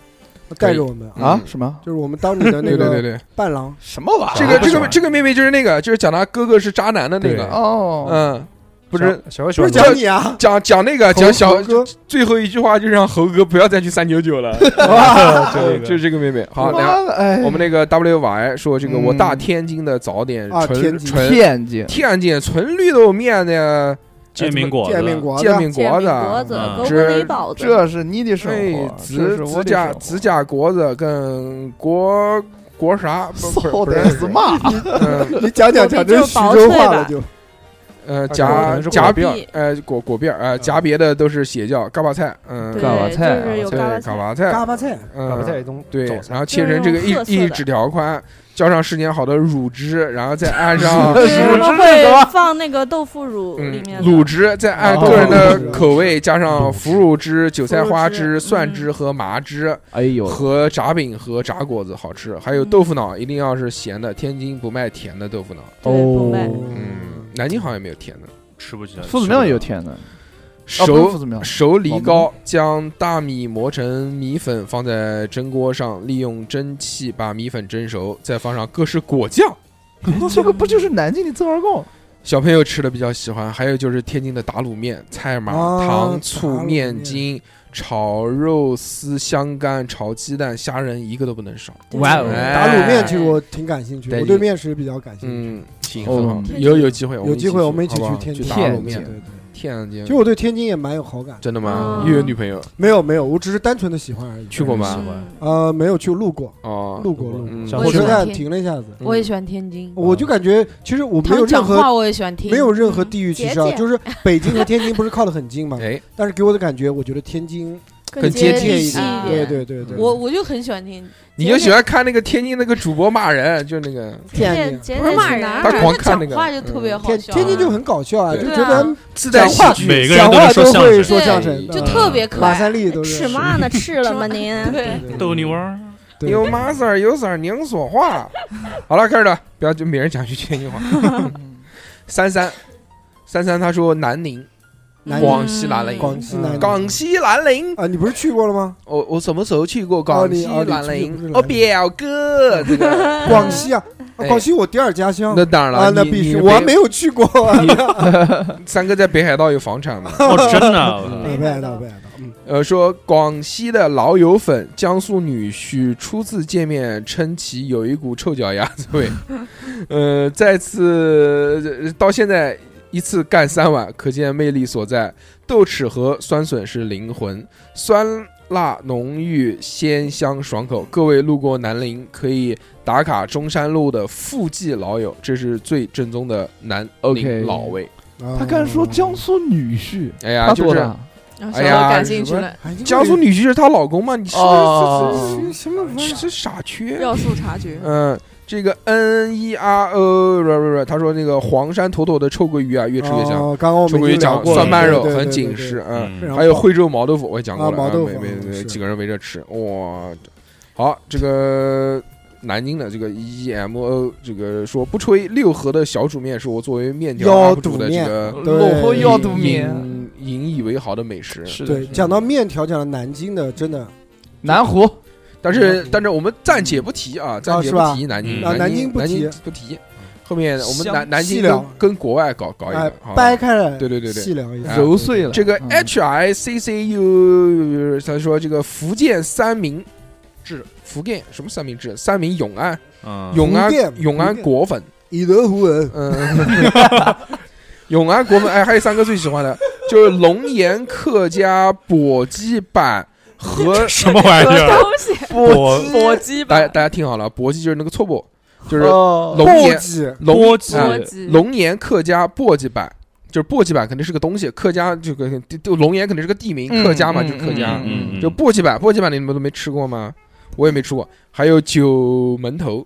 S6: 带着我们啊，
S2: 嗯
S3: 啊什么
S6: 就是我们当你的那
S2: 对对对
S6: 个
S2: 对，
S6: 伴郎。
S3: 什么玩意
S2: 这
S3: 儿？
S2: 个这个这个妹妹就是那个，就是讲她哥哥是渣男的那
S7: 对
S2: 个，
S3: 哦，
S2: 嗯，不是
S7: 小小
S6: 不是
S7: 小
S6: 讲你啊，
S2: 讲讲那个讲小
S6: 猴哥，
S2: 最后一句话就让猴哥不要再去三九九了，
S7: 啊，
S2: 对，
S7: 对，
S2: 就是这个妹妹。好，然后
S3: 妈的哎，
S2: 我们那个 W Y 说这个
S3: 嗯
S2: 我大天津的早点
S6: 啊
S2: 纯
S6: 天津
S2: 纯
S3: 天津
S2: 天津纯绿豆面的
S5: 煎饼果
S6: 见面
S5: 子，
S6: 国
S2: 煎
S6: 的
S2: 饼
S9: 煎饼
S2: 果
S9: 果
S2: 子
S9: 子、
S5: 嗯
S9: 狗
S2: 这
S9: 狗垒包子，
S3: 这是你的生
S2: 哎
S3: 活，，这
S2: 指
S3: 是
S2: 指
S3: 我的
S2: 甲
S3: 生活
S2: 指甲果子跟果果啥？不不
S3: 操
S2: 不
S3: 的
S2: 是
S3: 是嘛？
S2: 嗯
S6: 你讲讲讲
S9: 就
S6: 成
S9: 是
S6: 徐
S9: 薄
S6: 州
S9: 脆
S6: 话
S9: 吧
S6: 了就。
S2: 呃，
S7: 可
S2: 夹
S7: 能是
S2: 夹
S7: 果
S2: 别
S9: 篦
S2: 呃果果篦儿呃夹别的都是邪教嘎巴菜，嗯，
S9: 对，
S3: 嘎巴菜啊
S9: 就是有
S2: 对
S9: 嘎巴
S2: 嘎
S9: 菜，
S2: 巴菜，
S6: 嘎巴菜，
S2: 嗯，
S7: 打不太一种
S2: 对
S7: 早餐，
S2: 然后切
S9: 就是
S2: 成这个
S9: 那种
S2: 一
S9: 褐色
S2: 一
S9: 的
S2: 指条宽，浇上十年好的乳汁，然后再按 上
S9: 对，我们
S3: 什么
S9: 会放那个豆腐乳里
S2: 嗯
S9: 面的
S2: 卤汁，再按
S3: 哦
S2: 个人的
S6: 卤汁
S2: 口味加上腐乳汁、韭菜花
S6: 腐
S2: 汁、蒜汁
S9: 嗯
S2: 和麻汁，
S3: 哎呦，
S2: 和炸饼和炸果子好吃。还有
S9: 嗯
S2: 豆腐脑一定要是咸的，天津不卖甜的豆腐脑。
S9: 对不卖
S2: 嗯，南京好像没有甜的。
S5: 吃不起来。
S3: 哦夫子庙有甜的，哦不是夫
S2: 熟
S3: 子庙
S2: 熟梨
S3: 老
S2: 糕，将大米磨成米粉，放在蒸锅上，利用蒸汽把米粉蒸熟，再放上各式果酱。
S3: 这个不就是南京的正二供？
S2: 小朋友吃的比较喜欢，还有就是天津的打卤面、菜码、
S6: 啊
S2: 糖、
S6: 打
S2: 醋、
S6: 卤
S2: 面
S6: 面
S2: 筋、炒肉丝、香干、炒鸡蛋、虾仁，一个都不能少。
S3: 哇
S2: 哦
S6: 打卤面其实
S9: 哎
S6: 我挺感兴趣，
S2: 对
S6: 我对面食比较感兴趣。
S2: 嗯，行，
S3: 哦
S2: 很好
S9: 津
S3: 天，
S2: 有有机会，
S6: 有机会我们一起
S2: 好不好
S6: 天
S2: 去
S6: 津
S2: 打
S3: 天
S2: 卤
S3: 津
S6: 对
S2: 面。
S6: 对对。
S2: 天啊津
S6: 其实我对天津也蛮有好感，
S2: 真的
S6: 哦
S2: 吗？
S9: 嗯
S2: 又有女朋友
S6: 没有没有，我只是单纯的喜欢而已。
S2: 去过吗？
S9: 嗯
S6: 呃，没有去路过，
S2: 哦，
S6: 路过路过，
S2: 嗯，
S5: 小
S6: 火
S8: 我
S6: 车
S8: 也喜欢
S6: 站
S8: 天
S6: 停了一下子，
S2: 嗯
S8: 我也喜欢天津，
S6: 我就感觉其实我
S8: 他
S6: 没有
S8: 们
S6: 任
S8: 讲
S6: 何
S8: 话我也喜欢听，
S6: 没有任何地域歧视啊
S9: 节，俭
S6: 就是北京和天津不是靠得很近嘛，
S2: 哎，
S6: 但是给我的感觉，我觉得天津
S2: 更接
S6: 近
S8: 地
S6: 一
S8: 气
S6: 点，
S8: 一
S6: 对
S8: 点。
S6: 对对对，
S8: 我我就很喜欢听，
S2: 你就喜欢看那个天津那个主播骂人，就那个
S6: 天津
S9: 节俭
S8: 不是骂
S9: 是
S8: 人，
S9: 男
S2: 他
S9: 孩
S2: 狂
S8: 就
S2: 看那
S8: 讲
S2: 个
S8: 话就特别好
S6: 嗯天
S8: 笑，
S6: 天津就很搞笑啊，
S2: 对
S6: 就觉得
S2: 自带喜
S6: 讲话
S2: 剧，
S5: 每个人
S6: 讲
S5: 都能
S6: 话
S5: 说
S6: 都
S5: 相
S6: 会
S5: 声，
S6: 说
S8: 对
S6: 相声，
S8: 就
S6: 嗯
S8: 特别可
S6: 马三
S8: 爱。
S6: 立都是
S9: 吃嘛 呢？吃了吗您？
S8: 对，
S6: 对
S5: 逗你玩儿，
S6: 对
S2: 有嘛事儿有事儿您说 话。好了，开始了，不要就每人讲一句 天津话。三三三三，他说南宁，
S6: 南
S2: 广
S6: 宁
S2: 西南宁，
S6: 广西南宁
S2: 广西南宁。
S6: 啊，你不是去过了吗？
S2: 我我什么时候去过广西南
S6: 哦你哦你去
S2: 宁？
S6: 过
S2: 我表哥，这个
S6: 广西啊，啊
S2: 哎
S6: 广西我第二家乡
S2: 那当然
S6: 啊
S2: 了，，
S6: 那
S2: 你
S6: 必须，
S2: 你
S6: 我还
S2: 北
S6: 没有去过啊。
S2: 三哥在北海道有房产吗？
S5: 哦，真的，
S6: 啊北海道，北海道，嗯，
S2: 呃，说广西的老友粉，江苏女婿初次见面称其有一股臭脚丫子味，呃，再次呃到现在一次干三碗，可见魅力所在。豆豉和酸笋是灵魂，酸辣浓郁，鲜香爽口。各位路过南宁可以打卡中山路的附记老友，这是最正宗的南
S3: OK
S2: 宁老味。
S3: 他刚才说
S6: 嗯
S3: 江苏女婿，
S2: 哎呀，
S3: 他
S2: 就
S3: 多
S2: 是
S3: 大？
S4: 然后啊小
S2: 哎呀
S4: 乐感
S2: 什
S4: 兴趣了，
S6: 哎你
S2: 江苏女婿是她老公吗？你是不
S3: 哦
S2: 是是是是什么玩意儿？这傻缺。
S4: 绕树察觉。
S2: 嗯，这个 N E R O，不是不是不是，他说那个黄山坨坨的臭鳜鱼啊，越吃越香。
S6: 哦刚刚我
S2: 臭
S6: 们
S2: 鳜
S6: 已
S2: 鱼
S6: 经聊
S2: 讲
S6: 过了
S2: 蒜瓣肉
S6: 对对
S2: 很
S6: 对
S2: 紧
S6: 对
S2: 实，嗯，
S5: 嗯
S6: 非，常
S2: 还有
S6: 棒
S2: 惠州毛豆腐，我也讲过
S6: 啊
S2: 了，
S6: 毛豆腐
S2: 没没没
S6: 是
S2: 几个人围着吃，哇，好，这个南京的这个 E M O 这个说不吹六合的小煮面是我作为面条
S6: 腰
S2: UP 主
S6: 肚
S2: 的这
S6: 面
S2: 个
S6: 对
S3: 落后要肚面，
S2: 引引以为豪的美食，
S3: 是
S6: 对，讲到面条，讲到南京的，真的
S3: 南湖
S2: 但是但是我们暂且不提啊，暂且
S6: 是
S2: 不
S6: 吧
S2: 提南京，
S5: 嗯
S6: 啊
S2: 南
S6: 南京不
S2: 南
S6: 提
S2: 京不提。后面我们
S3: 详
S2: 南南京
S6: 细
S2: 跟
S6: 聊
S2: 跟国外搞搞一
S6: 哎
S2: 个，好吧
S6: 掰开了，
S2: 对对对对
S6: 细聊一下
S2: 哎
S3: 揉碎了
S2: 这个
S3: 嗯
S2: H I C C U，他说这个福建三明治，福建什么三明治？三明永安，
S5: 嗯，
S2: 永安
S6: 福建
S2: 永安
S6: 福建
S2: 果粉，
S6: 以德服人，
S2: 嗯，永安果粉，哎，还有三哥最喜欢的就是龙岩客家簸箕板 和
S5: 什么玩意儿？
S4: 东西，
S5: 簸
S4: 搏击吧
S2: 大家，大家听好了，簸箕就是那个错布，就是
S3: 哦，
S2: 龙
S6: 簸
S2: 岩
S6: 箕
S2: 龙
S5: 簸箕
S2: 啊
S4: 搏击，
S2: 龙岩客家簸箕板，就是簸箕板肯定是个东西，客家这个就就龙岩肯定是个地名，
S3: 嗯
S2: 客家嘛
S3: 嗯
S2: 就客家，
S5: 嗯嗯嗯
S2: 就簸箕板，簸箕板你们都没吃过吗？我也没吃过，还有九门头，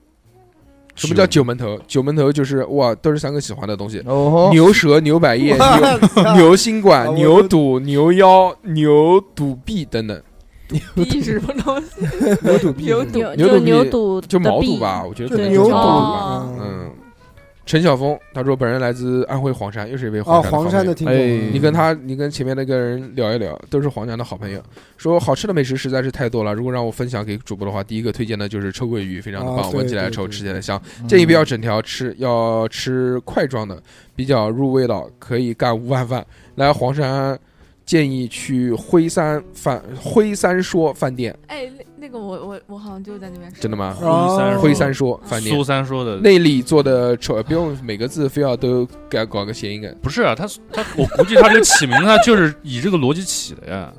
S2: 什么叫九门头？九门头就是哇，都是三哥喜欢的东西：
S3: 哦吼，
S2: 牛舌、牛百叶、牛牛心
S6: 啊
S2: 管、
S6: 我
S2: 牛肚、牛腰、牛肚臂等等。
S4: 地是什么东西？
S6: 牛肚币，
S4: 牛肚
S9: 牛
S2: 牛肚
S9: 就牛肚
S2: 币就
S9: 的
S2: 毛肚
S9: 币
S2: 吧，我觉得可
S9: 对
S2: 能
S6: 牛
S2: 就
S6: 肚啊
S2: 毛肚吧。
S4: 哦
S2: 嗯，陈晓峰他说，本人来自安徽黄山，又是一位
S6: 哦，
S2: 黄
S6: 黄
S2: 山
S6: 山的
S2: 的好
S6: 听
S2: 朋
S6: 众，
S2: 友。哎你跟他，你跟前面那个人聊一聊，都是黄山的好朋友。说好吃的美食实在是太多了，如果让我分享给主播的话，第一个推荐的就是臭鳜鱼，非常的
S6: 啊
S2: 棒，
S6: 对
S2: 闻起来
S6: 对
S2: 臭，
S6: 对嗯
S2: 吃起来香。建议不要整条吃，要吃块状的，比较入味道，可以干五碗饭。来黄山，建议去徽三饭徽三说饭店，
S4: 哎，那那个我我我好像就在那边吃。
S2: 真的吗？
S6: 哦
S5: 三
S2: 徽三说饭店
S5: 苏，三说的
S2: 那里做的臭，不用每个字非要都给搞个谐音梗
S5: 不是啊，他他我估计他这个起名他就是以这个逻辑起的呀。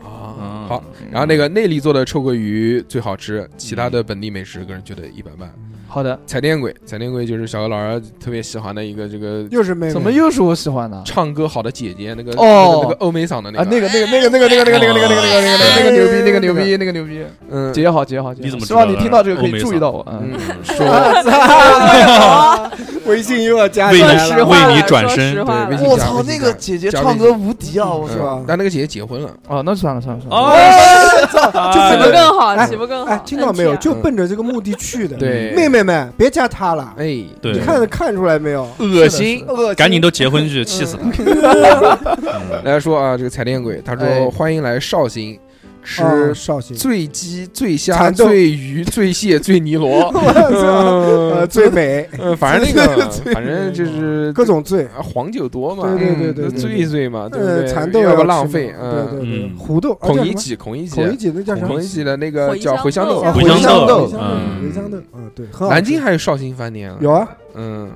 S2: 啊
S5: 嗯
S2: 好，，然后那个内里做的臭鳜鱼最好吃，其他的本地美食个人觉得一般般。
S3: 好的，
S2: 彩电鬼，彩电鬼就是小何老师特别喜欢的一个这个
S6: 又是妹妹，
S3: 怎么又是我喜欢的？
S2: 唱歌好的姐姐，那个
S3: 哦
S2: 那个那个欧美嗓的那
S3: 啊，
S2: 个
S3: 那个那个那个那个那个那个那个那个那个那个那个牛逼，那个牛逼，那个牛逼，
S2: 嗯
S3: 姐好姐好，姐好
S5: 你怎么知
S3: 希
S5: 道
S3: 望
S5: 的
S3: 你听到这个可以注意到我，嗯，
S2: 嗯
S6: 啊
S2: 说
S6: 啊微信又要加
S5: 为
S6: 起
S5: 你
S6: 来
S3: 实
S6: 了，
S3: 话
S5: 为你
S3: 了
S5: 转
S3: 说
S5: 身
S3: 实，话
S2: 对，微信
S3: 我
S2: 加
S3: 操，
S2: 微信
S3: 那个
S2: 加
S3: 姐姐
S2: 加
S3: 唱
S2: 微信
S3: 歌无敌啊，我
S6: 嗯
S3: 是吧？
S2: 但那个姐姐结婚了，哎
S3: 哦，那算了算了算了，
S5: 哦，
S4: 岂不哎更好？
S6: 哎
S4: 岂不更
S6: 哎，
S4: 好？
S6: 听到没有？
S4: NTR
S6: 就奔着这个目的去的。
S2: 对，
S6: 妹，妹们，别加他了，
S2: 哎，
S5: 对
S6: 你看看出来没有？
S2: 恶心。
S6: 恶心
S5: 赶紧都结婚去，气死他！嗯
S2: 来说啊，这个彩电鬼，他
S3: 哎
S2: 说欢迎来绍兴吃
S6: 哦绍兴，
S2: 醉鸡、醉虾、
S6: 蚕豆
S2: 醉鱼、醉蟹、醉泥 螺，
S6: 呃，最美，
S2: 嗯呃，反正那个，
S6: 醉
S2: 反 正就是
S6: 各种最，
S2: 啊黄酒多嘛，
S6: 对对对对
S2: 嗯
S6: 对
S2: 醉一醉嘛，对不
S6: 呃，
S2: 对？
S6: 蚕豆
S2: 要不
S6: 吃
S2: 浪费，
S6: 嘛对
S2: 嗯，
S6: 对对，
S5: 嗯
S6: 土豆，啊
S2: 孔
S6: 叫
S2: 乙
S6: 什么
S2: 己，孔乙己，
S6: 孔乙己那叫什么
S2: 孔？乙己的那个叫茴
S4: 茴
S2: 香
S4: 香
S2: 豆
S4: 豆，
S6: 啊
S5: 茴
S6: 茴
S5: 香豆
S6: 豆，
S5: 嗯
S6: 茴香豆，嗯，对，很好
S2: 南
S6: 吃
S2: 京还有绍兴饭店啊，
S6: 有啊，
S2: 嗯，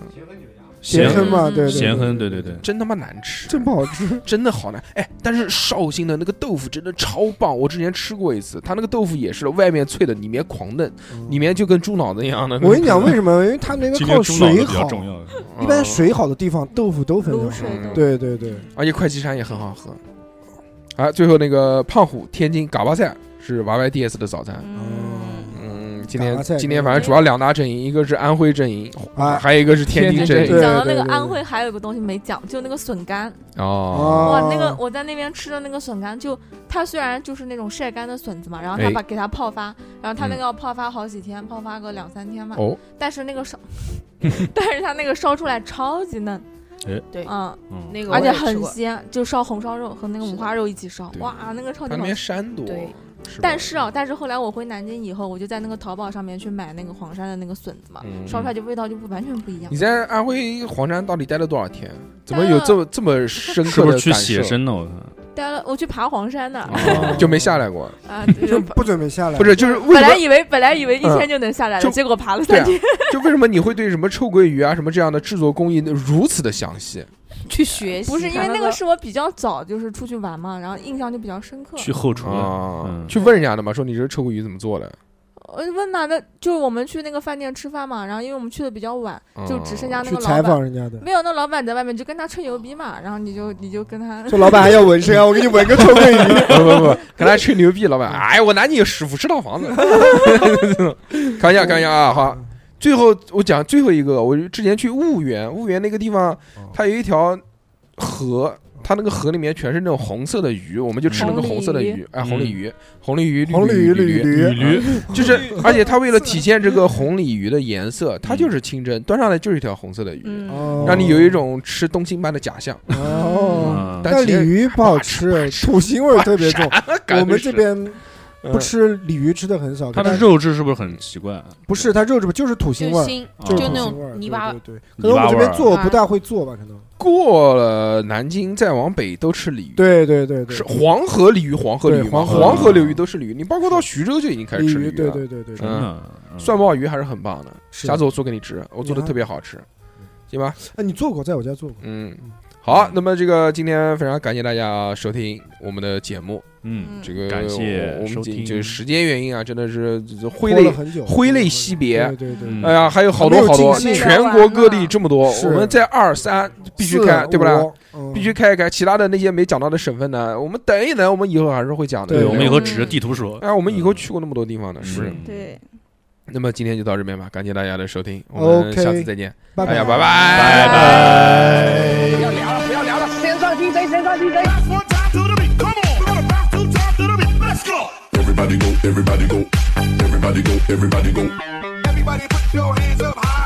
S6: 咸
S5: 咸
S6: 亨嘛，
S4: 嗯
S6: 对，对
S5: 咸
S6: 对
S5: 亨，对对对，
S2: 真他妈难吃，
S6: 真不好吃，
S2: 真的好难。哎，但是绍兴的那个豆腐真的超棒，我之前吃过一次，它那个豆腐也是外面脆的，里面狂嫩，里面就跟猪脑子一样的。
S6: 嗯我跟你讲为什么？因为他们那
S5: 今
S6: 个靠
S5: 天猪脑子
S6: 水
S5: 比较
S6: 好，
S5: 重要。
S2: 嗯
S6: 一般，水好的地方豆腐都很
S4: 卤
S6: 好。
S4: 水
S2: 嗯
S4: 都
S6: 对对对，
S2: 而且会稽山也很好喝。啊，最后那个胖虎，天津嘎巴菜是 YYDS 的早餐。
S4: 嗯，
S2: 嗯，今
S6: 嘎
S2: 天
S6: 巴菜
S2: 今天反正主要两大阵营，一个是安徽阵营，
S6: 啊
S2: 还有一个是天津
S3: 天津
S2: 阵
S3: 阵
S2: 营
S3: 营。
S4: 讲到那个
S6: 对对对
S4: 安徽，还有一个东西没讲，就那个笋干。
S2: 哦，
S4: 哇，那个我在那边吃的那个笋干，就它虽然就是那种晒干的笋子嘛，然后它
S2: 哎
S4: 把给它泡发，然后它那
S2: 嗯
S4: 个要泡发好几天，泡发个两三天吧。
S2: 哦，
S4: 但是那个烧， 但是它那个烧出来超级嫩，
S8: 对
S2: 哦
S4: 嗯，
S5: 嗯，
S8: 那个
S4: 而
S8: 我
S4: 且
S8: 也吃
S4: 很
S8: 过
S4: 鲜，就烧红烧肉和那个
S8: 是
S4: 五
S8: 的
S4: 花肉一起烧，
S2: 对
S4: 哇，哦那个超级
S2: 它那
S4: 好
S2: 边
S4: 吃。
S2: 山多，
S8: 对
S2: 吧
S4: 但是啊，但是后来我回南京以后，我就在那个淘宝上面去买那个黄山的那个笋子嘛，
S2: 嗯
S4: 烧出来就味道就不完全不一样
S2: 你。在安徽黄山到底待了多少天？怎么有这么这么深
S5: 是
S2: 刻
S5: 不
S2: 的
S5: 是
S2: 感
S5: 去
S2: 受？
S5: 写生呢？我啊
S4: 待啊了，我去爬黄山的
S5: 看
S6: 哦
S2: 就没下来过？
S4: 啊，
S6: 就不准备下来，
S2: 不是，就是为
S4: 本
S2: 什
S4: 来
S2: 么？
S4: 以为本来以为一
S2: 嗯
S4: 天就能下来
S2: 就
S4: 了，结果爬了
S2: 对
S4: 三
S2: 啊
S4: 天。，
S2: 就为什么你会对什么臭鳜鱼啊什么这样的制作工艺如此的详细？
S8: 去学习，
S4: 不是因为那个
S8: 个
S4: 是我比较早就是出去玩嘛，然后印象就比较深刻。
S5: 去后厨了，
S2: 啊
S5: 嗯，
S2: 去问人家的嘛，说你这臭鳜鱼怎么做的？
S4: 我就问他的，就我们去那个饭店吃饭嘛，然后因为我们去的比较晚，
S2: 哦
S4: 就只剩下那
S6: 去
S4: 个
S6: 采
S4: 老板，
S6: 访人家的。
S4: 没有那老板在外面就跟他吹牛逼嘛，然后你就你就跟他，
S6: 说老板还要纹身啊，我给你纹个臭鳜鱼。
S2: 不不不，跟他吹牛逼，老板，哎，我南京有十五十套房子， 开玩笑，开玩笑啊，好。最后我讲最后一个，我之前去婺源，婺源那个地方，它有一条河，它那个河里面全是那种红色的鱼，我们就吃那个红色的鱼，哎，红鲤鱼，红鲤鱼，
S6: 红鲤
S2: 鱼，
S6: 鱼、鲤
S2: 鱼，
S5: 鲤
S6: 鱼，
S5: 驴
S2: 就是，而且它为了体现这个红鲤鱼的颜色，它就是清蒸，端上来就是一条红色的鱼，
S9: 嗯，
S6: 哦
S2: 让你有一种吃东星斑的假象。
S6: 哦。
S5: 嗯
S2: 但
S6: 但
S2: 其
S6: 鲤
S2: 实
S6: 鱼不好吃，哎土腥味儿特别重。我们这边
S2: 嗯
S6: 不吃鲤鱼吃的很少，
S5: 它
S6: 但
S5: 的肉质是不是很奇怪？啊
S6: 不是它肉质不就是土
S8: 就
S6: 腥味儿，
S8: 腥，
S5: 就
S6: 就是
S8: 那
S6: 土腥
S8: 种
S6: 味儿
S8: 泥巴
S6: 对对对，可
S5: 泥
S6: 能我
S5: 巴
S6: 们这
S5: 味儿
S6: 边做
S8: 啊
S6: 不大会做吧，可能。
S2: 过了南京再往北都吃鲤鱼，
S6: 对对对对
S2: 是，黄河鲤鱼、黄河鲤鱼
S6: 对
S2: 嘛，
S6: 黄河
S2: 黄河流域都是鲤鱼。你包括到徐州就已经开始
S6: 鲤
S2: 吃
S6: 鱼，
S2: 了。
S6: 对对对对对。
S5: 真的，嗯
S2: 蒜鲍鱼还是很棒的，
S6: 是嗯
S2: 下次我做给你吃，我做的特别好吃，行吧？
S6: 哎，你做过，在我家做过。
S2: 嗯，好，那么这个今天非常感谢大家收听我们的节目，
S5: 嗯，
S2: 这个
S5: 感谢
S2: 我我们
S5: 收听
S2: 仅就是时间原因啊，真的是这挥
S6: 拖了
S2: 泪，
S6: 很久，
S2: 挥泪惜别
S6: 对对对
S5: 嗯，
S2: 哎呀，还有好多
S6: 还没有
S2: 好多，
S6: 尽兴
S2: 全国各地这么多，
S6: 是
S2: 我们在二三必须开，对不啦？
S6: 啦？嗯
S2: 必须开一开，其他的那些没讲到的省份呢，我们等一等，我们以后还是会讲的。
S5: 对
S6: 对
S5: 我们以后指着地图说，
S2: 哎，我们以后去过那么多地方呢，
S5: 嗯
S2: 是不是？
S9: 对，
S2: 那么今天就到这边吧，感谢大家的收听，我们
S6: OK
S2: 下次再见，
S6: 拜
S2: 大
S6: 拜
S2: 家拜
S10: 拜
S2: 拜
S10: 拜。
S3: Everybody go, everybody go, everybody go, everybody go. Everybody put your hands up high.